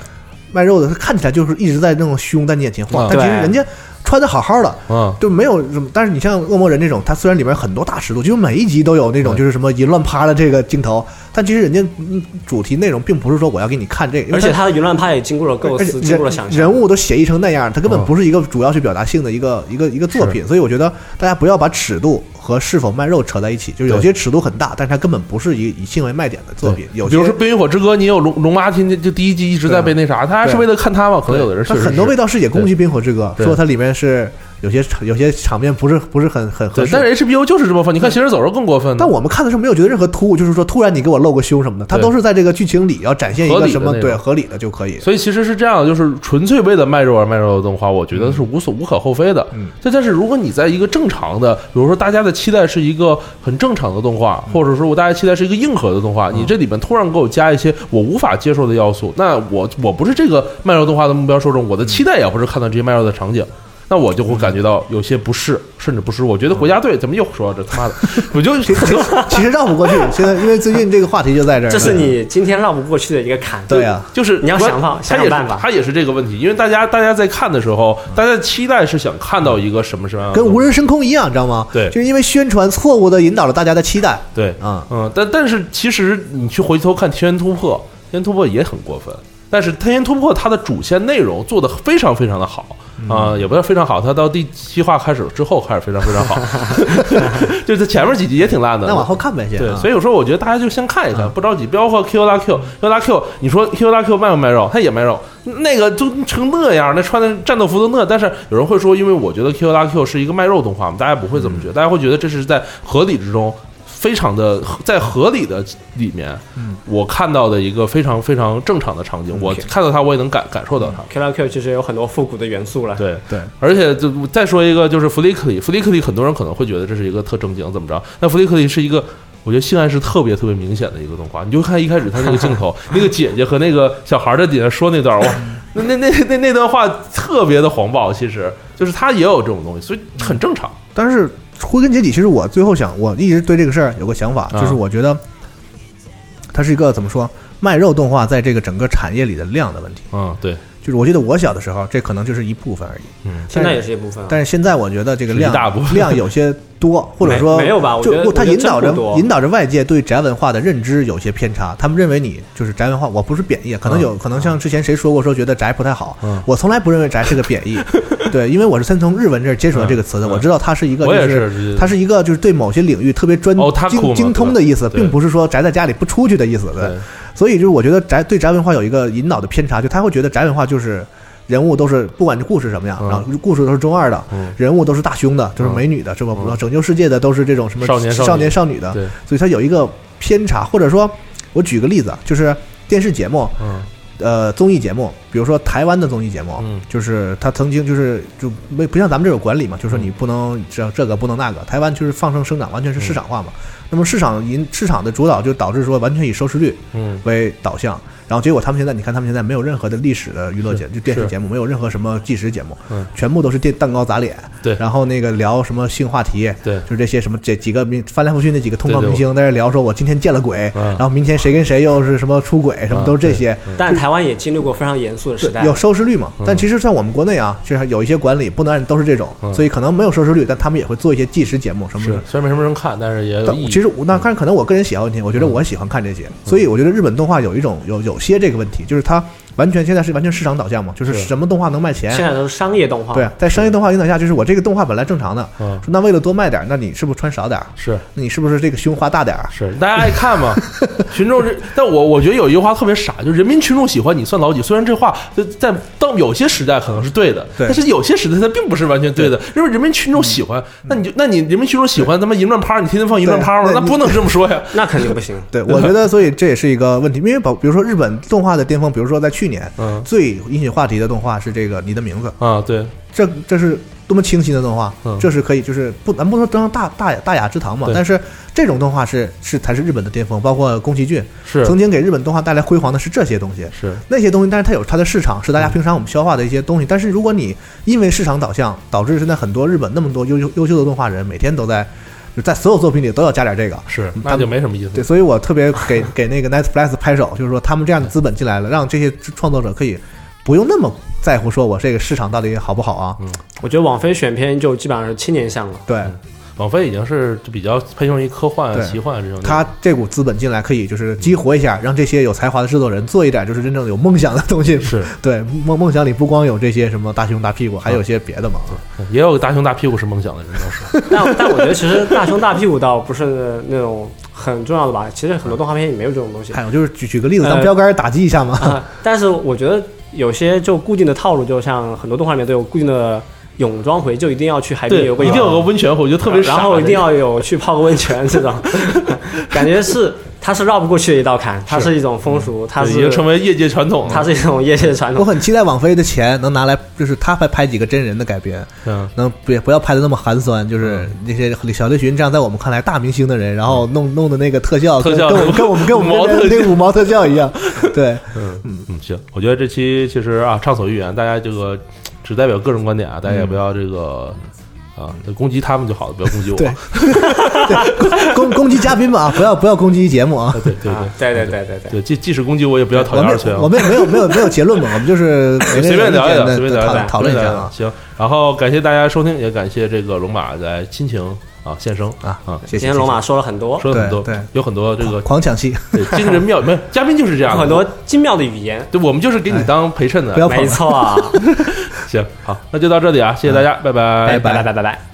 Speaker 3: 卖肉的他看起来就是一直在那种虚荣在你眼前晃，
Speaker 1: 嗯
Speaker 3: 但其实
Speaker 2: 对
Speaker 3: 人家穿的好好的。
Speaker 1: 嗯
Speaker 3: 就没有什么，但是你像恶魔人这种，它虽然里面很多大尺度，就是每一集都有那种
Speaker 1: 对
Speaker 3: 就是什么淫乱趴的这个镜头，但其实人家嗯主题内容并不是说我要给你看这个，因为
Speaker 2: 而且
Speaker 3: 它
Speaker 2: 他的云乱派也经过了构
Speaker 3: 而且
Speaker 2: 思，经过了想
Speaker 3: 人
Speaker 2: 象
Speaker 3: 人。物都写意成那样，它根本
Speaker 1: 嗯
Speaker 3: 不是一个主要去表达性的一个一个一个作品，所以我觉得大家不要把尺度和是否卖肉扯在一起，就是有
Speaker 1: 对
Speaker 3: 些尺度很大，但是它根本不是以以性为卖点的作品，有
Speaker 1: 比
Speaker 3: 些
Speaker 1: 如说《冰与火之歌》，你有龙龙妈天天就第一季一直在被那啥，他是为了看他嘛？可能有的人确
Speaker 3: 它
Speaker 1: 实是
Speaker 3: 很多味道师也攻击《冰火之歌》，
Speaker 1: 对
Speaker 3: 说它里面是有些场有些场面不是不是很很合
Speaker 1: 对，
Speaker 3: 适，
Speaker 1: 但是 HBO 就是这么放，你看《行尸走肉》更过分呢，
Speaker 3: 但我们看的时候没有觉得任何突兀，就是说突然你给我露个胸什么的，它
Speaker 1: 对
Speaker 3: 都是在这个剧情里要展现一
Speaker 1: 合
Speaker 3: 个
Speaker 1: 理的
Speaker 3: 什么
Speaker 1: 那种
Speaker 3: 对合理的就可以。
Speaker 1: 所以其实是这样，就是纯粹为了卖肉而卖肉的动画，我觉得是无所无可厚非的。
Speaker 3: 嗯，
Speaker 1: 但但是如果你在一个正常的，比如说大家的期待是一个很正常的动画，或者说我大家期待是一个硬核的动画，你这里面突然给我加一些我无法接受的要素，那我我不是这个卖肉动画的目标受众，我的期待也不是看到这些卖肉的场景。那我就会感觉到有些不适，甚至不适。我觉得国家队怎么又说到这他妈的， 我就很多
Speaker 3: 其实绕不过去，现在因为最近这个话题就在这儿，
Speaker 2: 这是你今天绕不过去的一个坎。
Speaker 3: 对啊呀、
Speaker 1: 就是
Speaker 2: 你要
Speaker 1: 关
Speaker 2: 想法
Speaker 1: 他
Speaker 2: 想
Speaker 1: 也是
Speaker 2: 办法
Speaker 1: 他也是这个问题，因为大家大家在看的时候，大家期待是想看
Speaker 2: 嗯
Speaker 1: 到一个什么什么样的
Speaker 3: 跟
Speaker 1: 东西
Speaker 3: 无人升空一样，你知道吗？
Speaker 1: 对
Speaker 3: 就是因为宣传错误的引导了大家的期待
Speaker 1: 对，
Speaker 3: 啊、
Speaker 1: 嗯，但但是其实你去回头看《天元突破》，《天元突破》也很过分，但是《天元突破》它的主线内容做的非常非常的好。
Speaker 2: 嗯
Speaker 1: 啊、也不是非常好，它到第七话开始之后开始非常非常好， 就是它前面几集也挺烂的，
Speaker 3: 那往后看呗，先。
Speaker 1: 对，
Speaker 3: 啊嗯
Speaker 1: 所以有时候我觉得大家就先看一看，不着急，不要和 Q 拉 Q、Q 拉 Q。你说 Q 拉 Q 卖不卖肉？他也卖肉，那个都成那样，那穿的战斗服都那。但是有人会说，因为我觉得 Q 拉 Q 是一个卖肉动画嘛，大家不会这么
Speaker 3: 嗯
Speaker 1: 觉得，大家会觉得这是在合理之中。非常的在合理的里面，
Speaker 3: 嗯
Speaker 1: 我看到的一个非常非常正常的场景，我看到它我也能感感受到
Speaker 3: 嗯
Speaker 1: 它。
Speaker 2: Q 来 Q 其实有很多复古的元素了。
Speaker 1: 对，
Speaker 3: 对，
Speaker 1: 而且就再说一个，就是弗利克里，弗利克里很多人可能会觉得这是一个特正经怎么着，但弗利克里是一个。我觉得性暗示特别特别明显的一个动画，你就看一开始他那个镜 头，那个姐姐和那个小孩儿在底下说那段，哇，那那那那那段话特别的黄暴，其实就是他也有这种东西，所以很正常。
Speaker 3: 但是归根结底，其实我最后想，我一直对这个事儿有个想法，
Speaker 1: 啊
Speaker 3: 就是我觉得它是一个怎么说，卖肉动画在这个整个产业里的量的问题。
Speaker 1: 嗯，对，
Speaker 3: 就是我记得我小的时候，这可能就是一部分而已。
Speaker 1: 嗯，
Speaker 2: 现在也是一部分啊。
Speaker 3: 但是现在我觉得这个
Speaker 1: 是一
Speaker 3: 量
Speaker 1: 大部分
Speaker 3: 量有些 多，或者说
Speaker 2: 没没有吧我觉得
Speaker 3: 就
Speaker 2: 我觉
Speaker 3: 它
Speaker 2: 得
Speaker 3: 引导着
Speaker 2: 真不多
Speaker 3: 引导着外界对宅文化的认知有些偏差。他们认为你就是宅文化，我不是贬义，可能有、可能像之前谁说过说觉得宅不太好，
Speaker 1: 嗯
Speaker 3: 我从来不认为宅是个 贬义，对，因为我是先从日文这儿接触到这个词的，
Speaker 1: 嗯
Speaker 3: 我知道它是一个、就
Speaker 1: 我也
Speaker 3: 是。
Speaker 1: 是，
Speaker 3: 它是一个就是对某些领域特别专、
Speaker 1: Otaku 嘛
Speaker 3: 精精通的意
Speaker 1: 对
Speaker 3: 思，
Speaker 1: 吧对
Speaker 3: 并不是说宅在家里不出去的意思。对
Speaker 1: 对，
Speaker 3: 所以就是我觉得宅对宅文化有一个引导的偏差，就他会觉得宅文化就是人物都是不管这故事什么样，
Speaker 1: 嗯
Speaker 3: 然后故事都是中二的，
Speaker 1: 嗯
Speaker 3: 人物都是大胸的，就是美女的，是吧？
Speaker 1: 嗯
Speaker 3: 然后拯救世界的都是这种什么
Speaker 1: 少年少女
Speaker 3: 少年少女的，
Speaker 1: 对，
Speaker 3: 所以它有一个偏差，或者说，我举个例子，啊，就是电视节目，
Speaker 1: 嗯
Speaker 3: 呃，综艺节目，比如说台湾的综艺节目，
Speaker 1: 嗯
Speaker 3: 就是他曾经就是就没不像咱们这有管理嘛，就说
Speaker 1: 嗯
Speaker 3: 你不能这这个不能那个，台湾就是放声生长，完全是市场化嘛。
Speaker 1: 嗯
Speaker 3: 那么市场引市场的主导就导致说完全以收视率
Speaker 1: 嗯，
Speaker 3: 为导向，然后结果他们现在你看他们现在没有任何的历史的娱乐节，就电视节目，没有任何什么纪实节目，
Speaker 1: 嗯
Speaker 3: 全部都是电蛋糕砸脸，
Speaker 1: 对
Speaker 3: 然后那个聊什么性话题，
Speaker 1: 对
Speaker 3: 就是这些什么这几个明翻来覆去那几个通告
Speaker 1: 对对
Speaker 3: 明星在这聊说，我今天见了鬼，
Speaker 1: 嗯
Speaker 3: 然后明天谁跟谁又是什么出轨，什么
Speaker 1: 嗯
Speaker 3: 都是这些，
Speaker 2: 但台湾也经历过非常严肃的时代
Speaker 3: 有，收视率嘛
Speaker 1: 嗯？
Speaker 3: 但其实像我们国内啊，就是有一些管理不能按都是这种，
Speaker 1: 嗯
Speaker 3: 所以可能没有收视率，但他们也会做一些纪实节目什么
Speaker 1: 是
Speaker 3: 的，。
Speaker 1: 虽然没什么人看，但是也有
Speaker 3: 嗯但
Speaker 1: 意义。
Speaker 3: 其实我那看可能我个人喜好问题，我觉得我喜欢看这些，所以我觉得日本动画有一种有有些这个问题，就是它完全现在是完全市场导向嘛，就是
Speaker 1: 是
Speaker 3: 什么动画能卖
Speaker 2: 现
Speaker 3: 钱。
Speaker 2: 在都是商业动画。
Speaker 3: 对，啊在商业动画影响下，就是我这个动画本来正常的，
Speaker 1: 嗯
Speaker 3: 说那为了多卖点儿，那你是不是穿少点儿？
Speaker 1: 是
Speaker 3: 那你是不是这个胸花大点儿？
Speaker 1: 是，大家爱看 嘛？群众这，但我我觉得有一句话特别傻，就是人民群众喜欢你算老几？虽然这话在在当有些时代可能是对的，
Speaker 3: 对
Speaker 1: 但是有些时代它并不是完全对的，因为人民群众喜欢，那你就那你人民群众喜欢他妈淫乱趴，你天天放淫乱趴吗？
Speaker 3: 嗯对
Speaker 1: 那
Speaker 3: 那
Speaker 1: 不能这么说呀。
Speaker 2: 那肯定不行。
Speaker 3: 对，我觉得所以这也是一个问题，因为保比如说日本动画的巅峰，比如说在去年
Speaker 1: 嗯
Speaker 3: 最引起话题的动画是这个《你的名字》，
Speaker 1: 啊，对，
Speaker 3: 这这是多么清新的动画
Speaker 1: 嗯，
Speaker 3: 这是可以就是不咱不说登上大大大雅之堂嘛
Speaker 1: 对，
Speaker 3: 但是这种动画是是才是日本的巅峰，包括宫崎骏
Speaker 1: 是
Speaker 3: 曾经给日本动画带来辉煌的是这些东西。
Speaker 1: 是，
Speaker 3: 那些东西，但是它有它的市场，是大家
Speaker 1: 嗯
Speaker 3: 平常我们消化的一些东西。但是如果你因为市场导向，导致现在很多日本那么多优秀优秀的动画人，每天都在就在所有作品里都要加点这个，
Speaker 1: 是，
Speaker 3: 他
Speaker 1: 那就没什么意思。
Speaker 3: 嗯对，所以我特别 给给那个 Netflix 拍手，就是说他们这样的资本进来了，让这些创作者可以不用那么在乎说我这个市场到底好不好啊？
Speaker 1: 嗯
Speaker 2: 我觉得网飞选片就基本上是青年向了。
Speaker 3: 对
Speaker 1: 网飞已经是比较偏向于科幻、
Speaker 3: 对
Speaker 1: 奇幻这种。
Speaker 3: 他这股资本进来，可以就是激活一下，让这些有才华的制作人做一点就是真正有梦想的 东西。
Speaker 1: 是
Speaker 3: 对梦梦想里不光有这些什么大胸大屁股，还有一些别的嘛。
Speaker 1: 也有大胸大屁股是梦想的人，都是。
Speaker 2: 但但我觉得其实大胸大屁股倒不是那种很重要的吧，其实很多动画片也没有这种东西
Speaker 3: 还有哎就是举举个例子当
Speaker 2: 呃
Speaker 3: 标杆打击一下嘛。
Speaker 2: 啊。但是我觉得有些就固定的套路，就像很多动画里面都有固定的泳装回，就一定要去海边
Speaker 1: 对，
Speaker 2: 游个
Speaker 1: 一
Speaker 2: 泳，
Speaker 1: 定有个温泉，我觉得特别傻。
Speaker 2: 然后一定要有去泡个温泉这 种，感觉是它是绕不过去的一道坎，它是一嗯种风俗，它
Speaker 1: 对已
Speaker 2: 是
Speaker 1: 经成为业界传统了。
Speaker 2: 它是一种业界的传
Speaker 3: 我
Speaker 2: 统。
Speaker 3: 很期待网飞的钱能拿来，就是他拍拍几个真人的改编，
Speaker 1: 嗯，
Speaker 3: 能别不要拍的那么寒酸，就是那些小雷群这样在我们看来大明星的人，然后弄弄的那个特效，
Speaker 1: 嗯特效
Speaker 3: 跟我们跟我们跟我们
Speaker 1: 五毛
Speaker 3: 跟我们
Speaker 1: 特效
Speaker 3: 那个五毛特效一样，对，
Speaker 1: 嗯嗯，行，我觉得这期其实啊畅所欲言，大家这个只代表个人观点啊，大家
Speaker 3: 嗯
Speaker 1: 也不要这个、啊攻击他们就好了，不要攻击我。
Speaker 3: 对对，攻攻击嘉宾嘛，不要不要攻击节目啊
Speaker 1: 啊，对对
Speaker 2: 啊
Speaker 1: 对，
Speaker 2: 对对对对对。
Speaker 1: 对，即即使攻击我也不要讨
Speaker 3: 我
Speaker 1: 厌
Speaker 3: 们
Speaker 1: 二次元
Speaker 3: 我
Speaker 1: 啊。
Speaker 3: 们也没有没有没有结论嘛，我们就是每个 人
Speaker 1: 随便聊一聊，
Speaker 3: 有意见
Speaker 1: 随便
Speaker 3: 的
Speaker 1: 聊一聊，
Speaker 3: 讨讨论一
Speaker 1: 随
Speaker 3: 下
Speaker 1: 便聊
Speaker 3: 啊
Speaker 1: 行，然后感谢大家收听，也感谢这个龙马在亲情啊现身
Speaker 3: 啊
Speaker 1: 啊，
Speaker 3: 谢谢。
Speaker 2: 今天龙马说了很多，
Speaker 1: 说了很多，
Speaker 3: 对对
Speaker 1: 有很多这个
Speaker 3: 狂抢戏，
Speaker 1: 对精神妙，没有嘉宾就是这样
Speaker 2: 有
Speaker 1: 的，
Speaker 2: 很多精妙的语言，
Speaker 1: 对，我们就是给你当陪衬的。
Speaker 3: 哎不要捧
Speaker 2: 没错啊。
Speaker 1: 行，好，那就到这里啊，谢谢大家，拜拜，
Speaker 3: 嗯拜
Speaker 2: 拜拜拜拜拜。